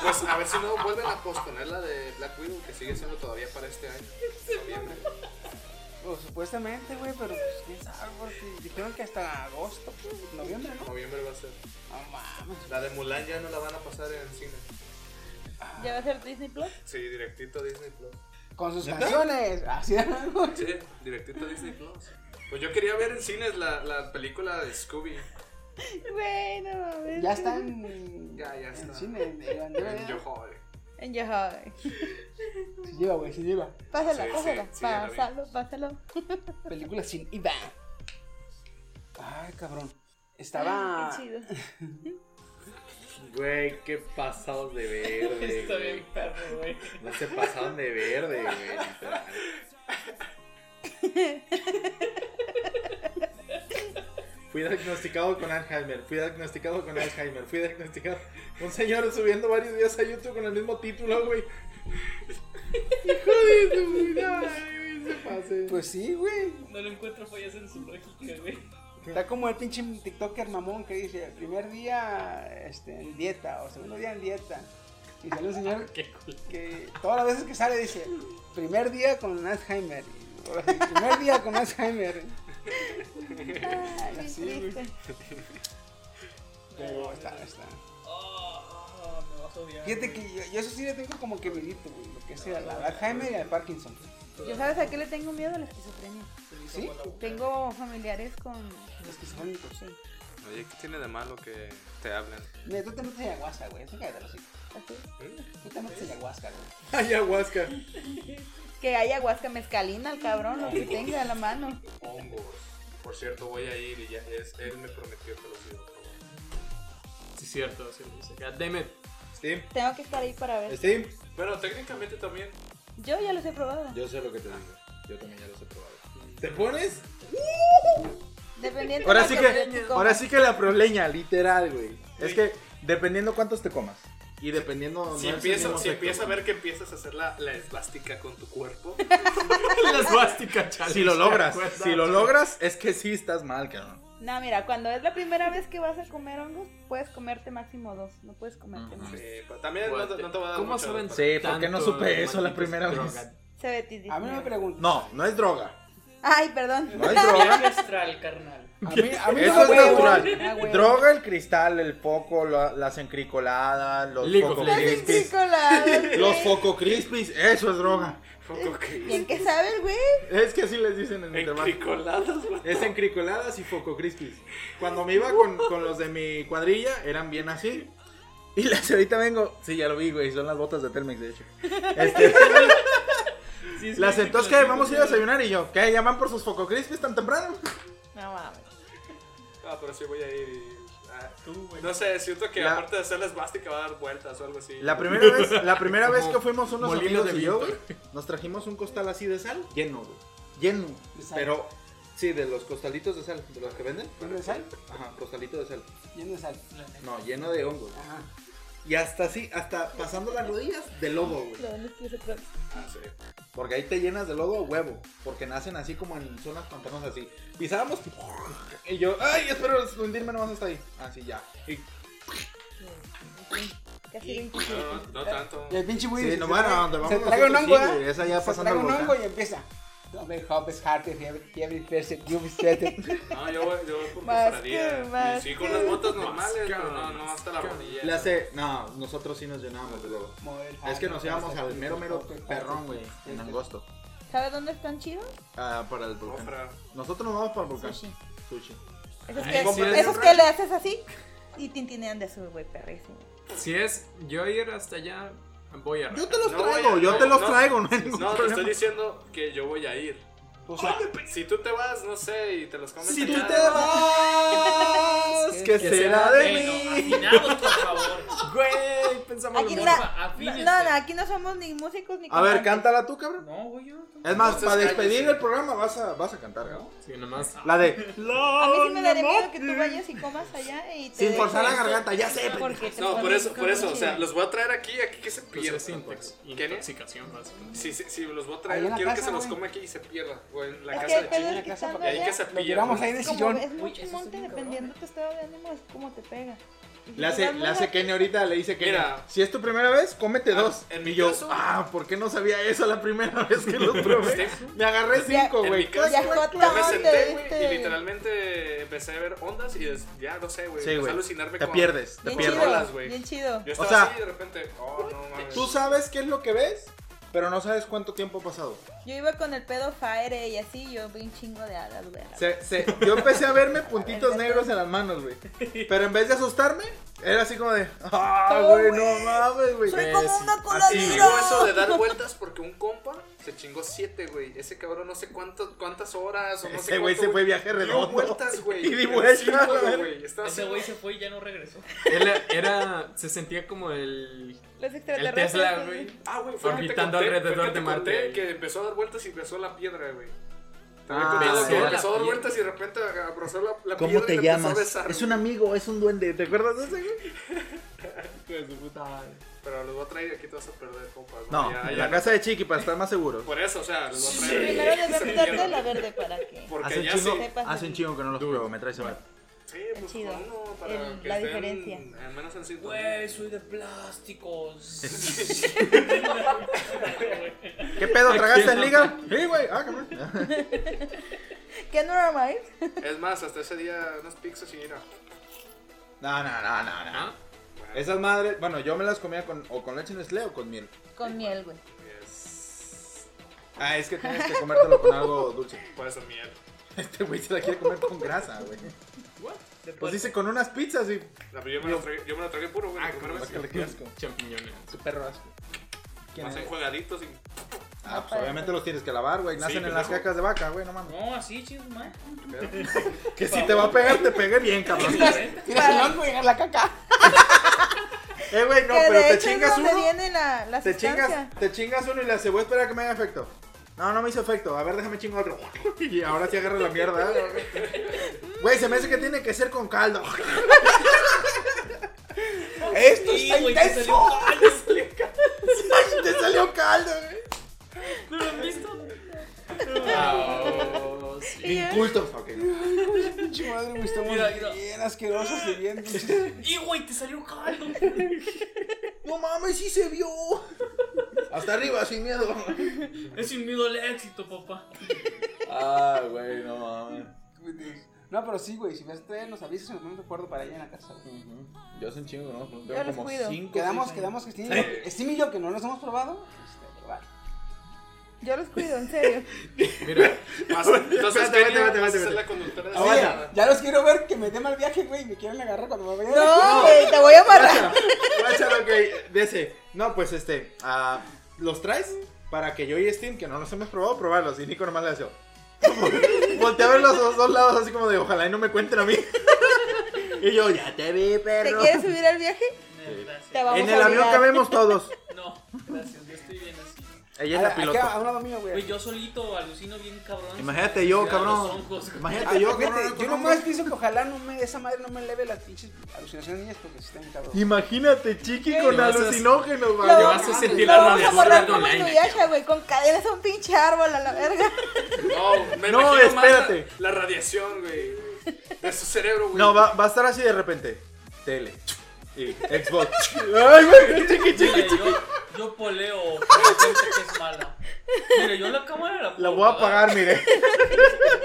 Pues a ver si no vuelven a posponer la de Black Widow, que sigue siendo todavía para este año. Noviembre. O, pues, supuestamente, güey, pero pues, quién sabe, porque dijeron que hasta agosto, pues, noviembre, ¿no? Noviembre va a ser. No mames. La de Mulan ya no la van a pasar en cine. ¿Ya va a ser Disney Plus? Sí, directito a Disney Plus. Con sus ¿Neta? canciones. Así era, güey. Sí, directito a Disney Plus. Pues yo quería ver en cines la, la película de Scooby. Güey, no mames. Ya están. Ya, ya está. En cine, en- en En DVD. Yohoy. En Yahoo. Se lleva, güey, se lleva. Pásala, Sí, sí, pásala. sí, ya la vi. pásalo, pásalo. Película sin IVA. Ay, cabrón. Estaba. Qué chido. Güey, qué pasados de verde. Está güey. bien perro, güey. No se pasaron de verde, güey, literal. Fui diagnosticado con Alzheimer, fui diagnosticado con Alzheimer, fui diagnosticado. Un señor subiendo varios días a YouTube con el mismo título, güey. Hijo de su vida, güey, se pase. Pues sí, güey. No lo encuentro fallas en su lógica, güey. Está como el pinche TikToker mamón que dice: el primer día este, en dieta o segundo día en dieta. Y sale un señor que todas las veces que sale dice: primer día con Alzheimer. Y ahora sí, primer día con Alzheimer. Ay, bien Así, triste. Pero está, está. Oh, me vas a odiar. Ah, Fíjate que yo, yo eso sí le tengo como que medito, güey. Lo que sea, la Alzheimer y al Parkinson. Yo sabes a qué le tengo miedo a la esquizofrenia. ¿Sí? Tengo familiares con. Esquizofrénicos. Sí. Oye, ¿qué tiene de malo que te hablen? Mira, tú te metes en ayahuasca, güey. Eso cállate, los hijos. Tú te metes en ayahuasca, güey. Ayahuasca. Que hay aguasca mezcalina al cabrón, lo que tenga a la mano. Hongos. Por cierto, voy a ir y ya es, él me prometió que los iba a probar. Sí, cierto, sí lo dice. God damn it. Steam, Tengo que estar ahí para ver. Steam. Bueno, técnicamente también. Yo ya los he probado. Yo sé lo que te digo. Yo también ya los he probado. ¿Te pones? Dependiendo Ahora de sí lo que, comas. ahora sí que la proleña, literal, güey. Es que dependiendo cuántos te comas. Y dependiendo. no es Si el empieza, mismo si efecto, empieza a güey. ver que empiezas a hacer la, la esvástica con tu cuerpo, La esvástica challenge. Si lo logras, ¿te acuerdas? si lo logras, es que sí estás mal, cabrón. No, mira, cuando es la primera vez que vas a comer hongos, puedes comerte máximo dos. No puedes comerte más. eh, pues también no, te- no te va a dar ¿Cómo mucho. saben Sí, ¿por qué no tanto, supe eso la malditos primera vez? drogas? Se ve tis- A mí no me preguntan. No, no es droga. Ay, perdón. No es droga. Viaje astral, carnal. A mí, a mí Eso no es me Ah, natural. güey. Droga, el cristal, el foco, la- las encricoladas, los League of foco Las Legends. crispies. encicoladas, Los güey. foco crispies, eso es droga. ¿Y en qué sabes, güey? Es que así les dicen en mi trabajo. Encricoladas, güey. Es encricoladas y foco crispies. Cuando me iba con, con los de mi cuadrilla, eran bien así. Y las ahorita vengo. Sí, ya lo vi, güey. Son las botas de Telmex, de hecho. Este, Sí, es las que- entonces que vamos a ir a desayunar y yo, ¿qué? ¿Ya van por sus foco crispies tan temprano? No mames. Ah, pero sí voy a ir y- ah, Tú, güey. No sé, siento que La- aparte de hacer la esvástica va a dar vueltas o algo así. La primera vez, la primera vez que fuimos unos Molino amigos de de yo, viento. güey, nos trajimos un costal así de sal, lleno, güey. Lleno. De sal. Pero, sí, de los costalitos de sal, de los que venden. ¿Lleno de sal? Ajá, costalito de sal. Lleno de sal. No, lleno de hongos. Ajá. Y hasta así, hasta pasando las rodillas de lodo, güey. Lo de los pies atrás. Ah, sí. Porque ahí te llenas de lodo a huevo. Porque nacen así como en zonas pantanosas así. Pisábamos. Y yo, ay, espero hundirme nomás hasta ahí. Así ya. Y casi 25. No, no, no tanto. Y el pinche Woody Sí, se nomás traga- a donde se vamos traga un nosotros, hongo, sí, ¿eh? güey, esa ya se pasando traga un al hongo y empieza. Robert Hope is hard if every, every person you've sweated. No, yo voy, yo voy por Más cofradía. que, más Sí, que. con las botas normales, Más pero no, cabrón, no más hasta la cabrón. rodilla. Le hace. No, nosotros sí nos llenábamos de huevo. Mover Es que nos hard, íbamos hard, al mero, mero hard, hard, perrón, hard, güey, hard, en hard. agosto. ¿Sabes dónde están chidos? Ah, para el volcán. Cofra. Nosotros nos vamos para el volcán. Sushi. Sushi. Esos Ay, que, sí, es esos un que le haces así y tintinean de azul, güey, perrísimo. Si es yo ir hasta allá, voy a. Yo te los No traigo, voy a- yo no, te los no. traigo, no hay ningún No, te problema. estoy diciendo que yo voy a ir. O sea, Si tú te vas, no sé, y te los comes. si tú allá, te vas, ¿qué será de mí? Afinamos, por favor. Güey, pensamos Aquí, lo mira, mismo. no, afínense. no, aquí no somos ni músicos ni A ver, cantantes. cántala tú, cabrón. No, güey, yo. no. Es más, Entonces, para despedir cállese. Ah, el programa vas a, vas a cantar, ¿no? Sí, nomás. La de A mí sí me daría miedo que tú vayas y comas allá y te. sin dé forzar la esto, garganta, ya sé. pendejo. Porque te No, por pones eso, por eso, o sea, crunchy. los voy a traer aquí, aquí que se Pues pierdan. es intox- ¿Qué no? intoxicación, básicamente. Sí, sí, sí, los voy a Ahí en traer. la Quiero que casa, se los güey. coma aquí y se pierda. O en la Es que casa el de pedo Chile. es que casa, estando Y ahí allá, que se Lo pierda. llevamos ahí de como sillón. es mucho monte, dependiendo tu estado de ánimo, es como te pega. Y si Le tú hace, vas le muy hace Kenny ahorita, le dice que Mira. si es tu primera vez, cómete dos. en Y mi yo, caso- ah, ¿por qué no sabía eso la primera vez que lo probé? Me agarré cinco, en mi güey. caso, Ya Clac, clac, jota. Yo clac. me ¿Dónde senté, güey, viste? y literalmente empecé a ver ondas y des- ya no sé, güey. Sí, empecé a güey. alucinarme Te con- pierdes, te Bien pierdes. chido, Bolas, güey. bien chido. Yo estaba O sea, así y de repente, oh, no mames. Tú sabes qué es lo que ves, pero no sabes cuánto tiempo ha pasado. Yo iba con el pedo fire y así, yo vi un chingo de hadas, güey. Se- se- yo empecé a verme puntitos negros en las manos, güey. Pero en vez de asustarme, era así como de, ah, No, güey, güey. no mames, güey. Soy como una Así me llegó eso coladera. de dar vueltas porque un compa se chingó siete, güey. Ese cabrón no sé cuánto, cuántas horas o no sé Ese güey cuánto, se fue viaje Dio redondo. vueltas, güey. Y di Era vueltas, así, a ver. güey. Estaba así, Ese güey se fue y ya no regresó. Él era. Se sentía como el. Los El extraterrestres. Tesla, güey. Ah, güey, fue que te Orbitando conté, alrededor fue que te de Marte. conté que empezó a dar vueltas y besó la piedra, güey. Te había Ah, contado que besó la empezó a dar piedra. vueltas y de repente abrazó la, la piedra y la empezó a besar. güey. amigo, es un duende. ¿Te acuerdas de ese, güey? Pero los voy a traer y aquí te vas a perder, compas. No, Ya, en ya. la casa de Chiqui para estar más seguro. Por eso, o sea, los voy a traer. Primero y se debemos darte mierda. la verde para que. Porque Hace un, ya sí. chingo, Sepas hace un así. chingo que no los pruebo, me traes una. Sí, pues Chido. con uno para El- que la estén diferencia. Al menos en sitio. Güey, Eh, soy de plásticos. ¿Qué pedo? ¿Tragaste en liga? Sí, güey. Ah, cabrón. ¿Qué normal es? Es más, hasta ese día unas pizzas y mira. No, no, no, no, no. ¿Ah? Esas madres, bueno, yo me las comía con, o con leche Nestlé o con miel. Con miel, güey. Ah, es que tienes que comértelo con algo dulce. Por eso miel. Este güey se la quiere comer con grasa, güey. De Pues dice con unas pizzas y. La- Yo me lo tragué, yo me lo tragué puro, güey. Ah, la primera Ah, vez. que le casco. Champiñones. Qué perro asco. ¿Quién Más es? enjuagaditos y. Ah, pues obviamente los tienes que lavar, güey. Nacen en las pendejo. cacas de vaca, güey, pues no Oh, mames. No, así, chingos, man. Que si te va a pegar, te pegue bien, cabrón. Mira el hongo y agarra la caca. Eh, güey, no, que pero de te hecho es chingas donde uno. viene la, la Te sustancia. chingas, te chingas uno y le hace, voy a esperar a que me haga efecto. No, no me hizo efecto. A ver, déjame chingo otro. Y ahora sí agarra la mierda. Güey, se me hace que tiene que ser con caldo. Esto Sí, está güey, te intenso. ¡Ay, te salió caldo, güey! Wow, sí. Incultos, ok. Pinche madre, güey, estamos Mira, mira. bien asquerosos y bien pinches. Y güey, te salió caldo. No mames, sí se vio. Hasta arriba, sin miedo. Es sin miedo al éxito, papá. Ah, güey, no mames. No, pero sí, güey, si me traen los avisos, nos ponemos de acuerdo para allá en la casa. güey. Yo soy un chingo, ¿no? Yo los cuido. Quedamos, quedamos que Steam, y yo- Steam y yo, que no los hemos probado, este, probar. Yo los cuido, en serio. Mira, Más, entonces, Espérate, espérate, Kenia, espérate, vas a ser espérate. la conductora de Oye, esta- ya los quiero ver, que me dé mal viaje, güey, y me quieren agarrar cuando me vayan No, güey, te voy a amarrar. Guáchala, ok. De ese. No, pues este. ah, ¿Los traes? Para que yo y Steam, que no los hemos probado, probarlos. Y Nico nomás le hace. Voltea a ver los dos, dos lados, así como de ojalá y no me cuenten a mí. y yo, ya te vi, ¿Te perro. quieres subir al viaje? Te Gracias. vamos en a el avión obligar. cabemos todos. No, gracias, yo estoy bien así. Ella A, es la, la aquí a, a piloto. un lado mío, Güey, güey. yo solito alucino bien cabrón. Imagínate yo, Ya, los cabrón. hongos, güey. Imagínate Ah, yo, fíjate, cabrón. yo con nomás hongos. pienso que ojalá no me, esa madre no me leve las pinches alucinaciones niñas porque si están cabrón. Imagínate, chiqui, con Te vas a- alucinógenos, Lo- vaya. vas a sentir lo la vamos a radiación borrar como online, tu viaje, güey, con cadenas a un pinche árbol a la verga. No, me No, imagino más la- espérate. La, radiación, güey. De su cerebro, güey. No, va, va a estar así de repente. Tele. Y Xbox. Ay, güey, chiqui, chiqui, Mira, chiqui. yo, yo poleo con la gente que es mala. Mire, yo la cámara la, La puedo voy a apagar, mire.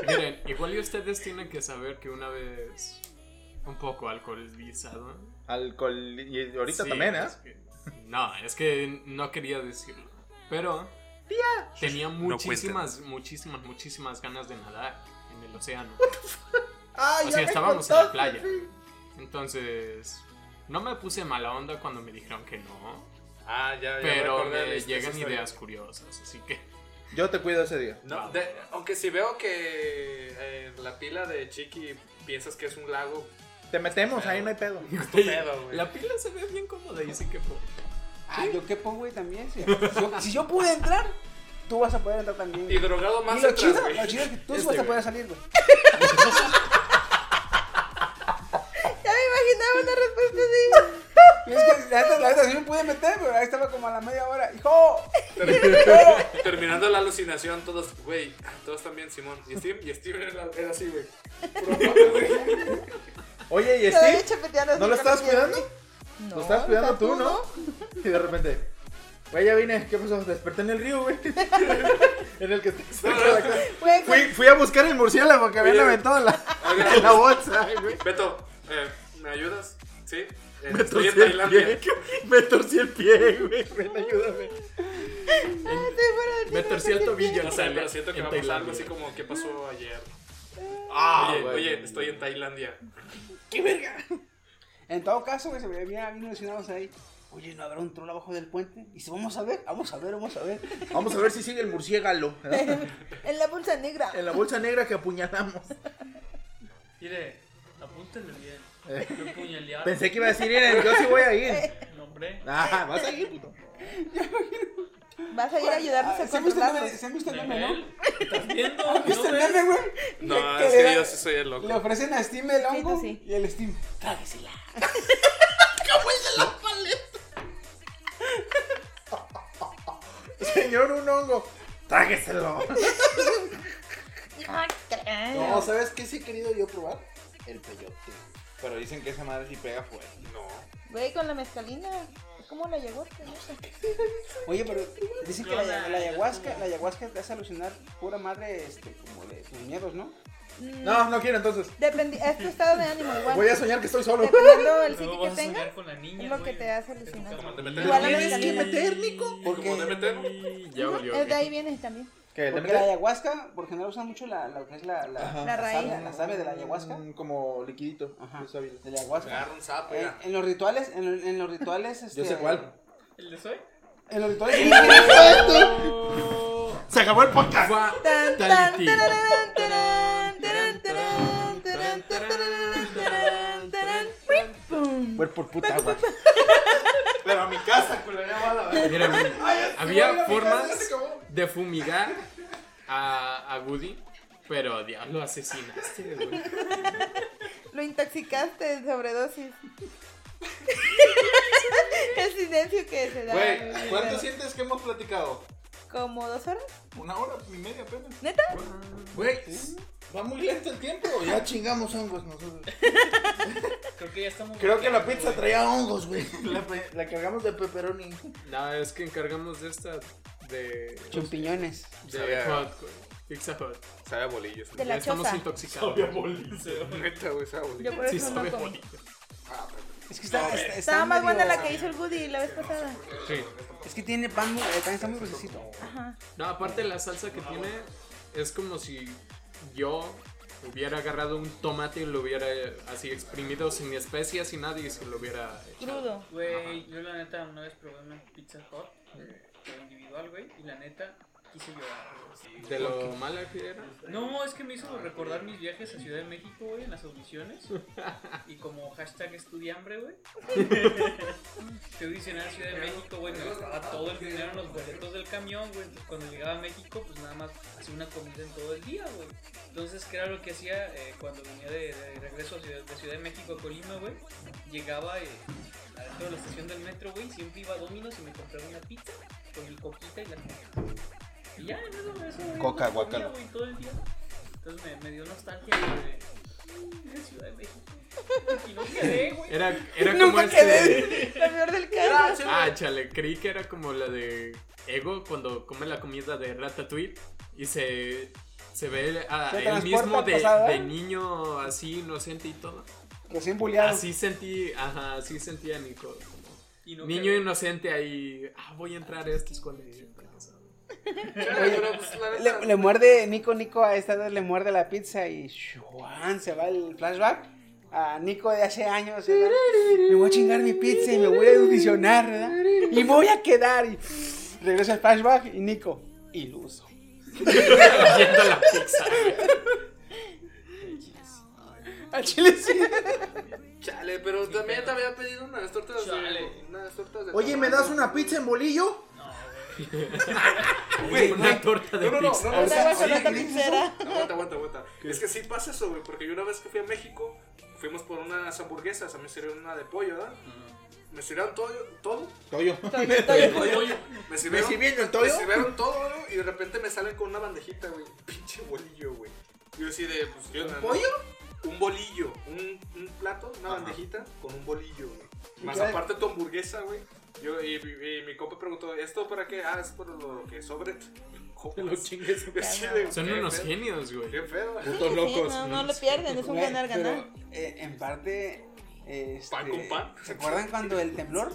Miren, igual y ustedes tienen que saber que una vez un poco alcoholizado. Alcohol. Y ahorita Sí, también, ¿eh? es que- no, es que no quería decirlo. Pero tenía muchísimas, muchísimas, muchísimas ganas de nadar en el océano. Ah, o ya sea, me estábamos en la contaste, playa. sí. Entonces, no me puse mala onda cuando me dijeron que no. Ah, ya, ya. Pero recordé me esa llegan historia. ideas curiosas, así que... Yo te cuido ese día. No, de- aunque si veo que eh, la pila de Chiqui piensas que es un lago, Te metemos, ahí no hay pedo. es tu pedo, güey. La pila se ve bien cómoda y sí que... po- Ah, yo qué pongo, güey, también. Si si yo, si yo pude entrar, tú vas a poder entrar también. Y güey. drogado Y más lo atrás, chido, güey. lo chido es que tú sí Este, vas a güey. poder salir, güey. Ya me imaginaba una respuesta así. Y es que la neta- la neta sí me pude meter, pero ahí estaba como a la media hora. ¡Hijo! Termin- Terminando la alucinación, todos, güey, todos también, Simón. Y Steven, y Steven era, era así, güey. Puro loco, güey. Oye, ¿y Todavía Steve? chapeteando así ¿No lo con estabas los pies. cuidando? Lo estabas cuidando tú, ¿no? Y de repente, güey, ya vine. ¿Qué pasó? Desperté en el río, güey. en el que te cerca de la casa. Güey, Fui, fui a buscar el murciélago que habían Oye. aventado en la, Oiga, en la bolsa, güey. Beto, eh, ¿me ayudas? Sí. Eh, Me estoy en torcí el pie. Tailandia. Me torcí el pie, güey. Ven, ayúdame. Me torcí el tobillo. No sé, en- pero siento que en va a pasar algo Tailandia. así como, ¿qué pasó ayer? Ah, oye, güey. oye, estoy en Tailandia. En todo caso, güey, se me habían ilusionados ahí. Oye, ¿no habrá un troll abajo del puente? Y si vamos a ver, vamos a ver, vamos a ver. Vamos a ver si sigue el murciélago ¿eh? En la bolsa negra. en la bolsa negra que apuñalamos. Mire, apúntenle bien. Eh. Yo puñaleado. Pensé que iba a decir, "Miren, yo sí voy a ir. No, hombre. Ah, vas a ir, puto. Vas a ir a ayudarnos Ah, a ¿Se han visto el meme? controlarnos. ¿Se han visto el meme, no? Level. ¿Estás viendo? ¿Viste ¿No el ves? meme, güey? No, Que es le que da- yo sí soy el Le loco. ofrecen a Steam el hongo tú sí. y el Steam. Tráguesela. Señor, un hongo. Trágueselo. No, ¿sabes qué sí he querido yo probar? El peyote. Pero dicen que esa madre sí pega fuerte. Güey, con la mezcalina. ¿Cómo la llegó? No sé. Oye, pero dicen que la, No, la no, ayahuasca, no. la ayahuasca te hace alucinar pura madre, este, como de tus miedos, ¿no? Mm, No, no quiero entonces. Dependi es tu estado de ánimo igual. Voy a soñar que estoy solo. Dependiendo del Luego sitio vas que a soñar tengas, con la niña. es lo güey. que te hace Como alucinar. te Igual a la metes- mezcalina. ¿Cómo de meter? Y ya Ujú, valió. Es de ahí viene también. ¿Qué? Porque la ayahuasca, por general, usan mucho la, la, lo que es la, la, Ajá. La raíz. savia, la savia de la ayahuasca. Mm, Como liquidito. Ajá. de sábila. De la ayahuasca. Agarra un sapo, En, ya. en los rituales, en, lo- en los rituales, este, Yo sé cuál. ¿El de soy? En los rituales. Se acabó el podcast. Tan, tan, Fatality. tararán, tarán, tarán, tarán, tarán, tarán, tarán, tarán. Prim, pum. Fue por puta, güey. Pero a mi casa, culera, mala, güey. Miren, Ah, había formas de fumigar a, a Woody, pero Dios, lo asesinaste, güey. Lo intoxicaste en sobredosis. El silencio que se da. Güey, ¿cuánto Pero- sientes que hemos platicado? Como dos horas. Una hora y media apenas. ¿Neta? Güey, va muy lento el tiempo. pues Ya chingamos hongos nosotros. Creo que ya estamos. Creo que la pizza bloqueando, traía hongos, güey. La, pe- la cargamos de pepperoni. No, es que encargamos de esta de, Champiñones. de Sabía- Hot, güey. Pizza Hut. Sabe a bolillos. De Ya la estamos choza. intoxicados. Neta, güey, sabe a bolillos. Yo por Sí eso no sabe como. bonito. Es que está, está- está Estaba más medio- buena la que hizo el Woody la vez pasada. Sí. Es que tiene pan, muy- eh, también está muy gruesito. Ajá. No, aparte la salsa que tiene es como si yo hubiera agarrado un tomate y lo hubiera eh, así exprimido sin especias, sin nada y se lo hubiera echado. Crudo. Güey, yo la neta una vez probé una pizza hot. pero individual, güey. Y la neta quise llorar. güey. De lo mala que era. No, es que me hizo recordar mis viajes a Ciudad de México, güey, en las audiciones. Y como hashtag estudiambre, gügüey. Te audicioné a Ciudad de México, güey. Me gastaba todo el dinero en los boletos del camión, güey. Entonces, cuando llegaba a México, pues nada más hacía una comida en todo el día, güey. Entonces, ¿qué era lo que hacía eh, cuando venía de, de regreso a Ciudad, de Ciudad de México a Colima, güey? Llegaba eh, adentro de la estación del metro, güey. Siempre iba a Domino's y me compraba una pizza con el coquita y la y ya, no, no, eso. güey, Coca, no comía, guacala. güey, todo el día. Entonces me, me dio nostalgia, güey. en Ciudad de México. Y no quedé, güey. Era, era Nunca como quedé. este. La peor del caso. Ah, chale, creí que era como la de Ego cuando come la comida de Ratatouille y se, se ve a Se él transporta mismo al de, pasado, ¿eh? de niño así inocente y todo. Recién bulleado. Así sentí, ajá, así sentí a Nico. como Y no niño quedé. inocente ahí, ah, voy a entrar a esta escuela. Oye, le, le muerde Nico Nico a esta vez le muerde la pizza y shuan, se va el flashback a Nico de hace años. ¿verdad? Me voy a chingar mi pizza y me voy a ilusionar, ¿verdad? Y voy a quedar. Y regresa el flashback y Nico, iluso. Yendo a la pizza. Al chile sí. Chale, pero también te había pedido unas tortas de. Chale. Unas tortas de. Oye, ¿me das una pizza en bolillo? Güey, Una torta de No, no, no, pizza. no, no, Ahora no, vas a sí, la ¿qué dices? tapicera. No, aguanta, aguanta, aguanta. Es que sí pasa eso, güey, porque yo una vez que fui a México, fuimos por unas hamburguesas, a mí me sirvieron una de pollo, ¿verdad? Me sirvieron todo, todo. Toyo. Me sirvieron, ¿Me sirvieron el todo. todo? Me sirvieron todo, güey, y de repente me salen con una bandejita, güey, pinche bolillo, güey. Yo así de, pues, ¿qué onda, no? Un bolillo, un, un plato, una bandejita con un bolillo, güey. Más qué hay? aparte tu hamburguesa, güey. Yo, y, y- y mi compa preguntó, ¿esto para qué? Ah, es por lo que sobre. ¿Cómo Lo así? chingues. Sí, de- Son qué unos pedo, genios, güey. Qué pedo. Sí, Putos sí, locos. no, no lo pierden, es un Güey, ganar-ganar. pero, eh, en parte. este, Pan con pan. ¿Se acuerdan cuando el temblor?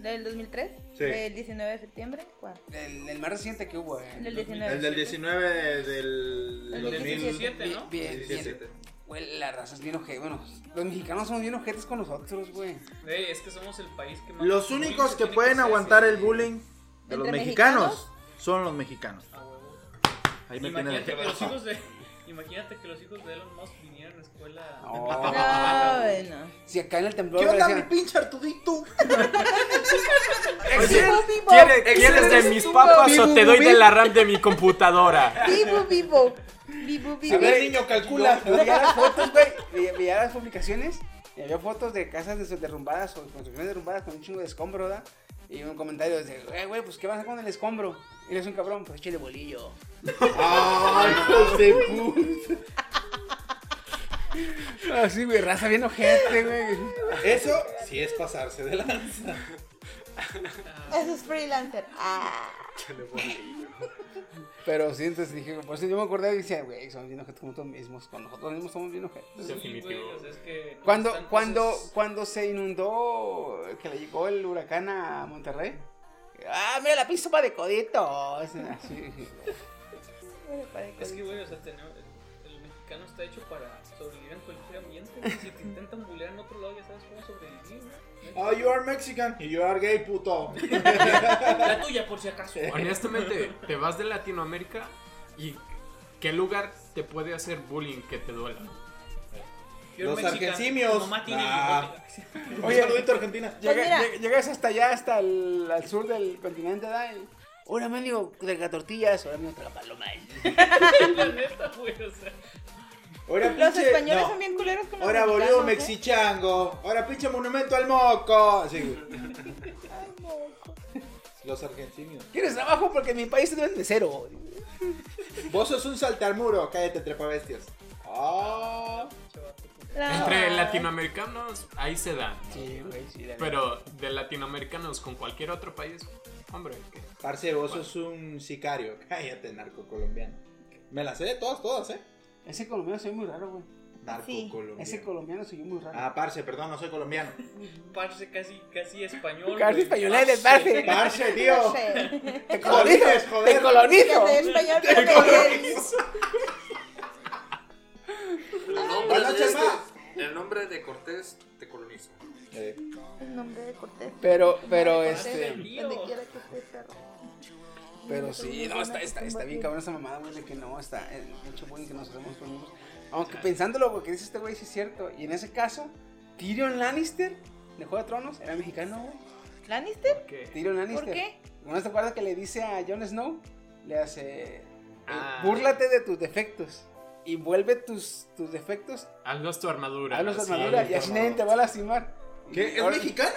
¿Del 2003? Sí. ¿Del 19 de septiembre? ¿Cuál? El, el más reciente que hubo. eh, ¿Del 19? El del 19 del El del 2000. 17, ¿no? Bien, bien, 17. Güey, la raza es bien oje- Bueno, los mexicanos somos bien ojetes con nosotros, güey. Güey, es que somos el país que más. Los bullying únicos se que tiene pueden hacer, aguantar sí. el bullying de los ¿Entre mexicanos son los mexicanos. A huevo. Ahí me tienen. Imagínate que los hijos de. Imagínate que los hijos de Elon Musk vinieran a la escuela. No. No, Ah, bueno. Si acá en el temblor. ¿Qué onda, mi decían, pinche Artudito? ¿Quieres, ¿Quieres de mis papas o te doy de la RAM de mi computadora? Vivo, vivo. Vivo, vivo. A ver, niño, calcula. Yo, yo veía las fotos, güey. Veía, veía las publicaciones. Y había fotos de casas des- derrumbadas o construcciones derrumbadas con un chingo de escombro, ¿verdad? Y un comentario de, "Eh, güey, pues ¿qué vas a hacer con el escombro? Y eres un cabrón, pues échale bolillo. ¡Ay, hijos de puta! Así, güey, raza bien ojete, güey. Eso sí es pasarse de lanza. Eso es freelancer. Ah. Pero sí, entonces dije, por eso yo me acordé y decía, güey, somos bien ojetes con nosotros mismos. Con nosotros mismos somos bien ojetes. Sí, güey, Definitivo. o sea, es que no Cuando, están cuando, cosas- cuando se inundó, que le llegó el huracán a Monterrey. Ah, mira la pinche sopa de codito. Así. Pues Es que, güey, o sea, tenemos- el mexicano está hecho para sobrevivir en cualquier ambiente. güey. Si te intentan bullear en otro lado, ya sabes cómo sobrevivir. güey. Oh, you are Mexican y you are gay, puto. La tuya, por si acaso. Honestamente, te vas de Latinoamérica y ¿qué lugar te puede hacer bullying que te duela? Yo Los mexicano, argentinios. Mamá tiene Ah. bigote. Oye, saludito Argentina. Llega- mira. lleg- llegas hasta allá, hasta el al sur del continente, ¿verdad? Y, Ahora me digo traga tortillas, ahora me digo traga palomas. La neta, güey, o sea. Ahora Los pinche- españoles no. son bien culeros con los Ahora boludo mexicanos, ¿eh? mexichango. Ahora pinche monumento al moco. Así, güey. Los argentinos. ¿Quieres trabajo? Porque en mi país te deben de cero. Vos sos un saltarmuro. Cállate, trepabestias. Ah. La- Entre latinoamericanos, ahí se da. Ah. Sí, güey, sí, la neta. Pero de latinoamericanos con cualquier otro país, hombre, ¿qué? Parce, vos sos un sicario. Cállate, narco colombiano. Me las sé de todas, todas, eh. Ese colombiano soy muy raro, güey. Narco Sí. colombiano. Ese colombiano soy muy raro. Ah, parce, perdón, no soy colombiano. Parce casi, casi español. Casi güey. españoleles, parce. Parce, No tío. sé. Te colonizo, Jolines, joder. te colonizo. Fíjate, español, pero que- El nombre, Buenas noches, ma. de, el nombre de Cortés te colonizo. Eh, El nombre de Cortés. Pero, pero Parce este. del tío. Donde quiera que esté, perro. Pero sí, no, está, está, está bien cabrón esa mamada, güey, de que no, está eh, mucho bullying que nos hacemos por mismos. Aunque pensándolo, porque dice este güey, sí es cierto. Y en ese caso, Tyrion Lannister, de Juego de Tronos, era mexicano, güey. ¿Lannister? ¿Qué? Tyrion ¿Por Lannister. qué? ¿No te acuerdas que le dice a Jon Snow? Le hace, eh, Ah. búrlate de tus defectos. Y vuelve tus, tus defectos Hazlos tu armadura. a los así. armaduras y así nadie te va a lastimar. ¿Qué? ¿Es Ahora- mexicano?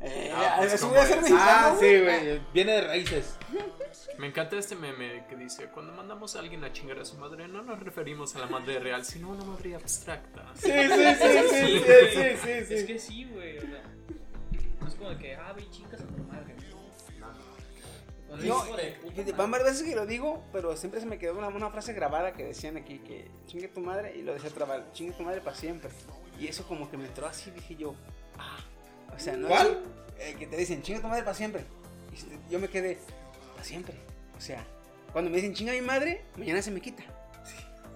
Eh, Ah, pues, eso ¿cómo voy a ser es? mexicano. Ah, sí, güey. Viene de raíces. Me encanta este meme que dice, cuando mandamos a alguien a chingar a su madre, no nos referimos a la madre real, sino a una madre abstracta. Sí, sí, sí, sí, sí, sí, sí, sí. Es que sí, güey. O sea, no es como que, ah, ve, chicas a tu madre. No, No, y- y- van varias veces que lo digo, pero siempre se me quedó una, una frase grabada que decían aquí que chingue tu madre y lo decía trabar, chingue tu madre para siempre. Y eso como que me entró así, dije yo, ah, o sea, no ¿Cuál? es eh, que te dicen chingue tu madre para siempre. Y se- yo me quedé para siempre. O sea, cuando me dicen chinga mi madre, mañana se me quita.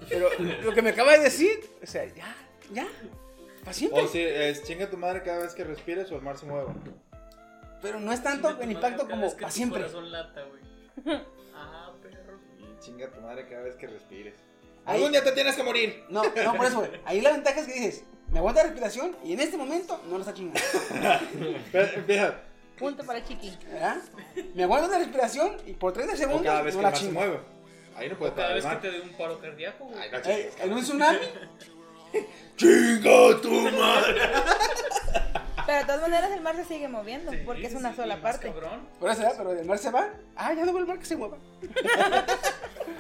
Pero lo que me acaba de decir, o sea, ya, ya, para siempre. O si es chinga tu madre cada vez que respires o el mar se mueva. Pero no es tanto el impacto como para siempre. Corazón lata, güey. Ah, perro. Y chinga tu madre cada vez que respires. Ahí- Algún día te tienes que morir. No, no, por eso, güey. Ahí la ventaja es que dices, me aguanta la respiración y en este momento no lo está chingando. Pero, empieza. Punto para Chiqui. ¿Verdad? Me aguanta la respiración y por 30 O segundos cada vez que no el la mar se chingo. mueve. Ahí no puede Cada parar el vez que mar. te dé un paro cardíaco, güey. Ay, no Eh, chingues, en un cabrón. tsunami, ¡Chinga tu madre! Pero de todas maneras el mar se sigue moviendo porque es una Sí, sola más parte. Cabrón. por eso, ¿verdad? pero el mar se va. Ah, ya no vuelve el mar que se mueva.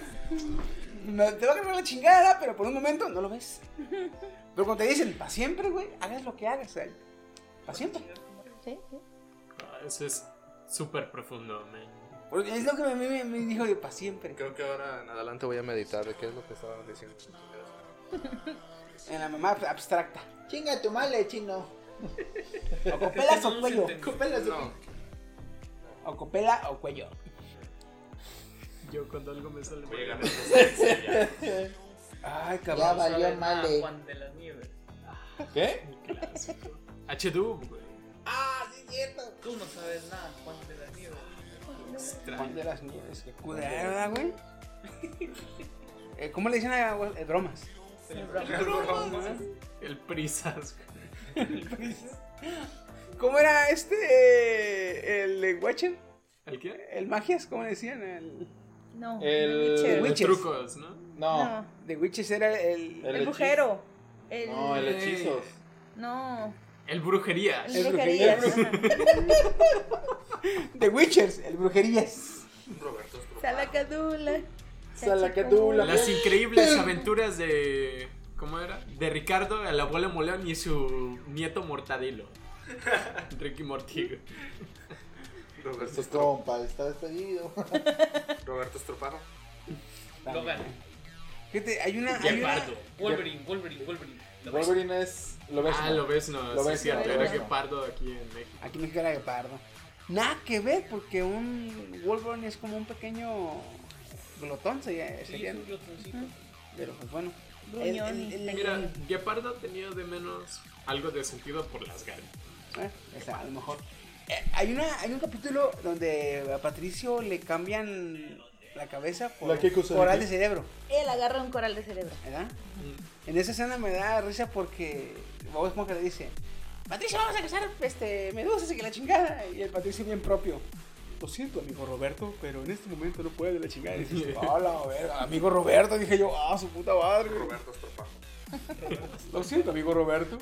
No, te va a agarrar la chingada, pero por un momento no lo ves. Pero cuando te dicen, para siempre, güey, hagas lo que hagas, para siempre. Sí, sí. Ah, Eso es súper profundo, man. Porque es lo que me, me- me dijo, para siempre. Creo que ahora en adelante voy a meditar de qué es lo que estaban diciendo. En la mamá abstracta. Chinga tu madre, chino. O con pelas o cuello. Cúpela su- No, O con pela o cuello. Yo cuando algo me sale voy a mal, ganar. Ay, Ya cabrón. valió Saben a madre. Juan de las Nieves. ¿Qué? H2, güey. Ah, sí, cierto. Tú no sabes nada, Juan de las Nieves. Juan de las Nieves, qué culera, ¿verdad, güey? Eh, ¿Cómo le dicen a el bromas? El prisas, güey. ¿Cómo era este el de Watcher? ¿El qué? El magias, ¿cómo le decían? El No. El- Witcher. Los Witches. trucos, ¿no? No. No. de Witches era el, El El, hechizo. brujero. El... No, el hechizos. No. El brujería. El, El brujerías. ajá. de Witchers, el brujerías. Roberto. Salacadula. Salacadula. Las increíbles aventuras de... ¿Cómo era? De Ricardo, el abuelo Molón y su nieto Mortadelo. Ricky Mortigo. Roberto, Su compa está despedido. Roberto Estropajo. Logan. Fíjate, hay una. Hay Jack una Pardo. Wolverine, Wolverine, Wolverine. Lo ves. Wolverine es. Lo ves. Ah, lo ves, no. Lo sí, ves, es cierto. no, Era lo ves, que no. pardo aquí en México. aquí en México era de pardo. Nada que ver, porque un Wolverine es como un pequeño glotón, sería. Sí, es sería un glotoncito. pero pues bueno. El- Gruñón el- y el- Mira, Guepardo tenía de menos algo de sentido por las ganas. Eh, o sea, a lo mejor. Eh, hay, una, hay un capítulo donde a Patricio le cambian la cabeza por La que ¿eh? cosa de coral qué? de cerebro, Él agarra un coral de cerebro. ¿verdad? En esa escena me da risa porque Bob Esponja le dice: Patricio, vamos a cazar este, medusas y que la chingada. Y el Patricio, bien propio. Lo siento, amigo Roberto, pero en este momento no puede la chingada. Y dices, Hola, verga, amigo Roberto. Dije yo, ah, su puta madre. Roberto Estropajo. Lo siento, amigo Roberto.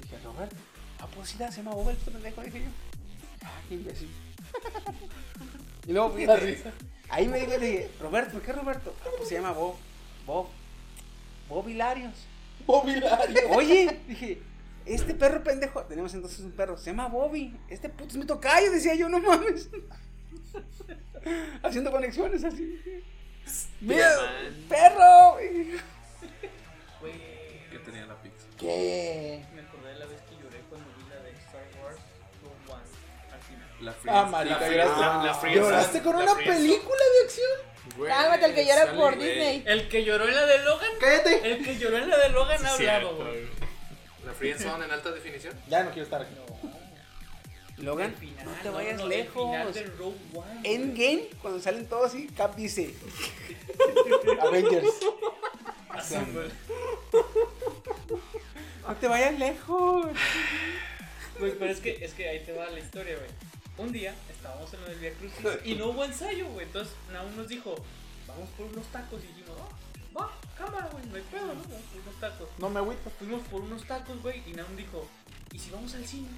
Dije, Roberto. Ah, pues sí, se llama Bob el pendejo, dije yo. Ah, qué imbécil. y luego, fíjate, ahí me dijo, le dije, Roberto, ¿por qué Roberto? Ah, pues se llama Bob. Bob. Bob Hilarios. Oye, dije, este perro pendejo, tenemos entonces un perro, se llama Bobby. Este puto es mi tocayo, decía yo, no mames. Haciendo conexiones así. Mira, man. perro. Güey, Que tenía la pizza. ¿Qué? me acordé de la vez que lloré cuando vi la de Star Wars Rogue One al final. La fría. Ah, marica, lloraste. La, la fría. ¿Lloraste con una película de acción? Güey, Cálmate, el que llora sale, por güey. Disney. El que lloró en la de Logan. Cállate. El que lloró en la de Logan Sí, ha es hablado, cierto, güey. güey. La fría en alta definición. Ya no quiero estar aquí. Logan, El final, no te vayas no, lejos. El final de Rogue One. güey. Endgame, cuando salen todos así, Cap dice Avengers. No te vayas lejos. Güey, pero es que, es que ahí te va la historia, güey. Un día estábamos en el Via Crucis y no hubo ensayo, güey. Entonces, Naum nos dijo, vamos por unos tacos. Y dijimos, "Ah, va, cámara, güey, no hay pedo, ¿no? Vamos por unos tacos. No me agüito. Fuimos por unos tacos, güey, y Naum dijo, ¿y si vamos al cine?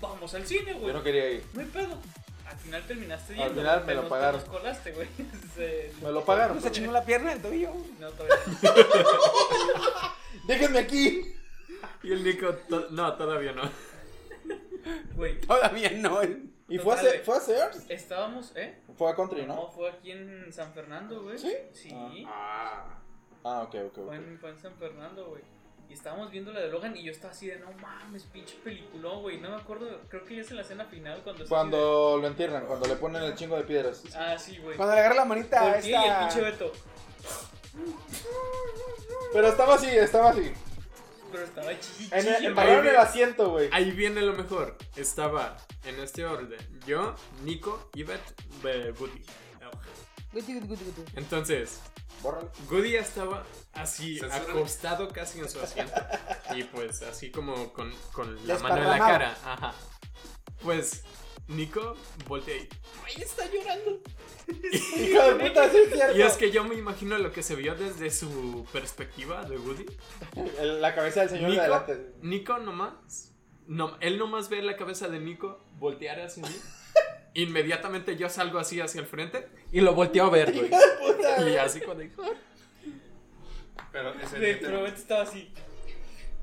Vamos al cine, güey. Yo no quería ir. No hay pedo. Aquí final terminaste Al yendo. final me pero lo no te pagaron. los colaste, güey. Se- Me lo pagaron. pues Se chingó la pierna el tobillo. No, todavía no. Déjenme aquí. Y el Nico, to- no, todavía no. Güey, Todavía no. ¿eh? ¿Y fue a, Total, Se- fue a Sears? estábamos, ¿eh? Fue a Country, No, ¿no? fue aquí en San Fernando, güey. ¿Sí? Sí. Ah, Ah, ok, ok, ok. Fue en, fue en San Fernando, güey. Y estábamos viendo la de Logan y yo estaba así de, no mames, pinche peliculón, güey. No me acuerdo, creo que ya es en la escena final cuando... está así de- Cuando lo entierran, cuando le ponen el chingo de piedras. Ah, sí, güey. Cuando le agarra la manita a ¿Por qué? Y el esta. pinche Beto. Pero estaba así, estaba así. Pero estaba chichi. En el, chichi, güey. embarraron el asiento, güey. Ahí viene lo mejor. Estaba en este orden. Yo, Nico, Yvette, eh, de Goody. Entonces, Bórralo. Goody estaba así, Censúrale. acostado casi en su asiento. Y pues así como con, con la mano en la Desparramado. cara. Ajá. Pues Nico voltea y... ¡Ay, está llorando! Hijo de puta, sí es cierto. Y es que yo me imagino lo que se vio desde su perspectiva de Woody. El- la cabeza del señor de Nico, adelante. Nico nomás. No, él nomás ve la cabeza de Nico voltear hacia mí. Inmediatamente yo salgo así hacia el frente y lo volteo a ver, güey. Y así cuando dijo, "Ah". pero ese Güey, día Pero te, Beto este estaba así.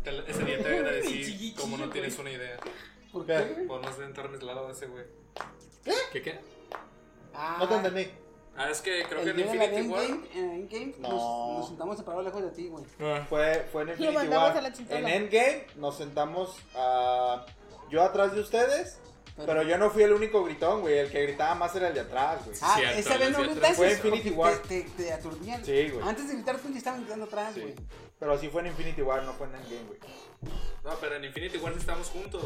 te- ese día te agradecí Chiqui, como no chiqui, tienes una idea. ¿Por qué? Por no sentarme al lado de ese güey. ¿qué qué? Ah, No te entendí. Ah, es que creo que El en día de la Infinity War. Endgame, en Endgame No. nos, nos sentamos separados lejos de ti, güey. Fue, fue en Infinity mandamos War. a la chintola. en Endgame nos sentamos ah, yo atrás de ustedes, pero yo no fui el único gritón, güey. El que gritaba más era el de atrás, güey. Ah, Cierto, esa vez no los de gritaste. atrás. Fue Infinity porque War. Te, te, te aturdían. Sí, güey. Antes de gritar, tú ya estaban gritando atrás, Sí. güey. Pero sí fue en Infinity War, no fue en Endgame, güey. No, pero en Infinity War sí estábamos juntos.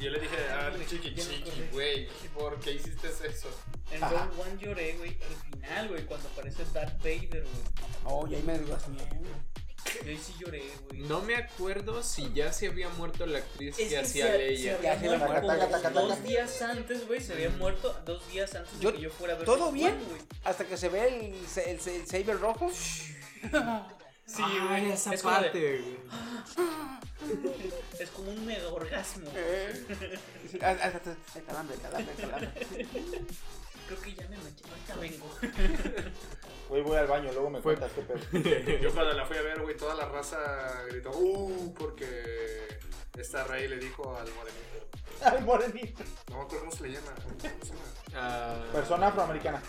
Y yo le dije, ah, chiqui, chiqui, güey, ¿por qué hiciste eso? En Ajá. Rogue One lloré, güey. Al final, güey, cuando aparece Darth Vader, güey. Oh, y ahí me dudas bien. Yo ahí sí lloré, güey. No me acuerdo si ya se había muerto la actriz que, hacía se- Leia. se había Que hacía la muerto taca, como taca, taca, dos taca. días antes, güey, se había muerto dos días antes Yo- de que yo fuera a ver. ¿todo Rogue bien? One, güey. Hasta que se ve el, se- el, se- el saber rojo. Sí, Ay, güey. Ah, esa es, como de- parte, güey. es como un mega orgasmo. Eh. Ah, ah, ah, ah, El calambre, el calambre, el calambre. Creo que ya me metí. Ahorita vengo. Güey, voy al baño, luego me Fue- cuentas qué pedo. Yo cuando la fui a ver, güey, toda la raza gritó, uh, porque esta rey le dijo al morenito. Ay, morenito. No me acuerdo cómo se le llama. ¿cómo se llama? Ah, Persona afroamericana.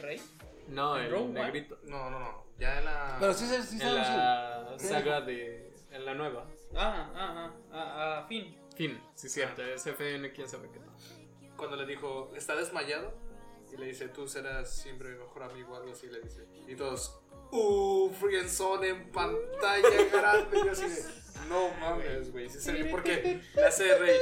¿Rey? no, el Rogue One. negrito. No, no, no. Ya Ah. en la. Pero sí, sí, sí, En sabes, sí. la saga de... En la nueva. Ah, ah, ah, ah, ah, fin. Fin, sí, cierto. SFN, quién sabe qué. Cuando le dijo, está desmayado. Y le dice, tú serás siempre mi mejor amigo, algo así le dice. Y todos, uh, Friendzone en pantalla grande. Y yo así de, no mames, güey. Sí, se ve, porque le hace de rey.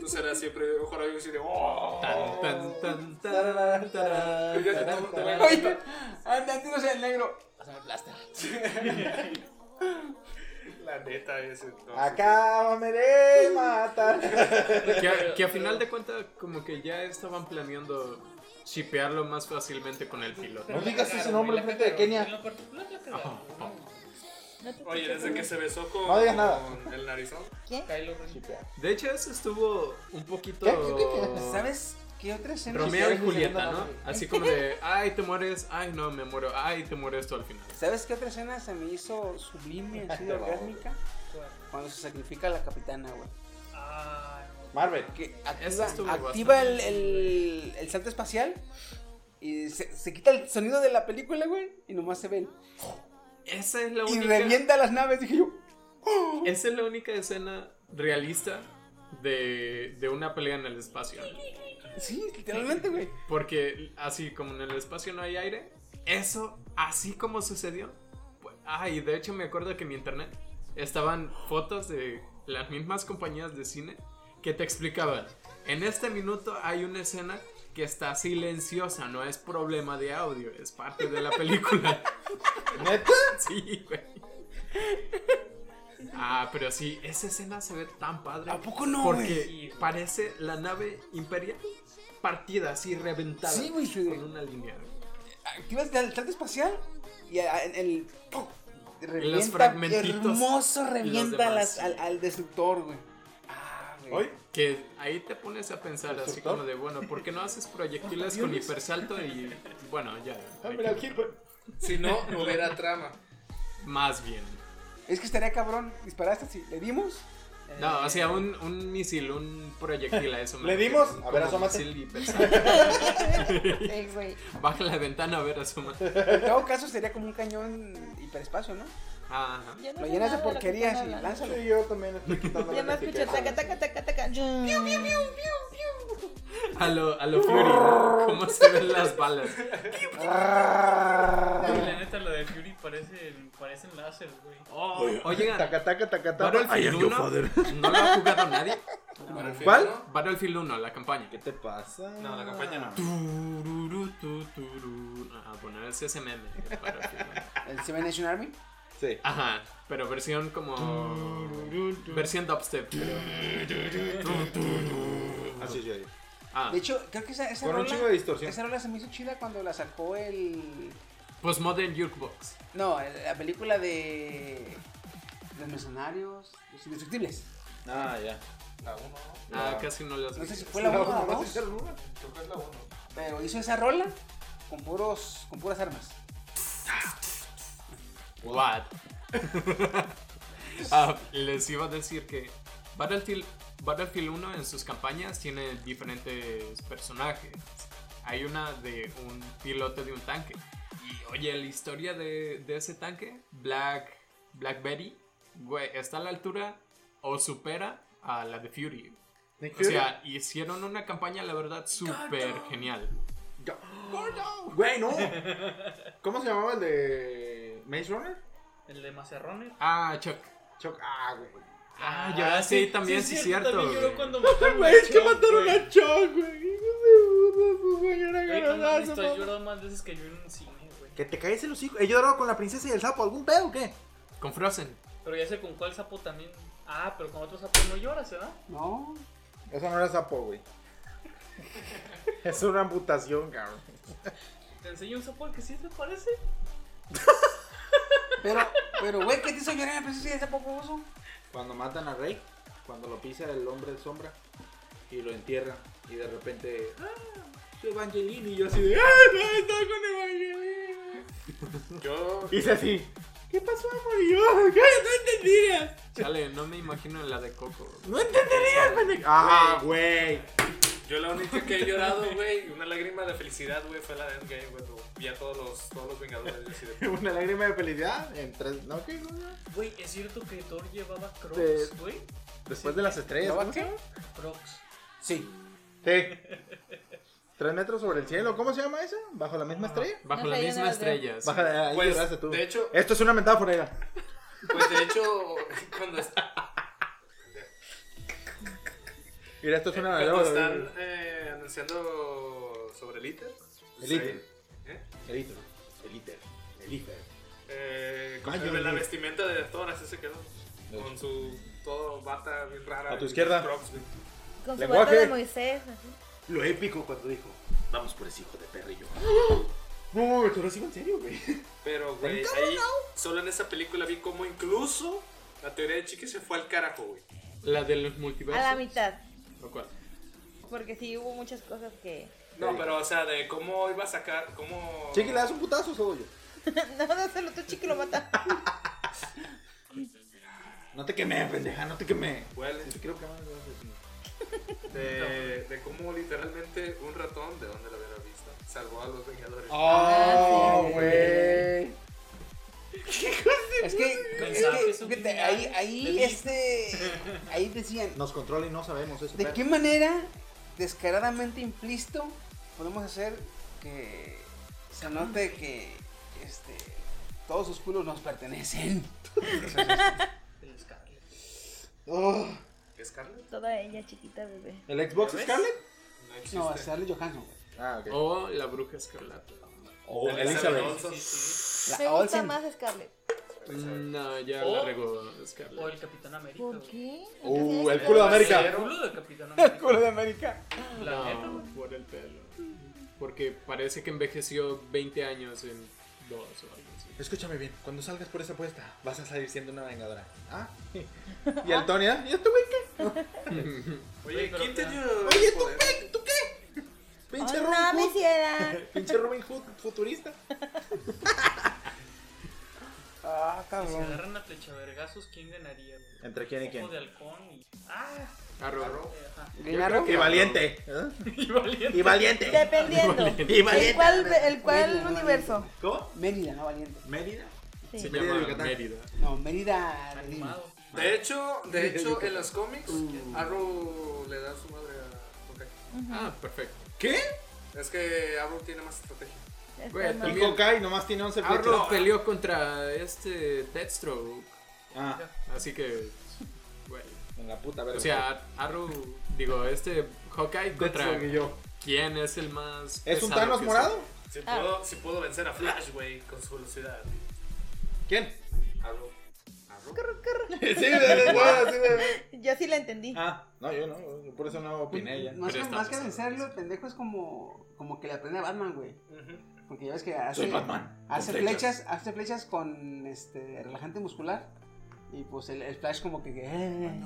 Tú serás siempre mi mejor amigo. Y así de, oh. Tan, tan, tan, tararán, tararán, Yo tararán, dije, "Tú, tararán". güey, Oye, anda, no sea el negro. Pásame el plaster. La neta es entonces. Ah, Acábame de matar. Que a, que a final de cuentas, como que ya estaban planeando shipearlo más fácilmente con el piloto. No digas ese nombre en frente de En Kenia. lo particular la cagaron. Oye, desde que se besó con, No digas nada. con el narizón. Kylo Ren. De hecho, eso estuvo un poquito. ¿Qué? ¿Qué? ¿Sabes qué otra escena? Romeo y Sí, sí, Julieta, sí, ¿no? sí. Así como de, ay, te mueres, ay, no, me muero, ay, te mueres tú al final. ¿Sabes qué otra escena se me hizo sublime, así de orgásmica? Cuando se sacrifica a la capitana, güey. Ah, Marvel. Que Esa activa, estuvo activa el, bastante el, el salto espacial y se, se quita el sonido de la película, güey, y nomás se ven. Esa es la Y única. revienta las naves, dije yo. Esa es la única escena realista de, de una pelea en el espacio. ¿no? Sí, literalmente, güey. Porque así como en el espacio no hay aire, eso así como sucedió. pues- ah, y de hecho me acuerdo que en mi internet estaban fotos de las mismas compañías de cine que te explicaban, en este minuto hay una escena que está silenciosa, no es problema de audio, es parte de la película. ¿Neta? sí, güey. Ah, pero sí, esa escena se ve tan padre. ¿A poco no, Porque güey? parece la nave imperial partida, así reventada. Sí, güey, sí. Con una línea. Activas el salto espacial y a- en el. ¡pum! Revienta, fragmentitos hermoso y los revienta demás, las- sí. al, al destructor, güey. Ah, güey, ¿Hoy? Que ahí te pones a pensar así como de, bueno, ¿por qué no haces proyectiles con hipersalto y bueno, ya. Ah, mira, aquí, pues. Si no, no hubiera trama. Más bien. Es que estaría cabrón. Disparaste así. ¿Le dimos? No, o sea, un, un misil, un proyectil a eso. me ¿Le refiero, dimos? un- A ver, como asómate. misil hipersalto. Sí, güey. Baja la ventana a ver, asómate. En todo caso, sería como un cañón hiperespacio, ¿no? Ajá. Ya no Lo sé llenas de nada lo que porquerías están y hablando. lánzalo. Sí, yo también estoy quitando Ya la me escucho etiqueta. taca, taca, taca, taca. Yum. A lo, a lo Fury, ¿no? ¿Cómo se ven las balas? Güey, la neta, lo de Fury parecen, parecen láser, güey. Oigan, Taca, taca, taca, taca. Battlefield 1 no lo ha jugado nadie. ¿Cuál? Battlefield 1, la campaña. ¿Qué te pasa? No, la campaña no. Tururú, tu, turú. Ah, bueno, es ese meme. de Battlefield 1. ¿El Seven Nation Army? Sí. Ajá, pero versión como. Versión dubstep. creo. Así yo. yo. Ah, De hecho, creo que esa, esa Con un rola... chingo de distorsión. Esa rola se me hizo chida cuando la sacó el... Postmodern Jukebox. No, el- la película de... Los mercenarios... Los indestructibles. Ah, ya. Ah, casi no las No sé vi. si fue la 1 o la No, 2, no, no. pero hizo esa rola con puros... con puras armas. What? Ah, les iba a decir que Battlefield, Battlefield 1 en sus campañas tiene diferentes personajes. Hay una de un piloto de un tanque. Y oye, la historia de, de ese tanque, Black, Blackberry, güey, está a la altura o supera a la de Fury. Nick O Fury. sea, hicieron una campaña, la verdad, súper genial. Ga- Güey, no. ¿Cómo se llamaba el de Maze Runner? El de Macerrones. Ah, Chuck. Choc. Ah, güey. Ah, ya sí, también, sí, es cierto. También lloró güey. cuando mataron a Chuck, güey. Choc, güey. Güey, no mames, tú has llorado más veces que yo en un cine, güey. Que te caes el hocico. He llorado con la princesa y el sapo. ¿Algún pedo o qué? Con Frozen. Pero ya sé con cuál sapo también. Ah, pero con otro sapo no lloras, ¿verdad? No, Eso no era sapo, güey. es una amputación, cabrón. Te enseño un sapo al que sí te parece. pero... Pero, güey, ¿qué te hizo llorar en la presencia de ese poposo? Cuando matan a Rey, cuando lo pisa el hombre de sombra y lo entierra y de repente. ¡Ah! Evangelina y yo así de. ¡Ah! No, está con Evangelina! Yo. Hice así. ¿Qué pasó, amor? Y yo, ¿qué? No entenderías. Chale, no me imagino la de Coco. No entenderías, pendejo. Ah, güey. Yo la única que he llorado, güey, una lágrima de felicidad, güey, fue la de Endgame, güey. cuando Vi a todos los, todos los Vengadores. Yo así de... Una lágrima de felicidad. En tres... ¿No qué? no, no. Güey, es cierto que Thor llevaba Te- Crocs, güey. Después de las estrellas. ¿Cómo se llama? Crocs. Sí. Sí. Tres metros sobre el cielo. ¿Cómo se llama esa? ¿Bajo la misma estrella? Bajo No la sé, yo no misma las veo. estrella. sí. Baja la... Ahí Pues, lloraste tú. de hecho- Esto es una metáfora, era. Pues de hecho, cuando, est- Mira, esto es una cuando metáfora. están eh, anunciando sobre el ITER, El ITER. ¿eh? El ITER. El ITER. El ITER. eh, con Vaya, la- la güey. vestimenta de Thor, así se quedó. No. Con su todo bata bien rara. A tu y izquierda. Crocs, güey. Con su Lenguaje. bata de Moisés. así. Lo épico cuando dijo: Vamos por ese hijo de perrillo. No, te lo sigo en serio, güey. Pero, güey, ahí, solo en esa película vi cómo incluso la teoría de Chiqui se fue al carajo, güey. La de los A Pues multiversos. la mitad. ¿O cuál? Porque sí hubo muchas cosas que. No, pero, o sea, de cómo iba a sacar, cómo... Chiqui, ¿le das un putazo o solo yo? no, dáselo tú, chico, lo mata. No te quemé, pendeja, no te quemé. Huele. Si te quiero quemar, no de, de cómo literalmente un ratón, de donde lo hubiera visto, salvó a los Vengadores. Ah. Oh, güey. Es que, es Pensaba que que eso fíjate, venía ahí, de ahí, mí. este, ahí decían, Nos controla y no sabemos eso. ¿de qué manera descaradamente implícito podemos hacer que se note que, este, todos sus culos nos pertenecen? El Scarlet. ¿Scarlett? Toda ella chiquita, bebé. ¿El Xbox Scarlett? No existe. No, es Scarlett Johansson, güey. Ah, ok. O la bruja escarlata. Oh, Elizabeth. Elizabeth. Olsen. La Me gusta Olsen. más Scarlett. No, ya O- la regó O el Scarlett. Capitán América. ¿Por güey. qué? Uh, el Entonces, culo de El América. culo del Capitán América. Culo de América. La neta, güey. No, por el pelo. Porque parece que envejeció 20 años en dos o algo así. Escúchame bien, cuando salgas por esa puesta vas a salir siendo una vengadora. Ah. Y el Tony, ¿ah? ¿y este güey qué? Oye, ¿quién te dio? Oye, ¿tú qué? ¿Tú qué? Pinche ¡Hola, Robin Hood. mi ciudad! Pinche Robin Hood futurista. Ah, Si cabrón. agarran a flechavergazos, ¿quién ganaría? güey? ¿Entre quién y Ojo quién? de halcón y... ¡Ah! Arro. eh, ajá. Guinarro. Y valiente. ¿eh? Y valiente. Y valiente. Dependiendo. Y ¿El valiente. cuál, el cuál Mérida, universo? ¿Cómo? Mérida, no valiente. ¿Mérida? Sí. Se Mérida, llama Yucatán. Mérida. No, Mérida. de Lima. Animado. De hecho, de hecho, en los cómics, Arrow le da su madre a Hawkeye. Ah, perfecto. ¿Qué? Es que Arrow tiene más estrategia. Este, Güey, no. Y Kokai nomás tiene 11 flechas. Arrow peleó contra este Deathstroke. Ah, Así que. güey. en la puta, a ver. O sea, Arrow. Digo, este Hawkeye contra. Deathstroke y yo. ¿Quién es el más. ¿Es un pesado Thanos que morado? Si Ah. puedo, si puedo vencer a Flash, güey, con su velocidad. ¿Quién? Arrow. Sí, de verdad, sí, de- Este, Yo sí la entendí. Ah, no, yo no, yo por eso no opiné ya. Más que, Pero está más que pesado. vencerlo, el pendejo es como, como que le aprende a Batman, güey. Porque ya ves que Soy hace, Batman. hace con flechas. hace flechas con este relajante muscular. Y pues el, el Flash como que... eh,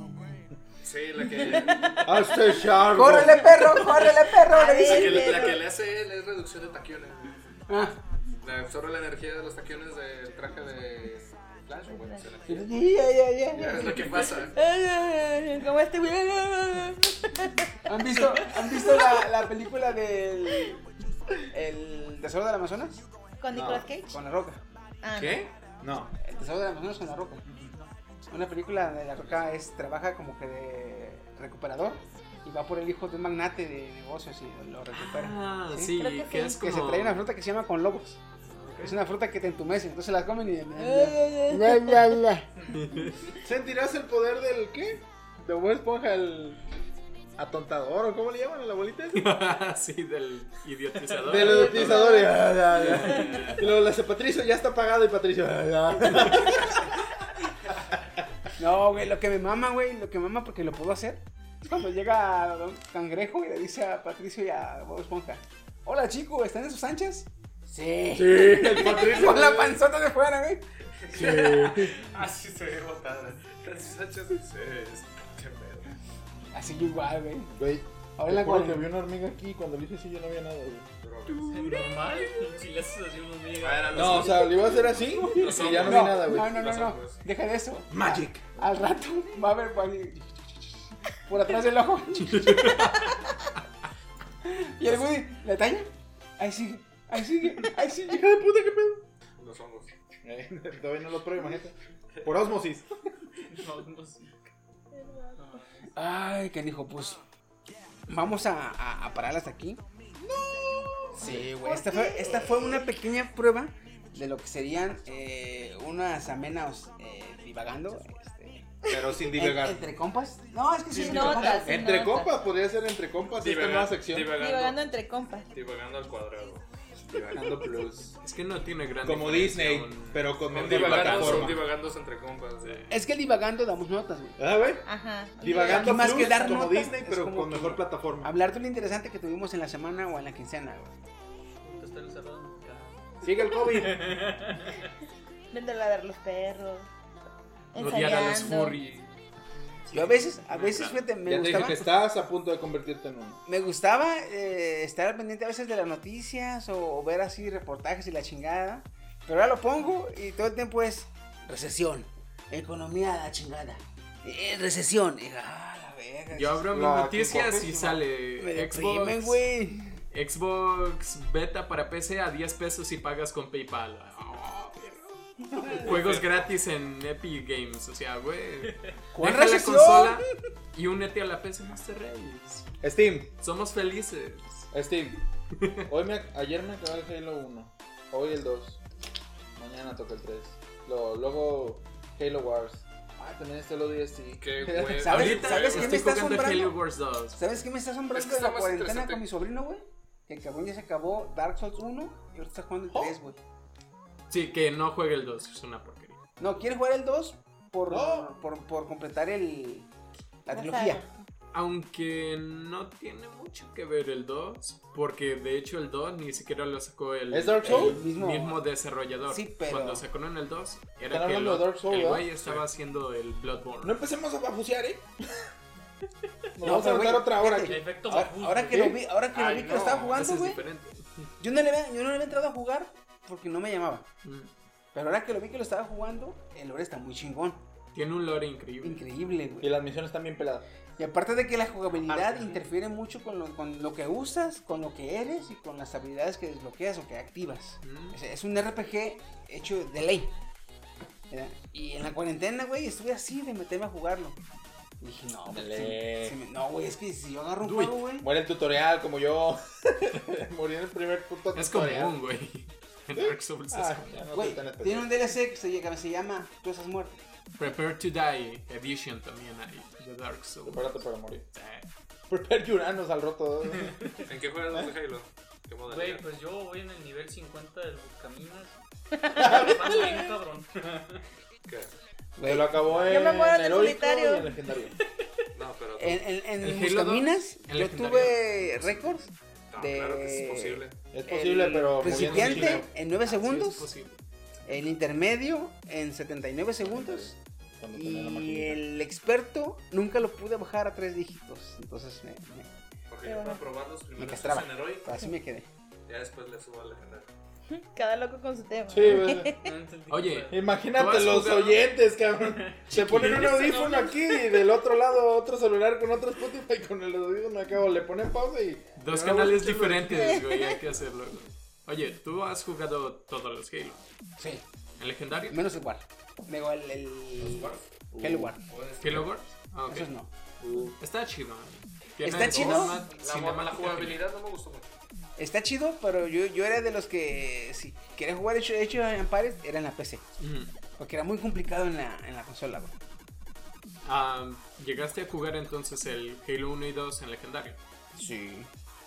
Sí, la que, la Hazte charro. ¡Córrele, perro! ¡Córrele, perro! A Le dice. que, ver, le- la pero- que le hace él es reducción de taquiones. Ah, Le absorbe la energía de los taquiones del traje de Flash. o bueno, se la- ya, ya, ya, Ya ya. es lo que pasa. Ay, ay, ay, Como este güey. ¿Han visto, ¿han visto la, la película del... El tesoro del Amazonas? Con Nicolas Cage. Con la roca. Ah, ¿Qué? No. El tesoro del Amazonas con la roca. Una película de la roca es trabaja como que de recuperador y va por el hijo de un magnate de negocios y lo recupera. Ah, ¿Sí? sí, Creo que, que sí. es Que como. se trae una fruta que se llama con lobos. Es una fruta que te entumece, entonces la comen y. no. Ay, ay, ay. Bla, bla, bla. ¿Sentirás el poder del qué? De Bob Esponja el atontador o cómo le llaman a la bolita esa? sí, del idiotizador. Del idiotizador. y- ah, ya, ya. Y luego le hace Patricio, ya está apagado y Patricio. ah, ya. No, güey, lo que me mama, güey, lo que me mama porque lo puedo hacer. es Cuando llega Don Cangrejo y le dice a Patricio y a Bob Esponja: Hola, chico, ¿están en sus anchas? Sí. Sí, el Patricio. Con la panzota de fuera, güey. Así se ve botada. Francis Sánchez dice: "Es- qué pedo". Así yo igual, güey. Güey, Ahora en te juro que la cuarentena- vi una hormiga aquí y cuando le hice así yo no había nada. güey. Normal. Si le haces así unos A ver, migas. a los- No, o sea, le iba a hacer así y ya no vi nada, güey. No, no, no, Los no. ojos. Deja de eso. Magic. Al rato va a haber por ahí- por atrás del ojo. y el Woody, ¿la talla? Ahí sigue, ahí sigue, ahí sigue. Hija de puta, qué pedo. Los hongos. Eh, Todavía no lo pruebo, imagínate. Por osmosis. No, no sé. Ay, que dijo, pues. Vamos a, a- a parar hasta aquí. No. Sí, güey. Esta fue, esta fue una pequeña prueba de lo que serían eh, unas amenas eh, divagando. este, Pero sin en- entre compas. No, es que sí, Sin entre compas. notas. Entre notas. compas, podría ser entre compas esta nueva sección. Divagando entre compas. divagando al cuadrado. Divagando Plus. Es que no tiene gran. Como diferencia Disney, un- pero con un mejor divagando, plataforma. Divagandos entre compas. eh. Es que divagando damos notas, güey. Ah, güey. Ajá. Divagando Aquí más Plus, que dar como nota, Disney, es pero como con que- mejor plataforma. Hablar de lo interesante que tuvimos en la semana o en la quincena, güey. Te están encerrando. Ya. Sigue el COVID. Véndole a dar los perros. Odiar a los Ensayando. furry. Yo a veces, a veces, fíjate, me ya te dije gustaba, que estás a punto de convertirte en uno. me gustaba eh, estar al pendiente a veces de las noticias o, o ver así reportajes y la chingada. Pero ahora lo pongo y todo el tiempo es recesión, economía a la chingada, eh, recesión. y, ah, la verga. Yo abro mis La noticias y Xbox. me sale deprimen, Xbox. güey. Xbox Beta para PC a 10 pesos si pagas con PayPal. Ah, Juegos gratis en Epic Games, o sea, güey. ¿Cuál Deja la recesión? consola y únete a la PC Master Race. Steam. Somos felices. Steam. Hoy me, ac- ayer me acabé el Halo 1. Hoy el 2. Mañana toca el 3. Lo- luego Halo Wars. Ah, también está el ODST. Qué güey. ¿Sabes? Ahorita ¿Sabes qué me estoy está jugando asombrando? Halo Wars 2. ¿Sabes qué me está asombrando Es que está de la más cuarentena interesante. con mi sobrino, güey? Que el cabrón ya se acabó Dark Souls 1 y ahorita está jugando el 3, güey. Sí, que no juegue el 2, es una porquería. No, quiere jugar el 2 por, por, por completar el, la La trilogía. saga. Aunque no tiene mucho que ver el 2, porque de hecho el 2 ni siquiera lo sacó el, ¿Es Dark Souls? el Mismo- mismo, desarrollador. Sí, pero- Cuando sacaron el 2, Están era que el, hablando de Dark Souls, el güey ¿verdad? estaba haciendo el Bloodborne. pues, No empecemos a bafusear, ¿eh? Nos No, vamos a pero, güey, aventar otra hora fíjate, aquí. Efecto Ahora, Mahmoud, ahora que güey. lo vi, ahora que lo Ay, vi que no, lo estaba eso jugando, es güey. diferente. Yo no le había, yo no le había entrado a jugar porque no me llamaba. Mm. Pero ahora que lo vi que lo estaba jugando, el lore está muy chingón. Tiene un lore increíble. Increíble, güey. Y las misiones están bien peladas. Y aparte de que la jugabilidad interfiere mucho con lo, con lo que usas, con lo que eres y con las habilidades que desbloqueas o que activas. Mm. O sea, es un RPG hecho de ley. ¿verdad? Y en la cuarentena, güey, estuve así de meterme a jugarlo. Y dije, no, güey, Dale. si- si me- no, güey, es que si yo agarro un Do juego, güey. Muere el tutorial como yo. Morí en el primer puto Es tutorial. común, güey. En Dark Souls es Ah, común. ya no soy Güey, tan especial. tiene un DLC que se, llama- se llama Tú estás muerto. Prepare to Die Edition también hay de Dark Souls. Prepárate para morir. Eh, Prepare your anus al roto. ¿En qué juegas ¿eh? de Halo? ¿Qué Güey, modalidad? pues yo voy en el nivel 50 de los caminas. Paso bien, cabrón. ¿Qué? Se lo acabó en Yo me muero en el heroico solitario. y en legendario. No, pero. En, en, El en Halo Buscaminas, 2, el yo legendario. tuve récords. no, de- Claro Este, que es posible. Es posible, El pero muriendo en Principiante Chile. en 9 sí, es segundos. posible. El intermedio en 79 segundos. Cuando tenía la Y maquinita. el experto nunca lo pude bajar a tres dígitos. Entonces me, me- Porque yo para probar los primeros castraba. en heroico, así me quedé. ya después le subo al legendario. Cada loco con su tema. Sí, güey. No entendí Oye, qué fue. Imagínate ¿Tú has los jugado? oyentes, cabrón. Se ponen un Chiquilines, audífono ¿no? aquí y del otro lado otro celular con otro Spotify con el audífono acá. O le ponen pausa y. Dos y canales grabamos un chingo. diferentes, güey, hay que hacerlo, güey. Oye, tú has jugado todos los Halo. Sí, ¿El legendario? menos el War. Digo, el. el... Halo War. ¿Halo Wars? Ah, ok. Esos no. Está chido. ¿eh? Tiene ¿Está chido? forma La, mo- la cinemática jugabilidad no me gustó mucho. Está chido, pero yo, yo era de los que si quería jugar hecho, hecho en pares, era en la PC. genial. Ujú. Porque era muy complicado en la, en la consola, güey. Ah, Llegaste a jugar entonces el Halo 1 y 2 en legendario. Sí.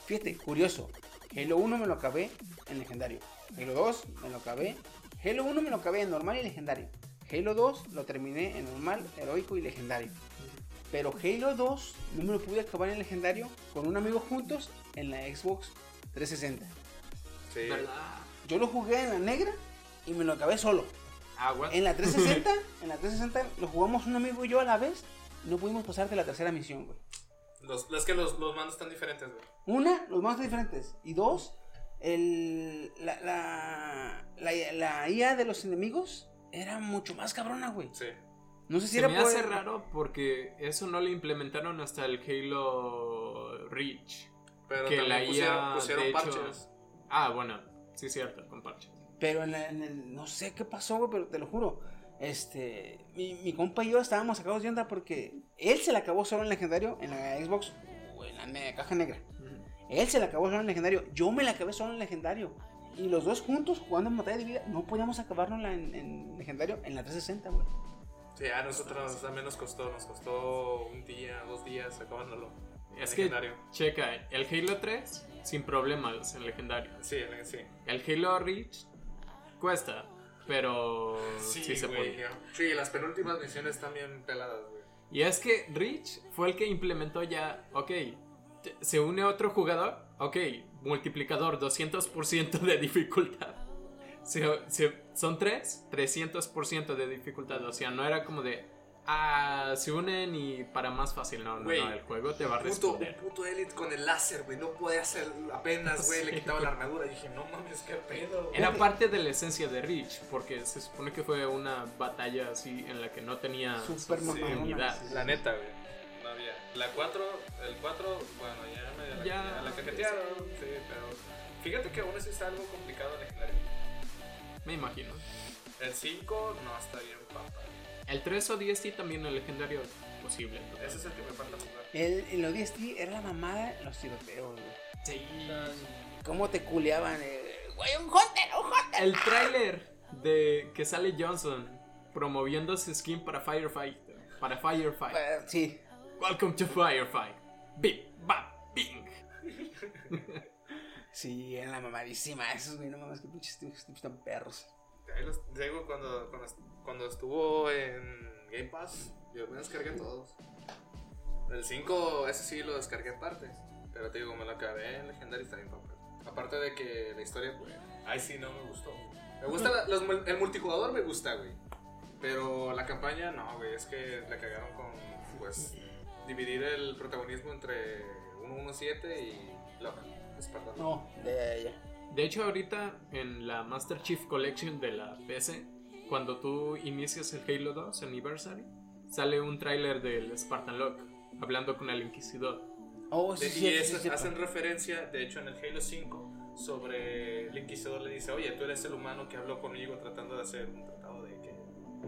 Fíjate, curioso. Halo 1 me lo acabé en legendario. Halo 2 me lo acabé. Halo 1 me lo acabé en normal y legendario. Halo 2 lo terminé en normal, heroico y legendario. Pero Halo 2 no me lo pude acabar en legendario con un amigo juntos en la Xbox 360. Sí. ¿Verdad? Yo lo jugué en la negra y me lo acabé solo. Agua. En la 360, en la 360 lo jugamos un amigo y yo a la vez. No pudimos pasar de la tercera misión, güey. Los, es que los, los mandos están diferentes, güey. Una, los más diferentes. Y dos, el, la, la, la, la IA de los enemigos era mucho más cabrona, güey. Sí. No sé si Se era me hace por- raro porque eso no lo implementaron hasta el Halo Reach. Pero Que también la pusieron, IA, pusieron de hecho- parches. Ah, bueno, sí, cierto, con parches. Pero en, la- en el. No sé qué pasó, güey, pero te lo juro. Este. Mi, mi compa y yo estábamos sacados de onda porque él se la acabó solo en legendario, en la Xbox, o en la ne- caja negra. Él se la acabó solo en legendario. Yo me la acabé solo en legendario. Y los dos juntos jugando en batalla de vida, no podíamos acabarnos la- en, en legendario en la 360, güey. Sí, a nosotros también nos costó, nos costó un día, dos días acabándolo. Es que, Legendario. checa, el Halo 3, sin problemas en legendario. Sí, el- sí. El Halo Reach cuesta, pero sí, se güey, puede. ya. Sí, las penúltimas misiones están bien peladas, güey. Y es que Reach fue el que implementó ya, ok, te- se une otro jugador, ok, multiplicador 200% de dificultad. Se- se- son tres, 300% de dificultad, o sea, no era como de, ah, se unen y para más fácil, no, no, Güey, no, el juego te va a Puto, un responder. puto Elite con el láser, güey. No podía hacer apenas, güey. Le Sí. quitaba la armadura. Y dije, no mames, qué pedo. güey. Era parte de la esencia de Reach, porque se supone que fue una batalla así en la que no tenía Super mamalona, unidad. sí. La neta, güey. No había. La 4, el 4, bueno, ya me la, Ya. la cajetearon. Sí, pero. Fíjate que aún así está algo complicado legendario. Me imagino. El 5 no está bien, papá. El 3 o 10 sí también el legendario posible. Ese es el que me falta jugar. El, en los DST era la mamada los tiroteos, güey. Sí. Cómo te culeaban, eh, güey, un hunter, un hunter. El tráiler de que sale Johnson promoviendo su skin para Firefight. Para Firefight. Eh, Sí. Welcome to Firefight. Big Bang Bing. Sí, era la mamadísima. Esos, güey, no mames, qué pinches tipos tipos tan perros. Ahí los traigo cuando, cuando, cuando estuvo en Game Pass. Yo me descargué todos. El 5, ese sí lo descargué aparte. Pero te digo, me lo acabé en Legendary está bien papel. Aparte de que la historia, pues, ahí sí no me gustó. Me gusta la- los mul- el multijugador, me gusta, güey. Pero la campaña, no, güey. Es que la cagaron con, pues, dividir el protagonismo entre 117 y Locke. Espartano. No, ya, ya, ya. De hecho, ahorita en la Master Chief Collection de la PC, cuando tú inicias el Halo 2 Anniversary, sale un tráiler del Spartan Locke hablando con el Inquisidor. Oh, De- sí, y sí, es- sí, sí, hacen referencia, de hecho, en el Halo 5, sobre el Inquisidor le dice, oye, tú eres el humano que habló conmigo tratando de hacer un tratado de que...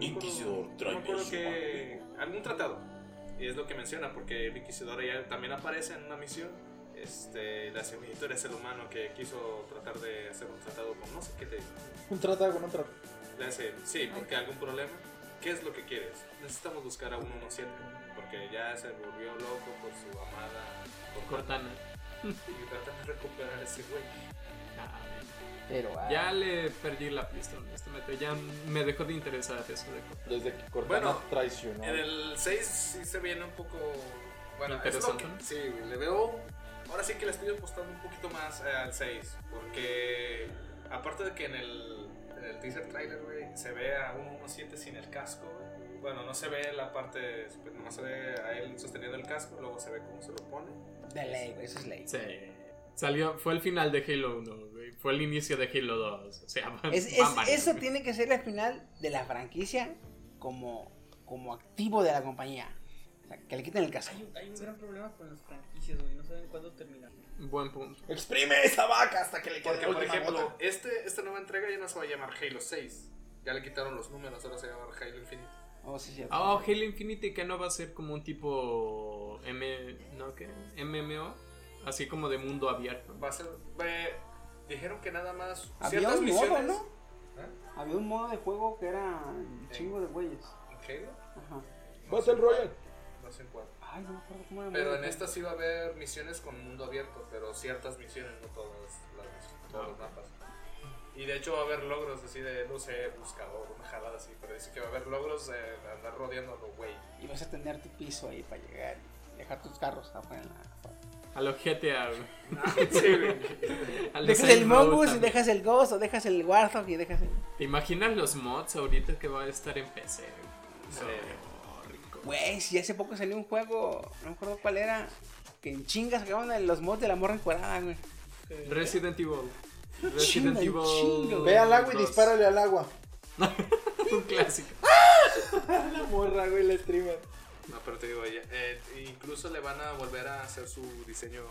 Inquisidor, tráeme que Algún tratado. Y es lo que menciona, porque el Inquisidor ya también aparece en una misión. Este, le hace, oye, tú eres el humano que quiso tratar de hacer un tratado con no sé qué te... Un tratado con un tratado. Le hace, sí, porque algún problema. ¿Qué es lo que quieres? Necesitamos buscar a 117, porque ya se volvió loco por su amada... Cortana Cortana. y tratan de recuperar ese güey. Ah, Pero, ah, ya le perdí la pista, honestamente. Ya me dejó de interesar eso de Cortana. Desde que Cortana Bueno, traicionó. En el 6 sí se viene un poco. Bueno, es lo Interesante, que- ¿no? sí, güey, le veo. Ahora sí que le estoy apostando un poquito más eh, al 6. Porque. Aparte de que en el, en el teaser trailer, güey, se ve a un 117 sin el casco, güey. Bueno, no se ve la parte. Pues nomás se ve a él sosteniendo el casco, luego se ve cómo se lo pone. de ley, güey, eso es ley. Sí. Salió, fue el final de Halo 1, güey. Fue el inicio de Halo 2. O sea, van- Es- es- van varios, eso güey. tiene que ser la final de la franquicia como, como activo de la compañía. O sea, que le quiten el caso. Hay un, hay un gran problema con las franquicias, güey. No saben cuándo terminar. Buen punto. Exprime esa vaca hasta que le quede Porque, la por última ejemplo, gota. este, esta nueva entrega ya no se va a llamar Halo 6. Ya le quitaron los números, ahora se va a llamar Halo Infinite. Oh, sí, Ah. cierto. Oh, Halo Infinity que no va a ser como un tipo M, ¿no? ¿Qué? MMO, así como de mundo abierto. Va a ser. eh, dijeron que nada más. Había ciertas un modo, misiones. ¿no? Había un modo de juego que era un chingo de güeyes. Halo, Ajá. Battle Royale. no sé en cuál. Ay, no me acuerdo cómo era el Pero modo. en esta sí va a haber misiones con mundo abierto, pero ciertas misiones, no todas las, todos los mapas. Y de hecho va a haber logros así de, no sé, buscador, una jalada así, pero dice que va a haber logros de andar rodeando a los güey. Y vas a tener tu piso ahí para llegar y dejar tus carros afuera. en la- afuera. A los GTA, güey. Ah, Sí, güey. A los Dejas Saints el Row Mongoose y también. dejas el Ghost o dejas el Warthog y dejas el... ¿Te imaginas los mods ahorita que va a estar en PC? güey? Sí. Oh, rico. Güey, si hace poco salió un juego, no me acuerdo cuál era, que en chingas sacaban los mods de la morra encuadrada, güey. Resident Evil. Chinga, Resident chinga. Evil. Ve al agua y dos. dispárale al agua. Un clásico. La morra, güey, la streamer. No, Ah, pero te digo, ya, eh, incluso le van a volver a hacer su diseño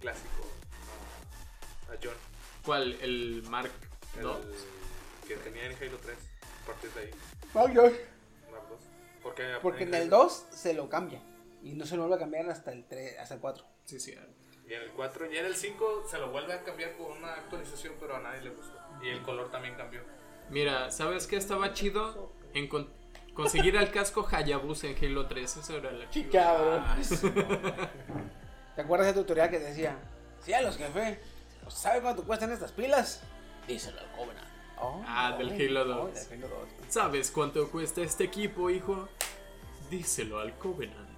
clásico a, a John, ¿Cuál? ¿El Mark el II? que tenía en Halo 3, a partir de ahí, Ay, ay. Mark II. Porque, Porque en el Halo- 2 se lo cambia. Y no se lo vuelve a cambiar hasta el 3, hasta el 4. Sí, sí. Y en el 4 y en el 5 se lo vuelve a cambiar con una actualización, pero a nadie le gustó. Y el color también cambió. Mira, ¿sabes qué estaba chido? Encon- conseguir el casco Hayabusa en Halo 3. Eso era la chica. Cabrón. Ah, ¿Te acuerdas del tutorial que decía? Sí, a los jefe. pues, ¿Sabe cuánto cuestan estas pilas? Díselo al joven. Oh, Ah, del Halo 2. del Halo 2. ¿Sabes cuánto cuesta este equipo, hijo? Díselo al Covenant.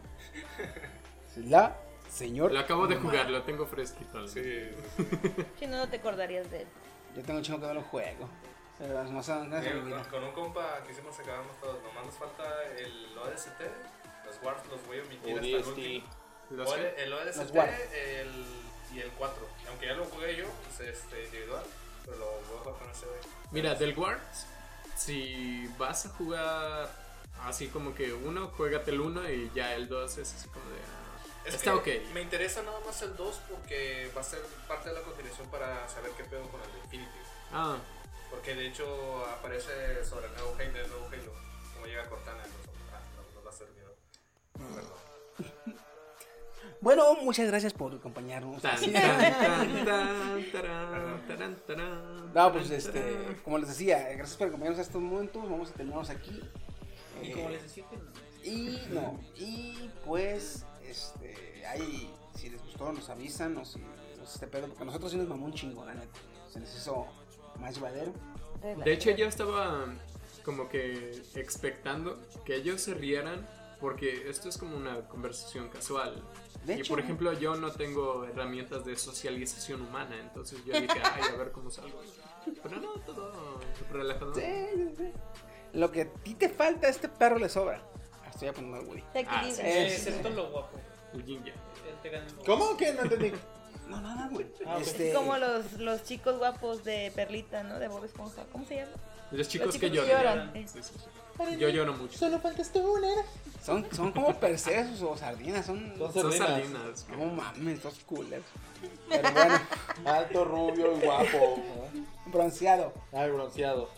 La señor. Lo acabo de jugar, lo tengo fresquito. Si no, no te acordarías de él. Yo tengo un chingo que no lo juego. Pero las mazas no Ah, se me Digo, con, olvidan. con un compa quisimos acabarnos todos. Nomás nos falta el ODST, los Warf, los voy a omitir hasta el último. Los- O el- el ODST Los Warf. el, y el 4. Aunque ya lo jugué yo, pues, este, individual, pero lo voy a jugar con ese güey. Mira, del Wars, si vas a jugar así como que uno, juégate el uno y ya el dos es así como de. ah, Es Está ok. que Me interesa nada más el 2 porque va a ser parte de la continuación para saber qué pedo con el de Infinity. Ah, Porque de hecho aparece sobre el nuevo Halo, el nuevo Halo. Como llega Cortana, los ah, no, no lo ha servido. Bueno, muchas gracias por acompañarnos. tan, Así- tan, tan, tan, tarán, tarán, tarán, No, pues tarán, este, tarán. como les decía, gracias por acompañarnos a estos momentos. Vamos a terminarnos aquí. Y Eh, como les decía que no. Y no, y pues, este, ahí, si les gustó, nos avisan, o si nos este pedo, porque a nosotros sí nos mamó un chingo, la neta. Se les hizo más llevadero. De hecho, yo estaba como que expectando que ellos se rieran Porque esto es como una conversación casual. De y hecho, por ejemplo, yo no tengo herramientas de socialización humana, entonces yo dije, ay, a ver cómo salgo. Pero no, todo relajado. Sí, sí, sí. Lo que a ti te falta, a este perro le sobra. Ah, Estoy apuntando al Woody. Te Ah, equilibras. sí, sí, sí. Excepto lo guapo. El yin yang. Él te gana en lo guapo. ¿Cómo? ¿Qué? No entendí. No, nada, güey. Ah, ok. Este, Como los, los chicos guapos de Perlita, ¿no? De Bob Esponja. ¿Cómo se llama? Los chicos Los que chicos lloran. que lloran. Sí, sí, sí. Yo lloro mucho. Solo faltas este tú, nena. son, son como perceos o sardinas, son... Son sardinas. No mames, dos coolers. Pero bueno, alto, rubio y guapo. ¿no? Bronceado. Ay, bronceado.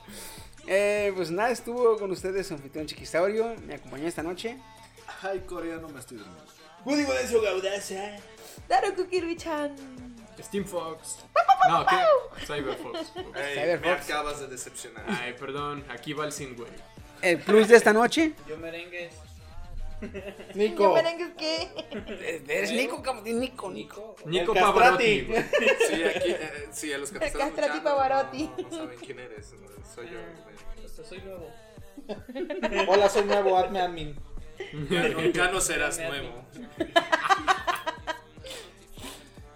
Eh, pues nada, estuvo con ustedes su anfitrión Chiquisaurio. Me acompañó esta noche. Ay, coreano, me estoy durmiendo. Woody Godencio Gaudaza. Daruku Kirby-chan. Steam Fox. No, ¿qué? Cyber Fox. Ey, me Cyberfox. acabas de decepcionar. Ay, perdón, aquí va el Synthwave. El plus de esta noche. Yo merengues. ¿Yo Nico. merengues qué? Eh, Eres Nico, cabrón, Nico, Nico. Nico El Castrati. Pavarotti. güey. Sí, aquí, eh, sí, a los que me El están Castrati escuchando, Pavarotti. No, no saben quién eres, no, soy yo. güey. Hasta soy nuevo. Hola, soy nuevo, hazme admin. Ya no, ya no serás nuevo.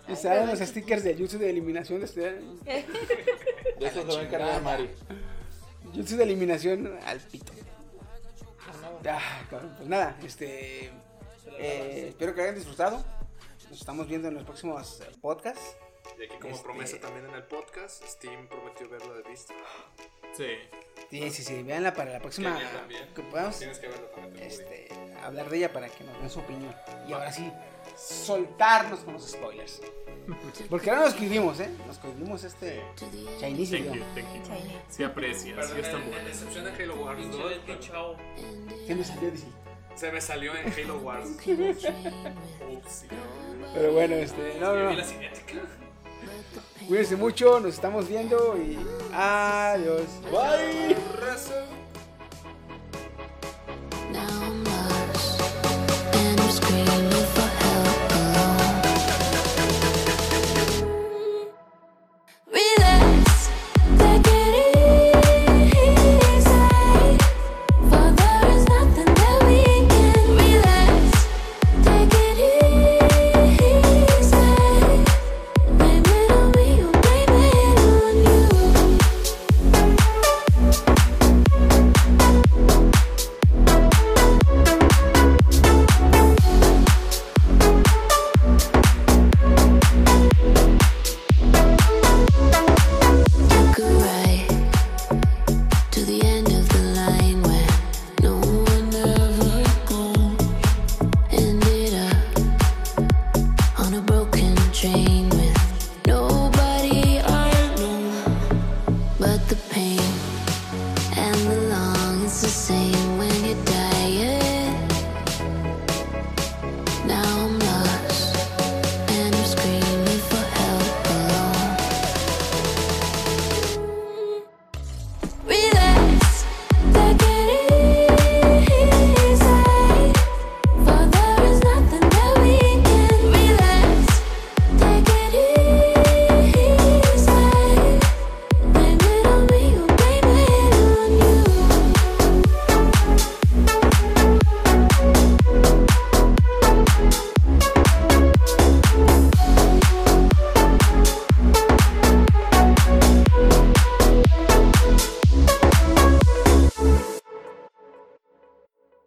Y salen los stickers de Jutsu de eliminación de este. De eso lo va a encargar Mari. Jutsu de eliminación al pito. Ah, cabrón, pues nada, este. eh, espero que hayan disfrutado. Nos estamos viendo en los próximos eh, podcasts. Y aquí como Este- promesa también en el podcast, Steam prometió verlo de vista. Sí. Sí, sí, sí, véanla para la próxima. Genial también. Que podamos Tienes que verlo también. te lo digo. este, hablar de ella para que nos den su opinión. Y ahora sí, soltarnos con los spoilers. Porque ahora nos cohibimos, ¿eh? Nos cohibimos este. Chinese Thank idioma. you, thank you. Sí aprecias, sí Este, Perdón, están en- en buenas. excepción Menciona Halo Wars pinche 2, del pero pichao. ¿Qué me salió decir? se me salió en Halo Wars. Ups, Pero bueno, este. No, no, Vi no. la cinética. Cuídense mucho, nos estamos viendo y. Adiós. Bye. Raza. Relax, take it easy. For there is nothing that we can relax. Take it easy. Blame it on me or blame it on you. Go right to the end of the line where no one ever goes. Ended up on a broken train with nobody I know, but the pain and the long is the same.